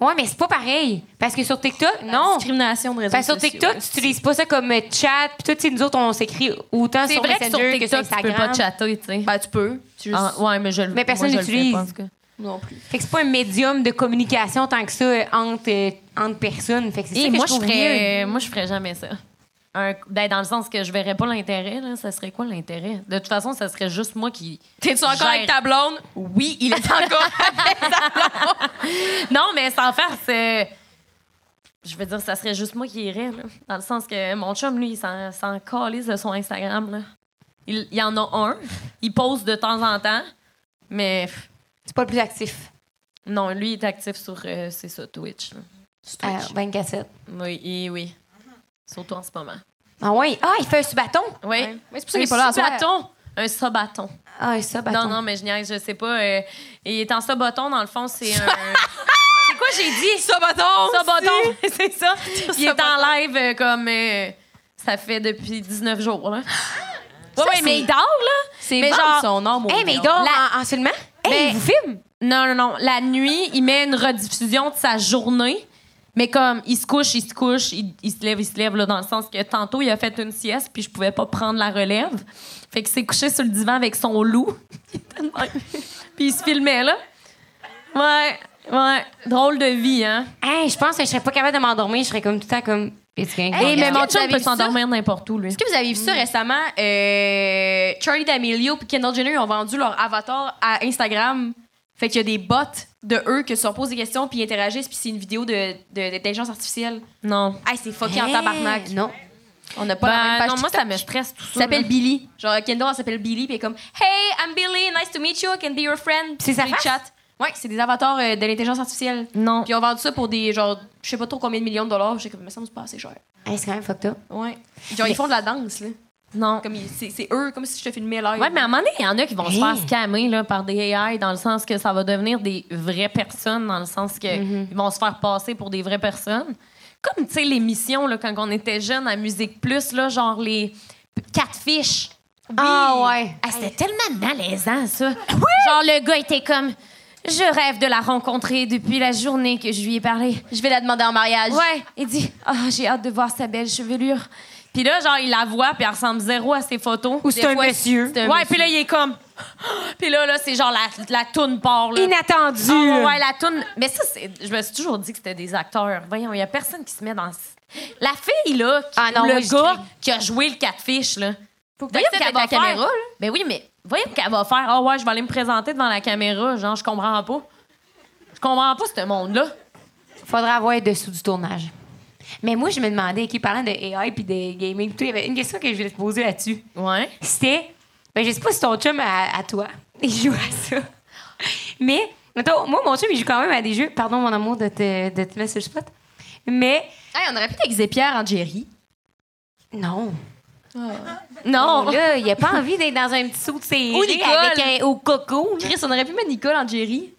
Ouais, mais c'est pas pareil. Parce que sur TikTok, non. Discrimination de réseaux Ben, Parce que sur sociaux. TikTok, tu utilises pas ça comme euh, chat. Puis toi, tu sais, nous autres, on s'écrit autant C'est sur vrai que sur Messenger que sur TikTok, tu peux Instagram. pas chatter, tu sais. Ben, tu peux. C'est juste- Ah, ouais, mais je le Mais personne moi, je le fais l'utilise. pas, en tout cas. Non plus. Fait que c'est pas un médium de communication tant que ça euh, entre, euh, entre personnes. Fait que c'est ça Et que moi, je je trouve weird. ferais, moi, je ferais jamais ça. Un- ben, dans le sens que je verrais pas l'intérêt, là. Ça serait quoi l'intérêt? De toute façon, ça serait juste moi qui. T'es-tu encore Gère. avec ta blonde? Oui, il est encore. Non, mais sans faire, c'est. Je veux dire, ça serait juste moi qui irais, là. Dans le sens que mon chum, lui, il s'en s'en calisse de son Instagram, là. Il, il y en a un. Il pose de temps en temps. Mais pff, C'est pas le plus actif. non, lui, il est actif sur, euh, c'est ça, Twitch. là. Ah, 24 Oui, et oui. Surtout en ce moment. Ah ouais. Ah, il fait un sous-bâton. Oui. Mais c'est pour Un sabaton. Un sabaton. Ah, un sous-bâton. Non, non, mais je niaise, je sais pas. euh, il est en sabaton, dans le fond, c'est un. c'est quoi, j'ai dit? Sabaton! Sabaton, c'est ça. Il est en live euh, comme euh, ça fait depuis 19 jours. Là. Ouais, ouais, mais il dort, là. C'est Mais vendre genre- son âme au Eh, mais il diable. dort en, en seulement? Eh, Mais- il vous filme? Non, non, non. La nuit, il met une rediffusion de sa journée. Mais comme, il se couche, il se couche, il, il se lève, il se lève, là, dans le sens que tantôt, il a fait une sieste, puis je pouvais pas prendre la relève. Fait qu'il s'est couché sur le divan avec son loup. Il était de même. puis il se filmait, là. Ouais, ouais. Drôle de vie, hein. Hey, je pense que je serais pas capable de m'endormir. Je serais comme tout le temps comme. Puis tu gagnes. Hey, Et mais mais mon mon chum chum peut peut s'endormir n'importe où, lui. Est-ce que vous avez vu ça récemment? Euh, Charlie D'Amelio et Kendall Jenner ils ont vendu leur avatar à Instagram. Fait qu'il y a des bots de eux que tu leur poses des questions puis ils interagissent puis c'est une vidéo de, de- d'intelligence artificielle. Non. Hey, c'est fucké en Hey, tabarnak. Non. On n'a pas la même Ben, page. non, moi, TikTok. ça me stresse tout ça. Ça s'appelle là. Billy. Mhm. Genre, Kendall, elle s'appelle Billy puis elle est comme Hey, I'm Billy, nice to meet you, I can be your friend. C'est sa Puis ils face? chattent. Ouais, c'est des avatars euh, de l'intelligence artificielle. Non. Puis ils ont vendu ça pour des, genre, je sais pas trop combien de millions de dollars. J'ai comme, mais ça me semble pas assez cher. Hey, c'est quand même fucked up. Ouais. Genre, ils font de la danse, là. Non. Comme ils- c'est c'est eux, comme si je te filmais live. Ouais, mais à un moment donné, il y en a qui vont se Hey. faire scammer là, par des AI dans le sens que ça va devenir des vraies personnes, dans le sens que ils vont se faire passer pour des vraies personnes. Comme, tu sais, l'émission, là, quand on était jeune à Musique Plus, là, genre les quatre fiches. Ah ouais. Ah, C'était tellement malaisant, ça. Genre, le gars était comme... Je rêve de la rencontrer depuis la journée que je lui ai parlé. Je vais la demander en mariage. Ouais, il dit Ah, j'ai hâte de voir sa belle chevelure. Puis là, genre, il la voit, puis elle ressemble zéro à ses photos. Ou c'est Des un fois, monsieur. c'est un ouais, puis là, il est comme. puis là, là, c'est genre la, la toune part, là. Inattendu. Ah, ouais, ouais, la toune. Mais ça, c'est- je me suis toujours dit que c'était des acteurs. Voyons, il y a personne qui se met dans. ce- La fille, là, qui- Ah non, ou le moi, je gars crie. qui a joué le catfish, là. Faut que Voyons t'acceptes qu'elle avec la va faire. caméra, là. Ben oui, mais voyons qu'elle va faire. Ah ouais, je vais aller me présenter devant la caméra. Genre, je comprends pas. Je comprends pas ce monde-là. Faudrait avoir dessous du tournage. Mais moi, je me demandais, qui parlant de AI puis de gaming, puis tout, il y avait une question que je voulais te poser là-dessus. Ouais. C'était, ben, je sais pas si ton chum à, à toi, il joue à ça. Mais, mettons, moi, mon chum, il joue quand même à des jeux. Pardon, mon amour, de te, de te mettre sur le spot. Mais, Hey, on aurait pu t'exer Pierre en Jerry. non. Non. Oh, là, il a pas envie d'être dans un petit saut de série Ou Nicole. avec un, au coco. là. Chris, on aurait pu mettre Nicole en Jerry.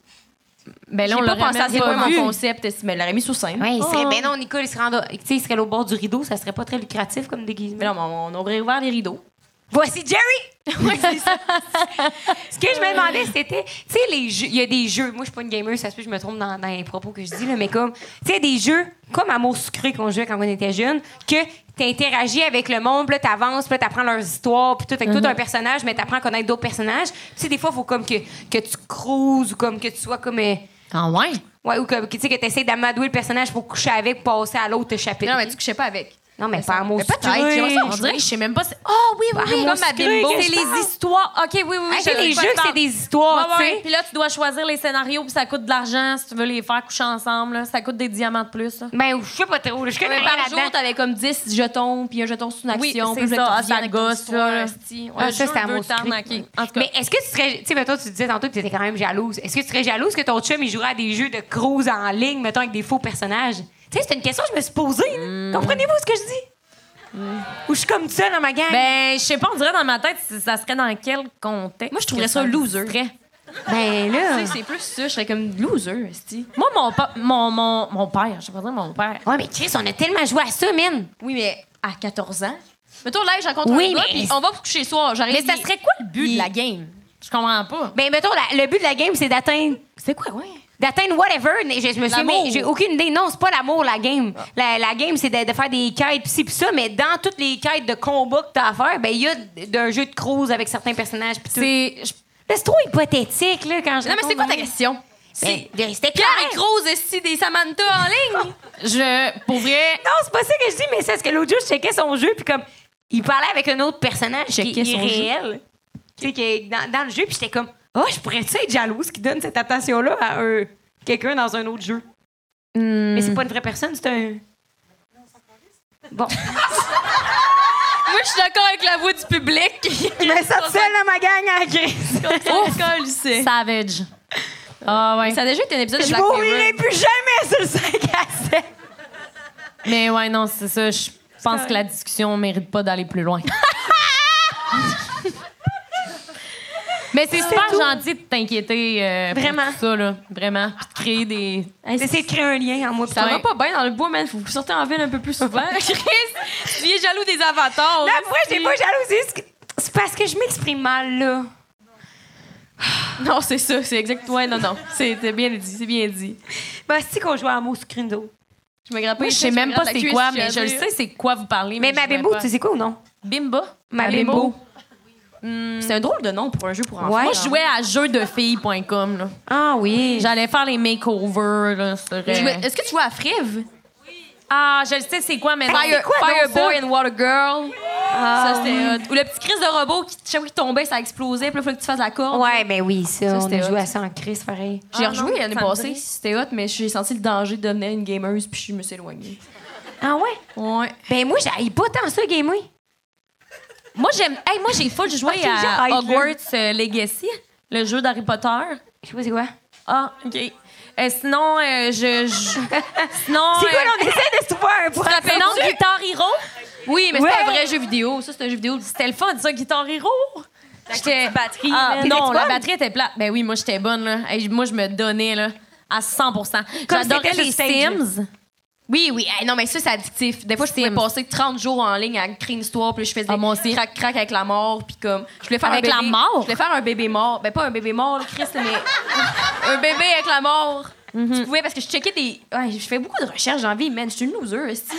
Ben J'ai là, on pas l'aurait pensé à même c'est quoi pas mon vu. concept, mais elle l'aurait mis sous scène. Ouais, il Oh. serait, ben non, Nicole, il serait, en dehors- tu sais, il serait au bord du rideau, ça serait pas très lucratif comme Mais déguisement. non, mais on on aurait ouvert les rideaux. Voici Jerry! Ce que je me demandais, c'était, tu sais, les jeux, il y a des jeux, moi je suis pas une gamer, ça se peut que je me trompe dans, dans les propos que je dis, là, mais comme, tu sais, des jeux comme Amour sucré qu'on jouait quand on était jeune, que t'interagis avec le monde, puis là t'avances, puis là t'apprends leurs histoires, puis tout, fait que toi Mm-hmm. t'as un personnage, mais t'apprends à connaître d'autres personnages. Tu sais, des fois, faut comme que, que tu cruises ou comme que tu sois comme... euh, Ah ouais? Ouais, ou que, tu sais, que t'essayes d'amadouer le personnage pour coucher avec, passer à l'autre chapitre. Non, mais tu couchais pas avec. Non, mais pas amour Mais sucré. peut-être, j'aimerais ça en On jouer. dirait que je sais même pas. c'est- Oh oui, oui, Ah, oui. moi, ma bimbo. C'est les histoires. OK, oui, oui, oui. Ah, je- c'est les je jeux, te parle. c'est des histoires, Ouais, ouais. tu sais. Puis là, tu dois choisir les scénarios, puis ça coûte de l'argent si tu veux les faire coucher ensemble. là. Ça coûte des diamants de plus. là. Ben, je sais pas trop. là, Je connais Mais pas par jour, là-dedans. t'avais comme 10 jetons, puis un jeton sous une Oui, action. c'est puis là, ça, t'en ah, reviens ça avec ton gosse, histoire, là. esti. Ouais. Ah, je ça, c'était veux amour sucré. t'arnaquer. En tout cas. Mais est-ce que tu serais. Tu sais, mettons, tu disais tantôt que tu étais quand même jalouse. Est-ce que tu serais jalouse que ton chum, il jouerait à des jeux de cruise en ligne, mettons, avec des faux personnages? Tu sais, c'est une question que je me suis posée. là. Comprenez-vous ce que je dis? Ou je suis comme ça dans ma gang. Ben, je sais pas, on dirait dans ma tête, si ça serait dans quel contexte. Moi, je trouverais que ça loser. serait. Ben Tu là. sais, c'est plus ça. Je serais comme loser, esti. Moi, mon, pa- mon, mon, mon père, je vais dire mon père. Ouais, mais Chris, on a tellement joué à ça, man. Oui, mais à 14 ans. Mettons, là, je rencontre Oui, un gars, mais- puis on va vous coucher soir. J'arrive. Mais ça serait quoi le but il- de la game? Je comprends pas. Ben, mettons, la- le but de la game, c'est d'atteindre. C'est quoi, ouais? D'atteindre whatever. Mais Je, je me suis L'amour. mais j'ai aucune idée. Non, c'est pas l'amour, la game. La, la game, c'est de, de faire des quêtes, pis ci, pis ça. Mais dans toutes les quêtes de combat que t'as à faire, ben, il y a d- d'un jeu de cruise avec certains personnages, pis tout. C'est. je- Là, c'est trop hypothétique, là, quand je. Non, mais c'est raconte quoi de ta même. question? C'est. Ben, c'était clair. Pierre et Rose, esti, des Samantha en ligne? Je, pour vrai, Non, c'est pas ça que je dis, mais c'est parce que l'autre jour, je checkais son jeu, puis comme, il parlait avec un autre personnage qui Checkais est son réel. Tu sais, qui est dans, dans le jeu, puis j'étais comme, oh, je pourrais-tu être jalouse qui donne cette attention-là à un- quelqu'un dans un autre jeu? Hmm. Mais c'est pas une vraie personne, c'est un. Bon. Moi, je suis d'accord avec la voix du public. mais ça seule dans ma gang à Ouf, lycée. savage. Ah ouais. Ça a déjà été un épisode de Je Black Mirror. m'ouvrirai plus jamais sur le 5 à 7. Mais ouais, non, c'est ça. Je pense que la discussion mérite pas d'aller plus loin. Mais c'est super gentil de t'inquiéter euh, pour Vraiment. tout ça, là. Vraiment. Puis de créer des... J'essaie de créer un lien en moi. pis Ça toi. va pas bien dans le bois, man. Faut que vous sortez en ville un peu plus souvent. Chris, tu es jaloux des avatars. Là, pourquoi j'ai pas jalousie? C'est que- C'est parce que je m'exprime mal, là. Non, c'est ça, c'est exact. Ouais, non, non. C'est c'est bien dit, c'est bien dit. Ben, c'est qu'on joue à un mot sur Crindo. Je me grappe Moi, je sais même pas c'est quoi, mais je le sais c'est quoi vous parlez. Mais ma je sais bimbo, pas. tu sais quoi ou non? Bimba? Ma bimbo. bimbo. C'est un drôle de nom pour un jeu pour enfants. Ouais. Moi, je jouais à jeuxdefilles.com, là. Ah oui. J'allais faire les makeovers, là. sur, euh, Tu jouais- Est-ce que tu vois à Frive? Ah, je le sais c'est quoi, mais... non. Fire, c'est quoi, Fire donc, ça? Ah. Boy and Water Girl. ça, c'était euh, hot. Ou le petit Chris de robot qui, chaque fois qu'il tombait, ça explosait. Puis là, il fallait que tu fasses la corde. Ouais, ben oui, ça, on c'était a joué hot. à ça en crise, pareil. J'ai Ah, rejoué non, l'année ça me passée, dit. c'était hot, mais j'ai senti le danger de devenir une gameuse, puis je me suis éloignée. Ah ouais? Ouais. Ben moi, j'aille pas tant ça, gamer. Moi, j'aime. Hey, moi, j'ai full joué Ok, à j'arrête, là. Hogwarts euh, Legacy, le jeu d'Harry Potter. Je sais pas c'est quoi. Ah, OK. Euh, sinon, euh, je. je- sinon. C'est quoi, euh, là, on essaie de se trouver un point. sinon, Guitar Hero. Oui, mais Ouais. c'est un vrai jeu vidéo. Ça, c'est un jeu vidéo. C'était le fun, ça, Guitar Hero. J'étais. batterie, Ah, man. non, T'étais-tu la bonne? batterie était plate. Ben oui, moi, j'étais bonne, là. Hey, moi, je me donnais, là, à 100 Comme J'adorais c'était les le stage, là. Sims. Oui, oui. Hey, non, mais ça, c'est addictif. Des fois, je pouvais Sims. passer 30 jours en ligne à créer une histoire, puis là, je faisais Ah, moi des crac-crac avec la mort, puis comme. Je voulais faire Avec un bébé- la mort? Je voulais faire un bébé mort. Ben, pas un bébé mort, là, Chris, là, mais. un bébé avec la mort. Tu pouvais, parce que je checkais des. Ouais, je fais beaucoup de recherches dans la vie, man. Je suis une loser, esti.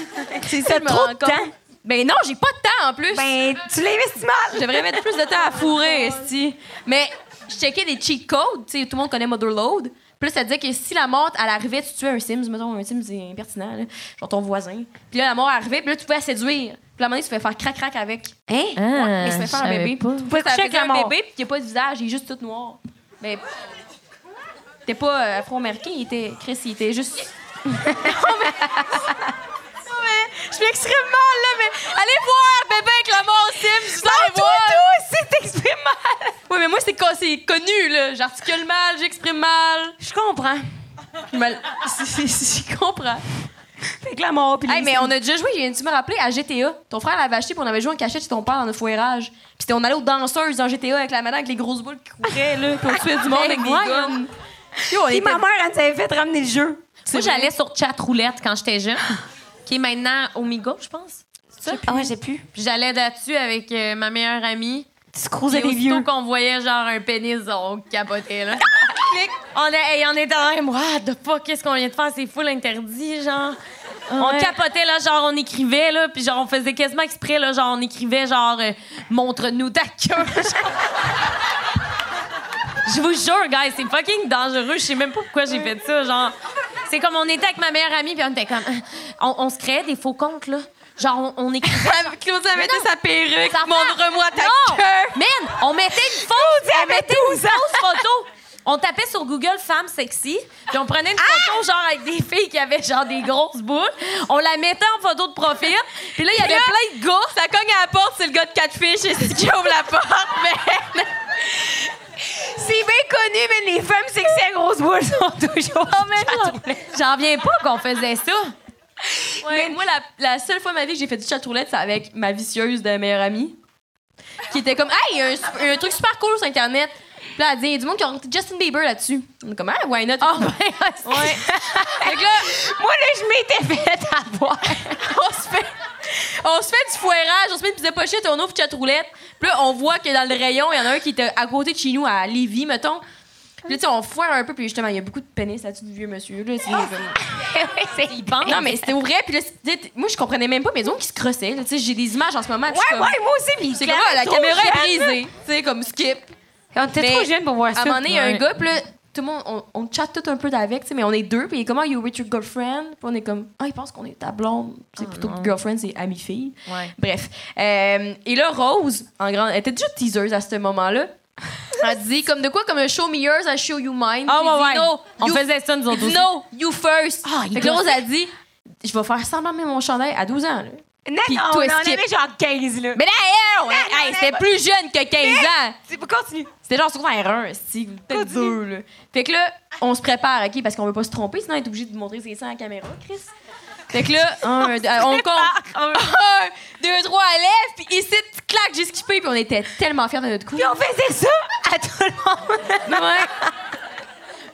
C'est ça, je me trop rends de compte. temps. Ben, non, j'ai pas de temps en plus. Ben, tu l'investis mal. Je devrais mettre plus de temps à fourrer, esti. Mais je checkais des cheat codes, tu sais, tout le monde connaît Motherload. Plus ça disait que si la mort, elle arrivait, tu tuais un Sims, mettons, un Sims c'est impertinent, là, genre ton voisin. Puis là, la mort arrivait, puis là, tu pouvais la séduire. Puis à un moment donné, tu pouvais faire crac-crac avec. Hein? Ah, Mais tu pouvais faire un savais bébé. pas. Tu pouvais coucher avec la un mort. bébé, puis il n'y a pas de visage, il est juste tout noir. Mais t'es pas euh, afro-américain, il était. Chris, il était juste. non, mais. Non, mais. Je m'exprime mal, là, mais. Allez voir, bébé avec la mort Sims, vous allez voir! aussi, t'exprimes mal. Oui, mais moi, c'est con- c'est connu, là. J'articule mal, j'exprime mal. Je comprends. Je me- c'est- c'est- Je comprends. Fait que la mort, pis Hey, les- mais on a déjà joué, tu me rappelé, à GTA. Ton frère l'avait acheté, puis on avait joué en cachette chez ton père dans le foirage. Puis c'était- on allait aux danseuses dans GTA avec la madame avec les grosses boules qui couraient, là, puis on tuait du monde avec des voyons. guns. Yo, on Pis était- ma mère, elle nous avait fait ramener le jeu. Moi, j'allais sur Chat Roulette quand j'étais jeune, qui est maintenant Omigo, je pense. Ah ouais, j'ai pu. Puis j'allais là-dessus avec euh, ma meilleure amie. Tu se crousais Puis des aussitôt vieux. qu'on voyait genre un pénis, on capotait, là. Clic. on, est hey, on était dans même, what the fuck, qu'est-ce qu'on vient de faire? C'est full interdit, genre. On capotait, là, genre, on écrivait, là, puis genre, on faisait quasiment exprès, là, genre, on écrivait, genre, euh, montre-nous ta queue. Je vous jure, guys, c'est fucking dangereux. Je sais même pas pourquoi j'ai fait ça. Genre, c'est comme on était avec ma meilleure amie, puis on était comme. On, on se créait des faux comptes, là. Genre, on, on écrivait. Claudia avait Mais non. sa perruque. Ça Montre-moi ta non! queue. Man, on mettait une fausse, on mettait une fausse photo. On tapait sur Google femme sexy, puis on prenait une photo Ah! genre avec des filles qui avaient genre des grosses boules. On la mettait en photo de profil. Puis là, il y avait plein de gars. Ça cogne à la porte, c'est le gars de Catfish ici qui ouvre la porte, mais. C'est bien connu, mais les femmes Oh, sexy à grosse boule sont toujours. J'en viens pas qu'on faisait ça. Ouais, Moi, la, la seule fois de ma vie que j'ai fait du chatroulette, c'est avec ma vicieuse de meilleure amie. Qui était comme, hey, il y a un, sup- un truc super cool sur Internet. Puis là, elle dit, il y a du monde qui a rencontré Justin Bieber là-dessus. On est comme, ah, why not? Oh, ouais. Fait que là, Moi, là, je m'étais fait avoir. on se fait. On se fait du foirage, on se met une pizza pochette, on ouvre chatroulette. Puis là, on voit que dans le rayon, il y en a un qui était à côté de chez nous, à Lévis, mettons. Puis là, tu sais, on foire un peu, puis justement, il y a beaucoup de pénis là-dessus du vieux monsieur. Là, tu sais, Ah, comme- c'est Ah, bon. Non, mais c'était au vrai. Puis là, c'était- moi, je comprenais même pas, mais donc qui se crossaient. là, Tu sais, j'ai des images en ce moment. puis je suis Ouais, comme- ouais, moi aussi, mais C'est comme, ah, la caméra est brisée. Tu sais, comme skip. On était trop Mais- jeunes pour voir À ça. un moment donné, il y a un Ouais. gars, puis là, tout le monde, on, on chatte tout un peu d'avec, tu sais, mais on est deux, puis il est comme, ah, you with your girlfriend? Puis on est comme, ah, il pense qu'on est ta blonde. C'est plutôt que girlfriend, c'est amie-fille. Ouais. Bref. Euh, et là, Rose, en grande, elle était déjà teaseuse à ce moment-là. Elle dit, comme de quoi, comme show me yours, I show you mine. Ah, Puis il ouais, dit, ouais. No, On you faisait ça, nous autres il dit, aussi. No, you first. Ah, il fait que Rose a dit, je vais faire semblant de mettre mon chandail à 12 ans. Là. Non, Puis non, on en toi, skip. avait genre 15, là. Mais là, elle, non, ouais, hey, non, c'était non. plus jeune que 15 ans. C'est- Continue. C'était genre secondaire 1, si peut-être Continue. deux, là. Fait que là, on se prépare, OK, parce qu'on veut pas se tromper, sinon on est obligé de montrer ses seins à la caméra, Chris. Fait que là, un, deux, on compte. Un, deux, trois, à lève, puis ici, clac, j'ai skippé, puis on était tellement fiers de notre coup. Puis on faisait ça à tout le monde.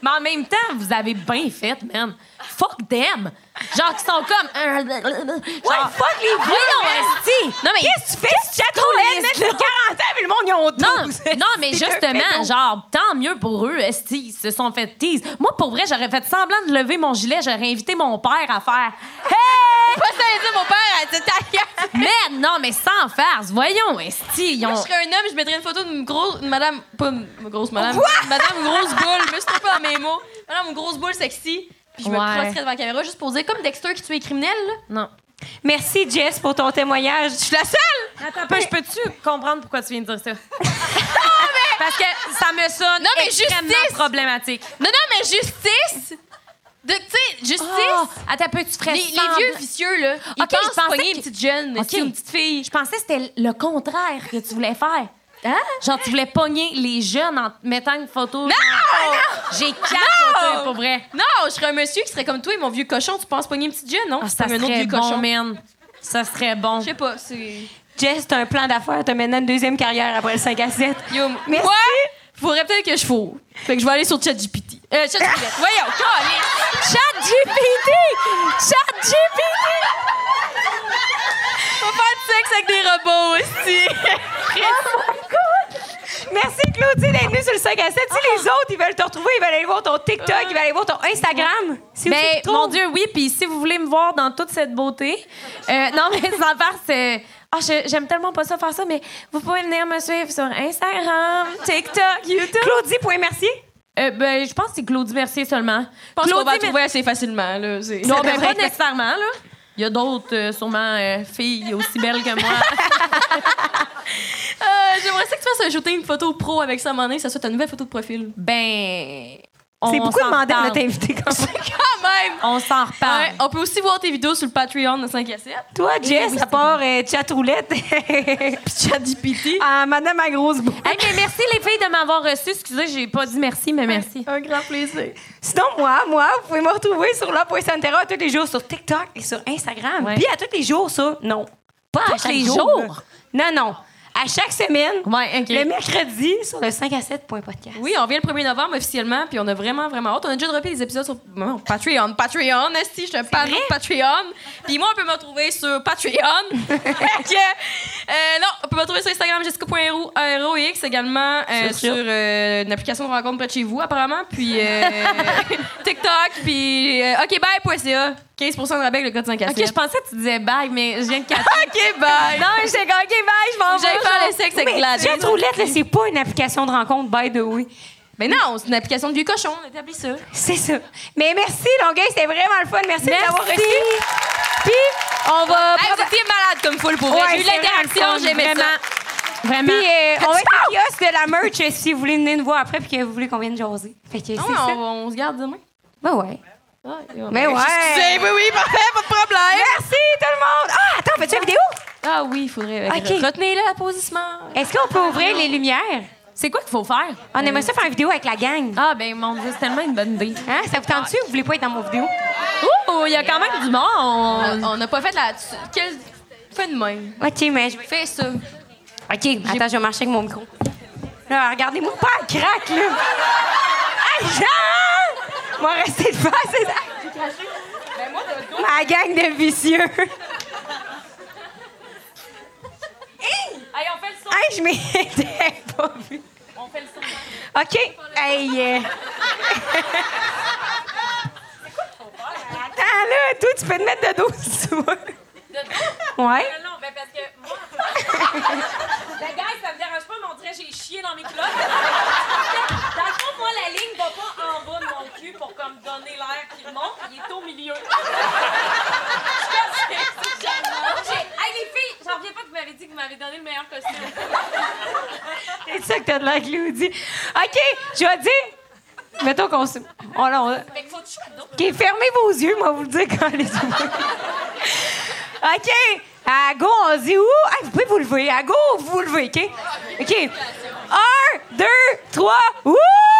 Mais en même temps, vous avez bien fait, man. Fuck them. Genre, qui sont comme. euh, Ouais, fuck les vieux, man. Non, mais. Qu'est-ce que tu fais si tu roulette, man? J'ai 40 ans, mais le monde, ils ont Non, 12. non, mais C'est un justement, pédo. genre, tant mieux pour eux, esti, ils se sont fait tease. Moi, pour vrai, j'aurais fait semblant de lever mon gilet, j'aurais invité mon père à faire Hey! Pas ça, elle dit, mon père, elle dit, ta gueule. Mais non, mais sans farce, voyons, esti, ils Moi, je ont... serais un homme, je mettrais une photo d'une grosse. une madame. Pas une une grosse madame. Madame une grosse boule. Je me suis pas à mes mots. Madame une grosse boule sexy. Puis je me Ouais. crosserais devant la caméra juste pour dire, comme Dexter qui tue les criminels, là. Non. Merci, Jess, pour ton témoignage. Je suis la seule! Attends, je peux-tu comprendre pourquoi tu viens de dire ça? Parce que ça me sonne Non, mais extrêmement justice! problématique. Non, non, mais justice! De, tu sais, justice! Ah, attends, peux-tu ferais les, les vieux vicieux, là, ils Ok, je pensent pensais pogner que- une petite jeune, Ok. c'est une petite fille. Je pensais que c'était le contraire que tu voulais faire. Hein? Genre, tu voulais pogner les jeunes en te mettant une photo. Non! J'ai Non! quatre photos, pour vrai. Non, je serais un monsieur qui serait comme toi, mon vieux cochon, tu penses pogner une petite jeune, non? Ah, Tu ça pognes un autre serait vieux bon, cochon. man. Ça serait bon. Je sais pas, c'est... Jess, t'as un plan d'affaires. T'as maintenant une deuxième carrière après le 5 à 7. Yo, Merci. moi, faudrait peut-être que je fourre. Fait que je vais aller sur ChatGPT. Euh, ChatGPT. Voyons, calme! ChatGPT! ChatGPT! On va faire du sexe avec des robots aussi! Merci, Claudie, d'être venue sur le 5 à 7. Si les autres, ils veulent te retrouver, ils veulent aller voir ton TikTok, ils veulent aller voir ton Instagram. Si vous Ben, êtes trop- mon Dieu, oui. Puis si vous voulez me voir dans toute cette beauté, euh, non, mais sans faire, c'est. Ah, je- j'aime tellement pas ça faire ça, mais vous pouvez venir me suivre sur Instagram, TikTok, YouTube. Claudie.mercier. Euh, ben, je pense que c'est Claudie Mercier seulement. Je pense qu'on va la Claudie trouver assez facilement, là. c'est- Non, ben, devrait pas être- nécessairement, là. Il y a d'autres, euh, sûrement, euh, filles aussi belles que moi. Euh, J'aimerais ça que tu fasses ajouter une photo pro avec ça à un moment donné, ça soit ta nouvelle photo de profil. ben. on C'est beaucoup demandé à s'en notre reparle. invité quand même. Quand même! On s'en reparle. Ouais, on peut aussi voir tes vidéos sur le Patreon de 5 à 7. Toi, Ah, Eh ben Jess, à part euh, chatroulette, ChatGPT. à Madame à grosse boule. Hey, mais merci les filles de m'avoir reçu. Excusez, j'ai pas dit merci, mais merci. Un grand plaisir. Sinon, moi, moi, vous pouvez me retrouver sur la Poisson Terra tous les jours sur TikTok et sur Instagram. Ouais. Puis à tous les jours, ça, non. Pas à Tous chaque les jour. jours? là. Non, non. À chaque semaine, Ouais, OK. le mercredi, sur le 5 à 7 point podcast. Oui, on vient le 1er novembre officiellement, puis on a vraiment, vraiment hâte. On a déjà droppé des épisodes sur non, Patreon. Patreon, Esti, je te parle de Patreon. Puis moi, on peut me retrouver sur Patreon. Fait que, euh, non, on peut me retrouver sur Instagram, jessica.roux, ROX également, euh, sur euh, une application de rencontre près de chez vous, apparemment. Puis euh, TikTok, puis euh, okbye.ca. 15 de rabais avec le code 5 à Ok, je 7. pensais que tu disais bye, mais je viens de catcher. OK, bye! Non, je sais pas, OK, bye, je m'en vais. J'allais faire le sexe avec Mais Gladys. Chatroulette, là, c'est pas une application de rencontre, by the way. Mais non, c'est une application de vieux cochon, on établit ça. C'est ça. Mais merci, Longueuil, c'était vraiment le fun. Merci, de l'avoir reçu. Puis, on va... Hey, vous étiez malade comme foule pour vrai. Ouais, J'ai eu c'est vraiment le fun, l'interaction, j'aimais ça. vraiment. Vraiment. Puis, euh, on va être au kiosque de la merch euh, si vous voulez venir nous voir après puis que vous voulez qu'on vienne jaser. Fait que c'est Ah ouais, ça. on, on se garde demain. Ah, Ben ouais. Mais Ben ouais. oui, oui, parfait, pas de problème. Merci tout le monde. Ah, attends, fais-tu la vidéo? Ah oui, il faudrait. Ok. Retenez-le, applaudissement. Est-ce qu'on peut ouvrir les lumières? C'est quoi qu'il faut faire? On aimerait ça faire une vidéo avec la gang. Ah, ben mon Dieu, c'est tellement une bonne idée. Hein? Ça vous tente-tu ou vous voulez pas être dans mon vidéo? Ouh, wow! Il y a quand même du monde! On n'a pas fait la. tu- Quel... Fais de même. OK, mais je vais... Fais ça. OK, attends, je vais marcher avec mon micro. Là, regardez-moi pas elle craque, là. Hey, Jean! Moi, rester de face, c'est ça. Ma gang de vicieux. Hey, hey je m'étais pas vue. On fait le OK. Hey, euh. Attends, là, toi, tu peux te mettre de dos si tu veux. De dos? Ouais. Non, ben parce que moi. la gars, ça me dérange pas, mais on dirait que j'ai chié dans mes culottes. dans le fond, moi, la ligne va pas en bas de mon cul pour comme donner l'air qui remonte. Il est au milieu. Je pense que c'est jamais- J'ai- Hey, les filles, j'en reviens pas que vous m'avez dit que vous m'avez donné le meilleur costume. C'est ça que t'as de l'air, Claudie. OK, je vais dire. Mettons qu'on se. On, on- Fait que faut que je sois d'autres. OK, fermez vos yeux, moi, vous le dire quand les OK, à go, on dit où? Ah, vous pouvez vous lever. À go, vous vous levez, OK? OK. Un, deux, trois, ouh! Ah,